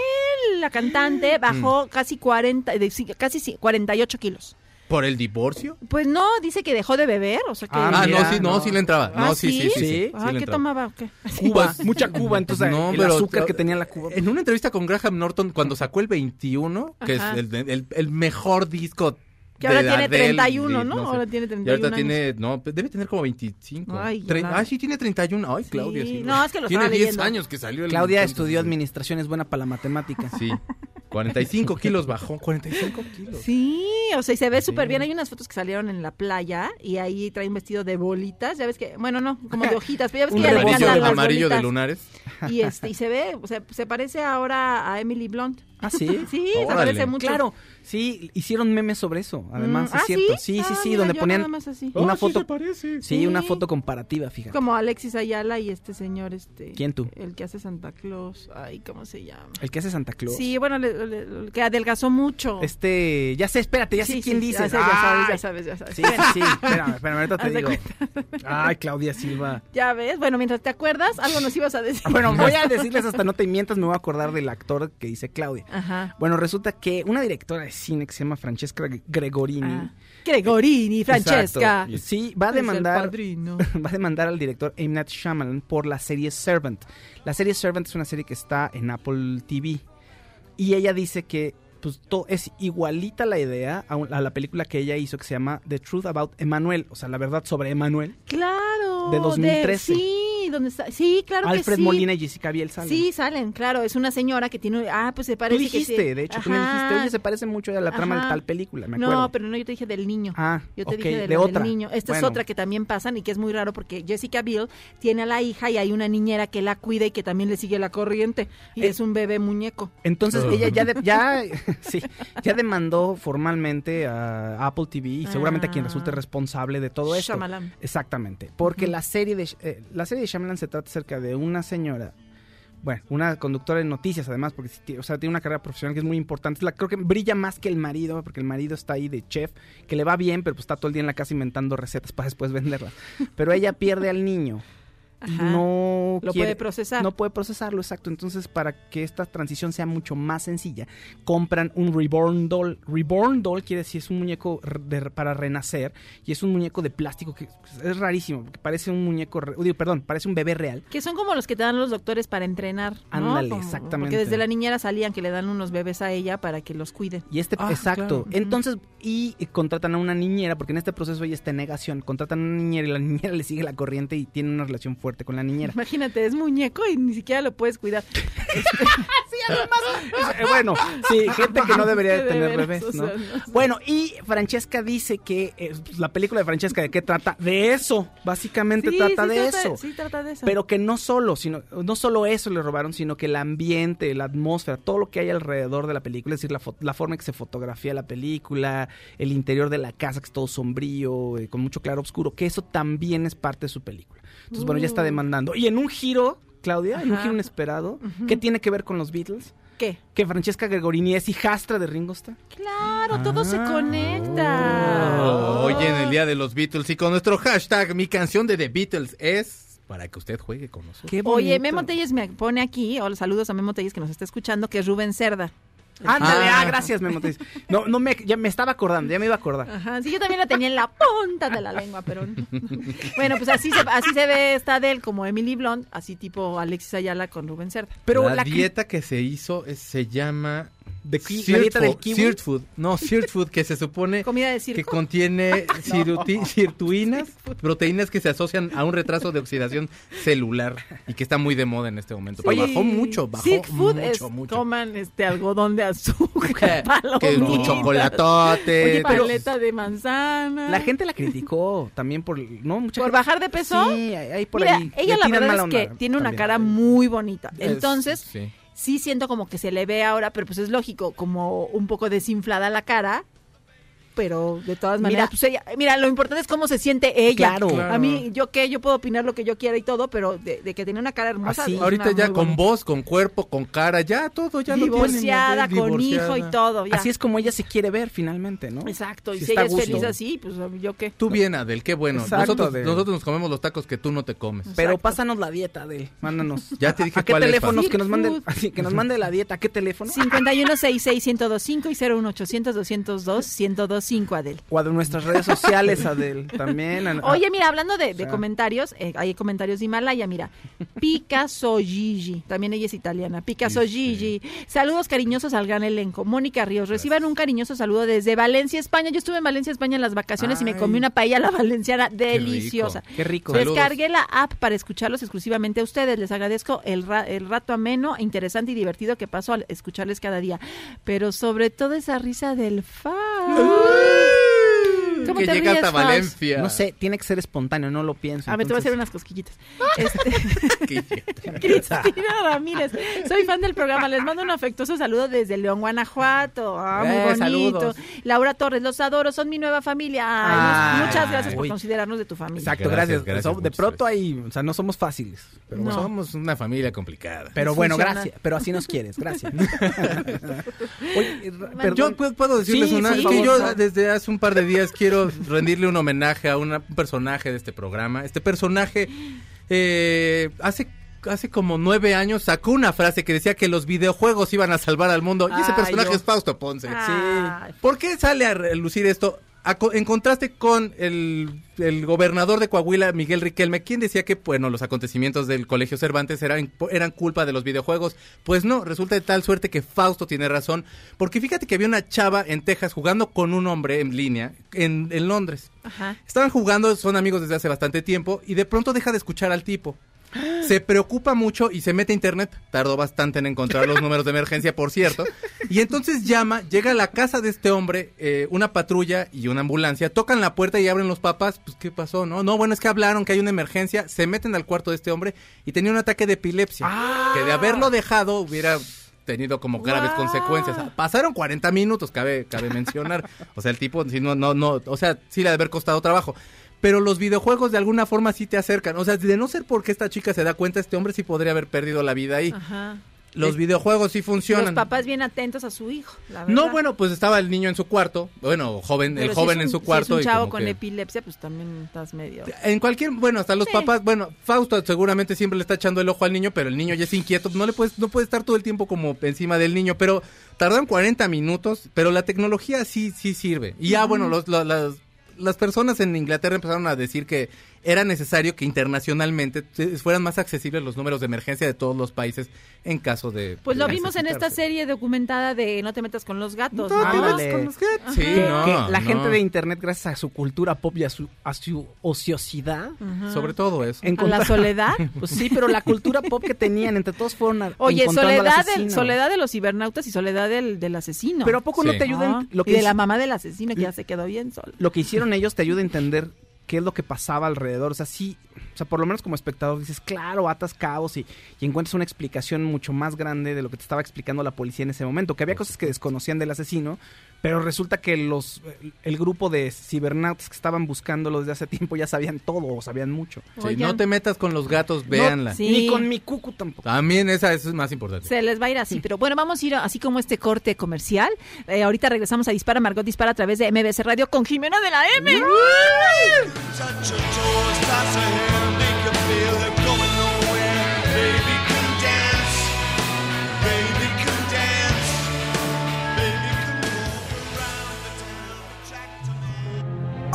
S3: la
S4: Mm.
S3: cantante, bajó casi 40, de ci- casi ci- 48 kilos.
S5: ¿Por el divorcio?
S3: Pues no, dice que dejó de beber, o sea que...
S4: Ah,
S5: Ah,
S4: mira,
S5: no, sí, no,
S4: no.
S5: sí le entraba.
S3: Ah,
S5: No, sí, sí, sí. sí,
S3: ¿sí?
S5: sí,
S3: Ah,
S5: sí le
S3: ¿qué
S5: entraba.
S3: tomaba? o qué?
S4: Cuba, mucha Cuba, entonces
S5: No,
S4: el
S5: pero-
S4: azúcar que tenía la Cuba.
S5: En una entrevista con Graham Norton, cuando sacó el 21, que
S3: Ajá.
S5: es el, el- el mejor disco.
S3: Que ahora
S5: de
S3: tiene
S5: Adele,
S3: 31,
S5: y-
S3: ¿no?
S5: sé.
S3: Ahora tiene
S5: Y ahorita
S3: 31
S5: tiene, no, pues, debe tener como 25.
S3: Ay,
S5: Tre-
S3: ya.
S5: ah, sí, tiene 31. Ay, Claudia.
S3: Sí,
S5: sí,
S3: no, es que lo
S5: Tiene
S3: estaba
S5: 10
S3: leyendo.
S5: años que salió el
S4: Claudia
S5: entonces,
S4: estudió
S5: sí.
S4: administración, es buena para la matemática.
S5: Sí. 45 kilos bajó. 45 kilos.
S3: Sí, o sea, y se ve súper bien. Hay unas fotos que salieron en la playa y ahí trae un vestido de bolitas, ya ves que, bueno, no, como de hojitas, pero ya ves que
S4: Un
S3: ya le
S4: rebozo
S3: encantan
S5: Amarillo, amarillo
S3: las
S5: de
S3: bolitas.
S5: lunares.
S3: Y, este, y se ve, o sea, se parece ahora a Emily Blunt.
S4: ¿Ah, sí?
S3: Sí, se
S5: Órale.
S3: parece mucho.
S4: Claro, sí, hicieron memes sobre eso, además,
S3: Mm,
S4: es
S3: ¿ah,
S4: cierto.
S3: sí?
S4: Sí, sí,
S3: Ah,
S4: sí,
S3: mira,
S4: donde
S3: yo
S4: ponían
S3: nada más así.
S4: una
S5: Ah, sí
S4: foto,
S5: se parece.
S4: sí, una
S3: Sí.
S4: foto comparativa, fíjate.
S3: Como Alexis Ayala y este señor, este.
S4: ¿Quién tú?
S3: El que hace Santa Claus. Ay, ¿cómo se llama?
S4: El que hace Santa Claus.
S3: Sí, bueno, le- le- le- que adelgazó mucho.
S4: Este, ya sé, espérate, ya
S3: Sí,
S4: sé
S3: sí,
S4: quién dice.
S3: Ya, sé, ya sabes, ya sabes, ya sabes.
S4: Sí, sí, espérame, espérame, ahorita te
S3: Haz de
S4: digo. Ay, Claudia Silva.
S3: Ya ves, bueno, mientras te acuerdas, algo nos ibas a decir.
S4: Ah, Bueno, voy a decirles hasta no te mientas, me voy a acordar del actor que dice Claudia.
S3: Ajá.
S4: Bueno, resulta que una directora de cine que se llama Francesca Gregorini.
S3: Ah. Gregorini, Francesca.
S4: Exacto. Sí, va a
S3: Es el
S4: demandar.
S3: padrino.
S4: va a demandar al director M. Night Shyamalan por la serie Servant. La serie Servant es una serie que está en Apple TV. Y ella dice que pues, to- es igualita la idea a, un- a la película que ella hizo que se llama The Truth About Emmanuel. O sea, la verdad sobre Emmanuel.
S3: Claro.
S4: De 2013.
S3: sí, donde está- sí, claro que
S4: Alfred
S3: sí.
S4: Molina y Jessica Biel salen.
S3: Sí, salen, claro. Es una señora que tiene. Ah, pues se
S4: Tú
S3: parece. que
S4: dijiste,
S3: sí.
S4: de hecho, tú me dijiste,
S3: Ajá.
S4: oye, se parece mucho a la trama de
S3: Ajá.
S4: tal película, me acuerdo.
S3: No, pero no, yo te dije del niño.
S4: Ah,
S3: Yo te
S4: ok,
S3: dije de,
S4: de
S3: la
S4: otra.
S3: del niño. Esta
S4: Bueno.
S3: es otra que también pasan y que es muy raro porque Jessica Biel tiene a la hija y hay una niñera que la cuida y que también le sigue la corriente. Y
S4: Eh.
S3: es un bebé muñeco.
S4: Entonces ella ya de- ya sí, ya demandó formalmente a Apple TV y seguramente a quien
S3: Ah.
S4: resulte responsable de todo esto.
S3: Shyamalan.
S4: Exactamente, porque la serie de eh, la serie de Shyamalan se trata acerca de una señora bueno, una conductora de noticias además, porque sí ti- o sea, tiene una carrera profesional que es muy importante. Es La, creo que brilla más que el marido, porque el marido está ahí de chef, que le va bien, pero pues está todo el día en la casa inventando recetas para después venderlas. Pero ella pierde al niño. y
S3: Ajá.
S4: No
S3: Lo
S4: quiere-
S3: puede procesar.
S4: no puede procesarlo, exacto. Entonces, para que esta transición sea mucho más sencilla, compran un Reborn Doll. Reborn Doll quiere decir es un muñeco re- de- para renacer y es un muñeco de plástico que pues, es rarísimo, porque parece un muñeco, re- digo, perdón, parece un bebé real.
S3: Que son como los que te dan los doctores para entrenar. ¿no?
S4: Ándale,
S3: Como-
S4: exactamente.
S3: Porque desde la niñera salían que le dan unos bebés a ella para que los cuiden.
S4: Y este,
S5: Ah,
S4: exacto.
S5: claro.
S4: Entonces, y contratan a una niñera, porque en este proceso ella está en negación. Contratan a una niñera y la niñera le sigue la corriente y tiene una relación fuerte con la niñera.
S3: Imagínate, es muñeco y ni siquiera lo puedes cuidar.
S4: Eh, bueno, sí, gente que no debería de
S3: De
S4: tener
S3: veras,
S4: bebés,
S3: o
S4: ¿no?
S3: sea, no sé.
S4: Bueno, y Francesca dice que eh, pues, la película de Francesca, ¿de qué trata? De eso, básicamente
S3: Sí,
S4: trata
S3: sí,
S4: de
S3: trata-
S4: eso.
S3: Sí, trata de eso.
S4: Pero que no solo, sino, no solo eso le robaron, sino que el ambiente, la atmósfera, todo lo que hay alrededor de la película, es decir, la, fo- la forma en que se fotografía la película, el interior de la casa que es todo sombrío, eh, con mucho claro oscuro, que eso también es parte de su película. Entonces, bueno, ya está
S3: Uh.
S4: demandando. Y en un giro, Claudia, en un
S3: Ajá.
S4: giro inesperado, ¿qué tiene que ver con los Beatles?
S3: ¿Qué?
S4: Que Francesca Gregorini es hijastra de Ringo Starr.
S3: Claro, todo se
S4: Ah.
S5: Ah,
S3: conecta.
S5: Oh, Oye,
S3: Ah.
S5: en el día de los Beatles y con nuestro hashtag, mi canción de The Beatles es para que usted juegue con nosotros.
S4: Qué
S3: Oye,
S4: bonito.
S3: Memo Telles me pone aquí, hola, saludos a Memo Telles que nos está escuchando, que es Rubén Cerda.
S4: Ándale, ah,
S5: Ah.
S4: gracias, Memo Telles. No, no me, ya me estaba acordando, ya me iba a acordar.
S3: Ajá, sí, yo también la tenía en la punta de la lengua, pero no. Bueno, pues así se, así se ve esta Adele como Emily Blunt, así tipo Alexis Ayala con Rubén Cerda.
S4: Pero
S5: la,
S4: la, cri-
S5: dieta que se hizo es- se llama
S4: de qui- la
S5: Seared
S4: dieta
S5: Food-
S4: del kiwi.
S5: Seared Food. No, Seared Food, que se supone
S3: Comida de
S5: que
S3: circo.
S5: contiene ciruti- sirtuinas, proteínas que se asocian a un retraso de oxidación celular y que está muy de moda en este momento. Pero
S3: Sí.
S5: bajó mucho, bajó
S3: Sick food
S5: mucho,
S3: es
S5: mucho.
S3: coman este algodón de
S5: Que-
S3: azúcar,
S5: que un
S3: palomitas,
S5: chocolatote.
S3: oye,
S5: pero-
S3: paleta de manzana.
S4: La gente la criticó también por no mucha
S3: por
S4: gente-
S3: bajar de peso.
S4: Sí, hay hay por
S3: Mira,
S4: ahí.
S3: ella
S4: Le
S3: la
S4: tiran
S3: verdad
S4: mala
S3: es que
S4: onda
S3: tiene una
S4: también.
S3: cara muy bonita.
S5: Es-
S3: Entonces,
S5: sí.
S3: sí siento como que se le ve ahora, pero pues es lógico, como un poco desinflada la cara. pero de todas
S9: Mira.
S3: maneras, pues ella- mira, lo importante es cómo se siente ella.
S4: Claro. Claro. Ah,
S3: A mí, yo qué, yo puedo opinar lo que yo quiera y todo, pero de, de que tenía una cara hermosa.
S4: Así.
S3: es
S5: Ahorita
S3: una
S5: ya
S3: muy
S5: con
S3: bonita.
S5: voz, con cuerpo, con cara, ya todo, ya lo tienen,
S3: divorciada,
S5: ya,
S3: con hijo
S5: divorciada.
S3: y todo. ya.
S4: Así es como ella se quiere ver finalmente, ¿no?
S3: Exacto, y
S4: Si
S3: si
S4: está a
S3: ella es
S4: gusto.
S3: feliz así, pues yo qué.
S5: Tú bien, Adel, qué bueno.
S4: Exacto,
S5: nosotros,
S4: Adel.
S5: nosotros nos comemos los tacos que tú no te comes.
S4: Pero pásanos la dieta de él. Mándanos.
S5: Ya te dije
S4: ¿A qué
S5: cuál es,
S4: teléfonos
S5: Pam.
S4: que nos manden?
S3: Food.
S4: así, que nos mande la dieta. ¿A qué teléfono?
S3: 51661025 y 01800-202-1025, Adel.
S4: O a de nuestras redes sociales, Adel. También. a- a-
S3: Oye, mira, hablando de, de
S4: sea.
S3: comentarios, eh, hay comentarios de Himalaya, mira. Picasso Gigi, también ella es italiana. Picasso Gigi. Saludos cariñosos al gran elenco. Mónica Ríos, reciban un cariñoso saludo desde Valencia, España. Yo estuve en Valencia, España en las vacaciones y me
S5: Ay.
S3: comí una paella a la valenciana deliciosa.
S4: Qué rico.
S5: Saludos.
S3: Descargué la app para escucharlos exclusivamente a ustedes. Les agradezco el, ra- el rato ameno, interesante y divertido que paso al escucharles cada día. Pero sobre todo esa risa del Fab. ¿Cómo
S5: que
S3: te
S5: llega
S3: ríes,
S5: hasta
S3: Fabs?
S5: Valencia.
S4: No sé, tiene que ser espontáneo, no lo pienso.
S3: A ver, te voy a hacer
S4: entonces-
S3: unas cosquillitas. Este,
S5: Qué
S3: Cristina Ramírez, soy fan del programa. Les mando un afectuoso saludo desde León, Guanajuato. Ah, muy
S5: Eh,
S3: bonito.
S5: saludos.
S3: Laura Torres, los adoro, son mi nueva familia. Ay,
S4: Ay,
S3: muchas gracias por
S4: uy.
S3: considerarnos de tu familia.
S4: Exacto, gracias.
S5: Gracias, gracias,
S4: So- de
S5: muchas
S4: pronto ahí, o sea, no somos fáciles. Pero,
S3: No.
S5: Somos una familia complicada.
S4: pero bueno,
S3: Funciona.
S4: gracias. Pero así nos quieres, gracias. Oye, ra- perdón.
S5: Yo pu- puedo decirles
S4: Sí,
S5: una.
S4: sí,
S5: que
S4: por
S5: yo
S4: favor.
S5: desde hace un par de días quiero rendirle un homenaje a una- un personaje de este programa. Este personaje eh, hace hace como nueve años sacó una frase que decía que los videojuegos iban a salvar al mundo. Y
S4: Ah,
S5: ese
S3: Ay,
S5: personaje
S3: yo-
S5: es Fausto Ponce.
S3: Ah,
S5: ¿Por qué sale a relucir esto? A co- en contraste con el, el gobernador de Coahuila, Miguel Riquelme, quien decía que bueno, los acontecimientos del Colegio Cervantes eran, eran culpa de los videojuegos. Pues no, resulta de tal suerte que Fausto tiene razón. Porque fíjate que había una chava en Texas jugando con un hombre en línea en, en Londres.
S3: Ajá.
S5: Estaban jugando, son amigos desde hace bastante tiempo, y de pronto deja de escuchar al tipo. Se preocupa mucho y se mete a internet. Tardó bastante en encontrar los números de emergencia, por cierto. Y entonces llama, llega a la casa de este hombre, eh, una patrulla y una ambulancia. Tocan la puerta y abren los papás. Pues, ¿qué pasó? No, no, bueno, es que hablaron que hay una emergencia. Se meten al cuarto de este hombre y tenía un ataque de epilepsia. Que de haberlo dejado hubiera tenido como graves
S3: Guau.
S5: consecuencias. Ah, Pasaron 40 minutos, cabe, cabe mencionar. O sea, el tipo, sí, no, no, no, o sea, sí le ha de haber costado trabajo. Pero los videojuegos de alguna forma sí te acercan. O sea, de no ser porque esta chica se da cuenta, este hombre sí podría haber perdido la vida ahí.
S3: Ajá.
S5: Los videojuegos sí
S3: Ah, eh, Los
S5: funcionan.
S3: papás bien atentos a su hijo, la verdad.
S5: no, bueno, pues estaba el niño en su cuarto. Bueno, joven,
S3: Pero
S5: el
S3: si
S5: joven
S3: es un-
S5: en su
S3: si
S5: cuarto. y
S3: es un chavo
S5: como
S3: con
S5: que-
S3: epilepsia, pues también estás medio.
S5: en cualquier, bueno, hasta los
S3: Sí.
S5: papás, bueno, Fausto seguramente siempre le está echando el ojo al niño, pero el niño ya es inquieto, no le puedes, no puede estar todo el tiempo como encima del niño, pero tardan 40 minutos, pero la tecnología sí, sí sirve. Y ya, bueno, los, la- las, las personas en Inglaterra empezaron a decir que era necesario que internacionalmente te- fueran más accesibles los números de emergencia de todos los países en caso de...
S3: Pues lo
S5: de
S3: vimos en esta
S5: necesitarse.
S3: serie documentada de No te metas con los gatos.
S4: No,
S3: ¿no?
S4: ándale.
S3: Con los gatos.
S5: Sí,
S4: Que-
S5: no,
S4: que la
S5: no.
S4: gente de internet, gracias a su cultura pop y a su, a su ociosidad,
S5: Sobre todo eso.
S3: A la
S4: encontraron-
S3: soledad.
S4: Pues sí, pero la cultura pop que tenían, entre todos fueron a-
S3: Oye,
S4: encontrando al
S3: soledad, del,
S4: asesino.
S3: soledad de los cibernautas y soledad del, del asesino.
S4: Pero ¿a poco
S5: Sí.
S4: no te ayudan?
S3: Ah,
S4: lo,
S3: y
S4: que
S3: de la
S4: hici-
S3: mamá del asesino que ya se quedó bien sola.
S4: lo que hicieron ellos te ayuda a entender qué es lo que pasaba alrededor. O sea, sí, o sea, por lo menos como espectador dices, claro, atas cabos y, y encuentras una explicación mucho más grande de lo que te estaba explicando la policía en ese momento. Que había cosas que desconocían del asesino, pero resulta que los el grupo de cibernautas que estaban buscándolo desde hace tiempo ya sabían todo o sabían mucho.
S5: Sí,
S3: Oigan.
S5: no te metas con los gatos, véanla.
S3: sí.
S4: Ni con mi cucu tampoco.
S5: También esa, esa es más importante.
S3: Se les va a ir así, pero bueno, vamos a ir así como este corte comercial. Eh, ahorita regresamos a Dispara Margot Dispara a través de MBC Radio con Jimena de la M.
S8: Touch your toes, toss her hair, make her feel they're going nowhere. Baby can dance, baby can dance, baby can move around the town, attract a man.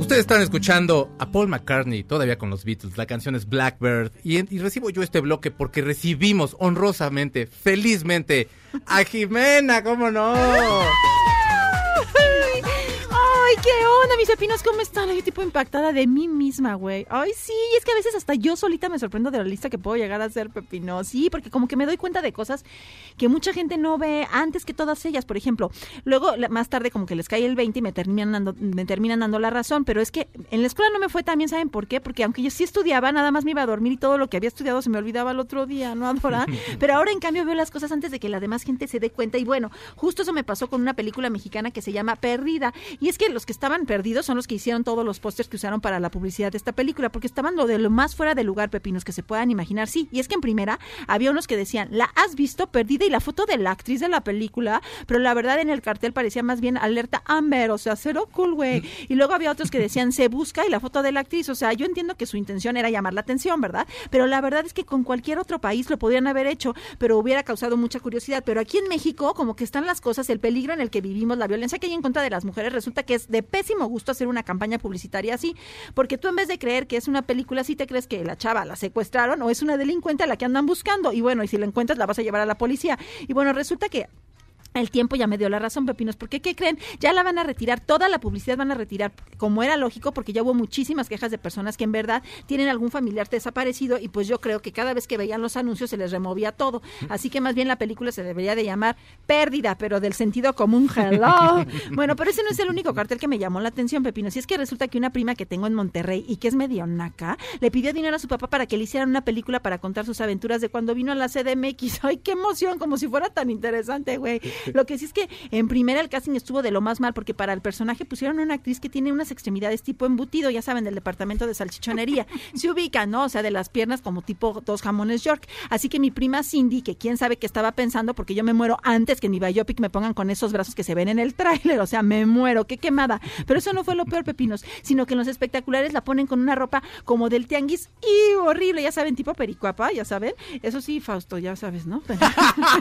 S5: Ustedes están escuchando a Paul McCartney todavía con los Beatles. La canción es Blackbird. Y, y recibo yo este bloque porque recibimos honrosamente, felizmente, a Jimena, ¿cómo no?
S3: Ay, ay, qué onda, mis pepinos, ¿cómo están? Ay, tipo impactada de mí misma, güey. Ay, sí, es que a veces hasta yo solita me sorprendo de la lista que puedo llegar a ser, pepino. Sí, porque como que me doy cuenta de cosas que mucha gente no ve antes que todas ellas, por ejemplo. Luego, la- más tarde, como que les cae el 20 y me terminan, dando, me terminan dando la razón, pero es que en la escuela no me fue tan bien, ¿saben por qué? Porque aunque yo sí estudiaba, nada más me iba a dormir y todo lo que había estudiado se me olvidaba el otro día, ¿no, Adora? Pero ahora, en cambio, veo las cosas antes de que la demás gente se dé cuenta. Y bueno, justo eso me pasó con una película mexicana que se llama Perdida. Y es que los que estaban perdidos son los que hicieron todos los pósters que usaron para la publicidad de esta película, porque estaban lo de lo más fuera de lugar, pepinos, que se puedan imaginar. Sí, y es que en primera había unos que decían, la has visto perdida y la foto de la actriz de la película, pero la verdad en el cartel parecía más bien alerta Amber, o sea, cero cool, güey. Y luego había otros que decían, se busca y la foto de la actriz, o sea, yo entiendo que su intención era llamar la atención, ¿verdad? Pero la verdad es que con cualquier otro país lo podrían haber hecho, pero hubiera causado mucha curiosidad. Pero aquí en México, como que están las cosas, el peligro en el que vivimos, la violencia que hay en contra de las mujeres, resulta que es de pésimo gusto hacer una campaña publicitaria así, porque tú en vez de creer que es una película, sí te crees que la chava la secuestraron o es una delincuente a la que andan buscando. Y bueno, y si la encuentras, la vas a llevar a la policía. Y bueno, resulta que el tiempo ya me dio la razón, Pepinos, porque ¿qué creen? Ya la van a retirar, toda la publicidad van a retirar, como era lógico, porque ya hubo muchísimas quejas de personas que en verdad tienen algún familiar desaparecido y pues yo creo que cada vez que veían los anuncios se les removía todo. Así que más bien la película se debería de llamar Pérdida, pero del sentido común, hello. Bueno, pero ese no es el único cartel que me llamó la atención, Pepinos. Y es que resulta que una prima que tengo en Monterrey y que es medio naca, le pidió dinero a su papá para que le hicieran una película para contar sus aventuras de cuando vino a la CDMX. ¡Ay, qué emoción! Como si fuera tan interesante, güey. Lo que sí es que en primera el casting estuvo de lo más mal, porque para el personaje pusieron una actriz que tiene unas extremidades tipo embutido, ya saben, del departamento de salchichonería. Se ubica, ¿no? O sea, de las piernas como tipo dos jamones York. Así que mi prima Cindy, que quién sabe qué estaba pensando, porque yo me muero antes que en mi biopic me pongan con esos brazos que se ven en el tráiler. O sea, me muero, qué quemada. Pero eso no fue lo peor, Pepinos, sino que en los espectaculares la ponen con una ropa como del tianguis y horrible, ya saben, tipo pericuapa, ya saben. Eso sí, Fausto, ya sabes, ¿no?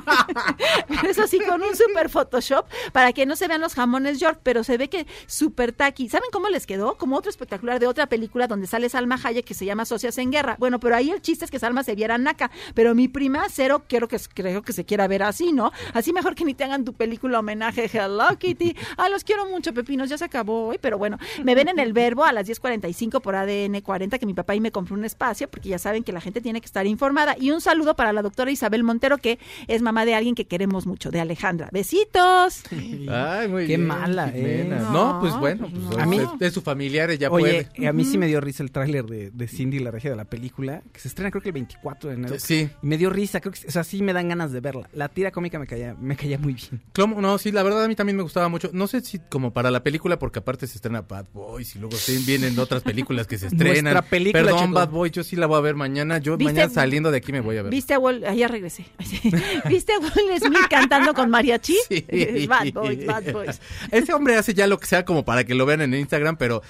S3: Eso sí, con un super Photoshop para que no se vean los jamones York, pero se ve que super taqui. ¿Saben cómo les quedó? Como otro espectacular de otra película donde sale Salma Hayek que se llama Socias en Guerra. Bueno, pero ahí el chiste es que Salma se viera naca, pero mi prima cero quiero que creo que se quiera ver así, ¿no? Así mejor que ni te hagan tu película homenaje Hello Kitty. Ah, los quiero mucho, pepinos, ya se acabó hoy, pero bueno, me ven en el verbo a las 10:45 por ADN 40 que mi papá ahí me compró un espacio porque ya saben que la gente tiene que estar informada y un saludo para la doctora Isabel Montero que es mamá de alguien que queremos mucho, de Alejandra. Besitos.
S5: Ay, muy
S4: Qué
S5: bien,
S4: mala
S5: Jimena.
S4: es.
S5: No, pues bueno, pues,
S4: A mí-
S5: es, es su familiar, ella
S4: Oye,
S5: puede.
S4: Eh, a mí sí me dio risa el tráiler de, de Cindy la regia de la película, que se estrena creo que el 24 de enero.
S5: Sí,
S4: Y me dio risa, creo que, o sea, sí me dan ganas de verla. La tira cómica me caía, me caía muy bien.
S5: ¿Cómo? no, sí, la verdad a mí también me gustaba mucho. No sé si como para la película, porque aparte se estrena Bad Boys y luego sí vienen otras películas que se estrenan.
S4: Nuestra película,
S5: Perdón,
S4: chicos.
S5: Bad Boy, yo sí la voy a ver mañana. Yo
S3: ¿Viste-
S5: mañana saliendo de aquí me voy a ver.
S3: ¿Viste a Wall? ah, ya regresé. ¿Viste a Will Smith cantando con mariachi?
S5: Sí.
S3: Bad boys, bad boys.
S5: Ese hombre hace ya lo que sea como para que lo vean en Instagram, pero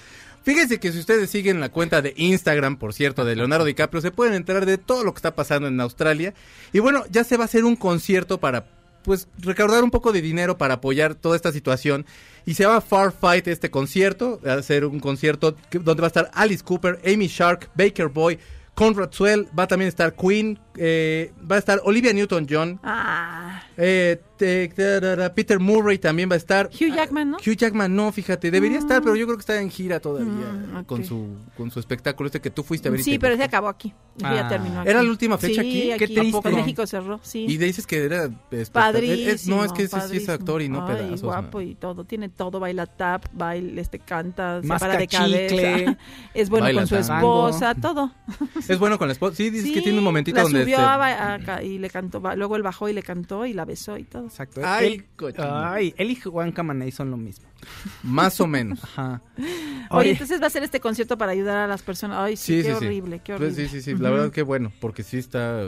S5: fíjense que si ustedes siguen la cuenta de Instagram, por cierto, de Leonardo DiCaprio, se pueden enterar de todo lo que está pasando en Australia. Y bueno, ya se va a hacer un concierto para pues recaudar un poco de dinero para apoyar toda esta situación y se llama Far Fight este concierto, va a ser un concierto que- donde va a estar Alice Cooper, Amy Shark, Baker Boy, Conrad Swell, va a también estar Queen, eh, va a estar Olivia Newton-John,
S3: Ah,
S5: eh, te- tarara, Peter Murray también va a estar.
S3: Hugh Jackman, ¿no?
S5: Ah, Hugh Jackman, no, fíjate, debería estar, pero yo creo que está en gira todavía
S3: Mm, ok.
S5: con su con su espectáculo este que tú fuiste a ver. y
S3: Sí,
S5: te-
S3: pero se acabó aquí. Ya
S4: Ah.
S3: terminó aquí.
S5: ¿Era la última fecha
S3: Sí,
S5: aquí?
S3: aquí.
S5: Qué
S3: ¿a poco?
S5: triste.
S3: México cerró, sí.
S5: Y dices que era espectacular.
S3: Padrísimo,
S5: Es- no, es que ese sí es
S3: padrísimo.
S5: actor y no
S3: Ay,
S5: pedazos. man.
S3: guapo y todo, tiene todo, baila tap, baila, este, canta, se
S4: Masca
S3: para de cabeza,
S4: chicle.
S3: es bueno
S5: Baila
S3: con su
S4: tango.
S3: esposa, todo.
S5: Es bueno con la esposa. Sí, dices
S3: Sí,
S5: que tiene un momentito
S3: la
S5: donde. este
S3: subió
S5: se-
S3: a ba- a ca- y le cantó, ba- luego él bajó y le cantó y la besó y todo.
S4: Exacto.
S5: Ay,
S4: él,
S5: cochino.
S4: ay, él y Juan Camaney son lo mismo.
S5: Más o menos.
S4: Ajá.
S3: Oye,
S4: Oye,
S3: entonces va a ser este concierto para ayudar a las personas. Ay, sí,
S5: Sí,
S3: qué
S5: sí, sí.
S3: horrible, qué horrible.
S5: Pues sí, sí, sí. La verdad que bueno, porque sí está.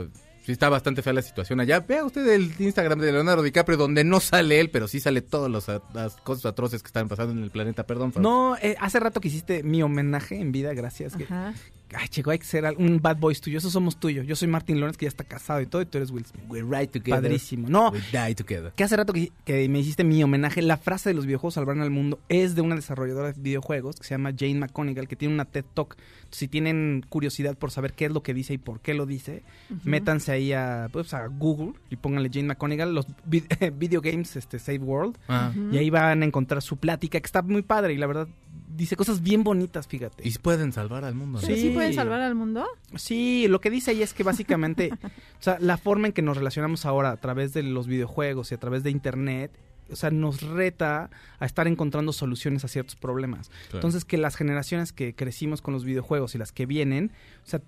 S5: Sí está bastante fea la situación allá. Vea usted el Instagram de Leonardo DiCaprio, donde no sale él, pero sí sale todas las, las cosas atroces que están pasando en el planeta. Perdón, Fran.
S4: no, eh, hace rato que hiciste mi homenaje en vida, gracias. que-
S3: Ajá.
S4: ay, chico, hay que ser al- un bad boys tuyo. Esos somos tuyos. Yo soy Martin Lawrence, que ya está casado y todo, y tú eres Will Smith.
S5: We ride together.
S4: Padrísimo. No,
S5: We die together.
S4: que hace rato que, que me hiciste mi homenaje, la frase de los videojuegos salvarán al mundo es de una desarrolladora de videojuegos que se llama Jane McConigal, que tiene una TED Talk. Si tienen curiosidad por saber qué es lo que dice y por qué lo dice, métanse ahí a, pues, a Google y pónganle Jane McConigal, los vid- video games este, Save World,
S5: Ah.
S4: y ahí van a encontrar su plática, que está muy padre y la verdad dice cosas bien bonitas, fíjate.
S5: Y pueden salvar al mundo. ¿no?
S3: ¿Pero sí.
S4: Sí.
S3: pueden salvar al mundo?
S4: Sí, lo que dice ahí es que básicamente, o sea, la forma en que nos relacionamos ahora a través de los videojuegos y a través de internet, o sea, nos reta a estar encontrando soluciones a ciertos problemas. Entonces, que las generaciones que crecimos con los videojuegos y las que vienen, o sea,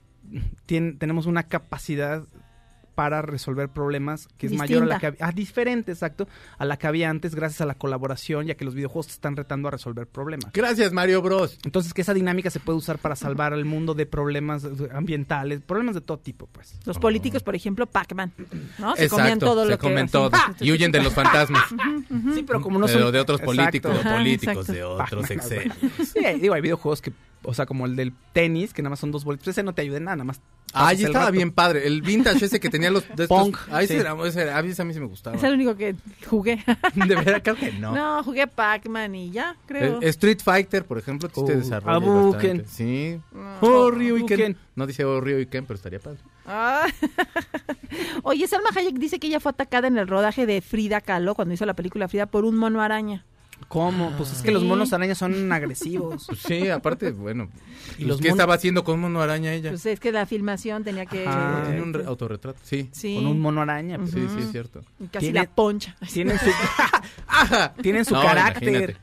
S4: tien- tenemos una capacidad para resolver problemas que es mayor a la que había, ah, diferente, exacto, a la que había antes gracias a la colaboración, ya que los videojuegos te están retando a resolver problemas.
S5: Gracias, Mario Bros.
S4: Entonces, que esa dinámica se puede usar para salvar al mundo de problemas eh, ambientales, problemas de todo tipo, pues.
S3: Los políticos, por ejemplo, Pac-Man, ¿no? Se
S5: Exacto,
S3: comían todo
S5: se
S3: lo que... Ah.
S5: comen
S3: así,
S5: todo.
S3: ¡pa!
S5: Y huyen de los fantasmas.
S4: Sí, pero como no
S5: Pero
S4: son...
S5: Eh, de otros
S4: Exacto.
S5: políticos,
S3: Ajá,
S5: políticos de
S3: exacto.
S5: otros Ah,
S4: Pac-Man,
S5: exenios.
S4: Sí, hay- digo, hay videojuegos que, o sea, como el del tenis, que nada más son dos bolitas, pues ese no te ayuda en nada, nada más. pasas
S5: Ay,
S4: el
S5: estaba
S4: rato.
S5: bien padre. El vintage ese que tenía los. De estos-
S4: Punk,
S5: Ah, ese
S4: sí.
S5: era- ese era- a veces a mí se me gustaba.
S3: Es el único que jugué.
S5: De verdad, creo que no.
S3: No, jugué Pac-Man y ya, creo.
S5: Eh, Street Fighter, por ejemplo, sí te
S4: Uh,
S5: desarrolla
S4: Hadouken.
S5: bastante. Sí.
S4: Oh,
S5: Ryuken.
S4: Hadouken.
S5: No dice oh, Ryuken, pero estaría padre.
S3: Ah. Oye, Salma Hayek dice que ella fue atacada en el rodaje de Frida Kahlo, cuando hizo la película Frida, por un mono araña.
S4: ¿Cómo? Pues es que los
S3: Sí.
S4: monos arañas son agresivos.
S5: Pues sí, aparte, bueno.
S4: Y
S5: pues,
S4: los
S5: ¿Qué
S4: monos-
S5: estaba haciendo con mono araña ella? Ah,
S3: Pues es que la filmación tenía que... eh,
S4: Ajá.
S5: Tiene un re- autorretrato. Sí.
S3: Sí,
S4: Con un mono araña, pues.
S5: Sí, sí, es cierto.
S3: y casi
S4: Tiene-
S3: la poncha.
S4: Tienen su, tienen su
S5: No,
S4: carácter.
S5: imagínate.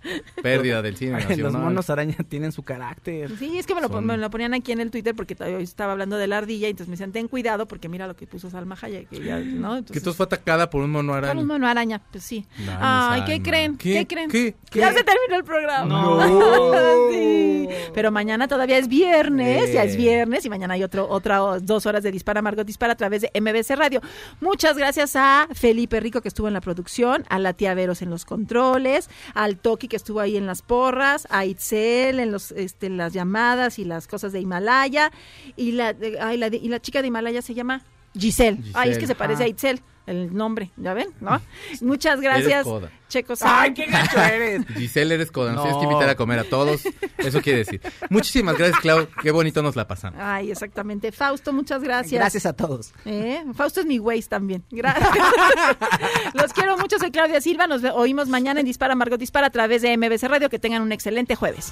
S5: Pérdida del cine nacional.
S4: los monos araña tienen su carácter.
S3: Sí, es que me lo,
S5: Son-
S3: me lo ponían aquí en el Twitter porque t- yo estaba hablando de la ardilla y entonces me decían, ten cuidado porque mira lo que puso Salma Hayek. que ella, ¿no?
S5: Que
S3: Entonces,
S5: entonces fue atacada por un mono
S3: por
S5: araña.
S3: un mono araña, pues sí.
S5: Dale,
S3: Ay, ¿qué
S5: Salma.
S3: creen? ¿Qué,
S5: ¿Qué?
S3: creen?
S5: ¿Qué?
S3: Ya
S5: ¿Qué?
S3: se terminó el programa.
S4: No.
S3: Sí. Pero mañana todavía es viernes,
S5: Eh.
S3: ya es viernes y mañana hay otro otra o- dos horas de Dispara Margot Dispara a través de MBC Radio. Muchas gracias a Felipe Rico que estuvo en la producción, a la tía Veros en los controles, al Toki que estuvo ahí en las porras, a Itzel en los este, en las llamadas y las cosas de Himalaya y la, de- ay, la de- y la chica de Himalaya se llama Giselle. Ay, es que
S5: Giselle.
S3: se parece a Itzel. El nombre, ¿ya ven? ¿No? Muchas
S5: Eres
S3: gracias.
S5: coda.
S3: Checos.
S4: ¡Ay, qué gacho eres!
S5: Giselle eres coda, nos
S4: No.
S5: tienes que invitar a comer a todos. Eso quiere decir. Muchísimas gracias, Clau. Qué bonito nos la pasamos.
S3: Ay, exactamente. Fausto, muchas gracias.
S4: Gracias a todos.
S3: ¿Eh? Fausto es mi güey también. Gracias. Los quiero mucho, soy Claudia Silva. Nos ve- oímos mañana en Dispara Margot Dispara a través de MBC Radio. Que tengan un excelente jueves.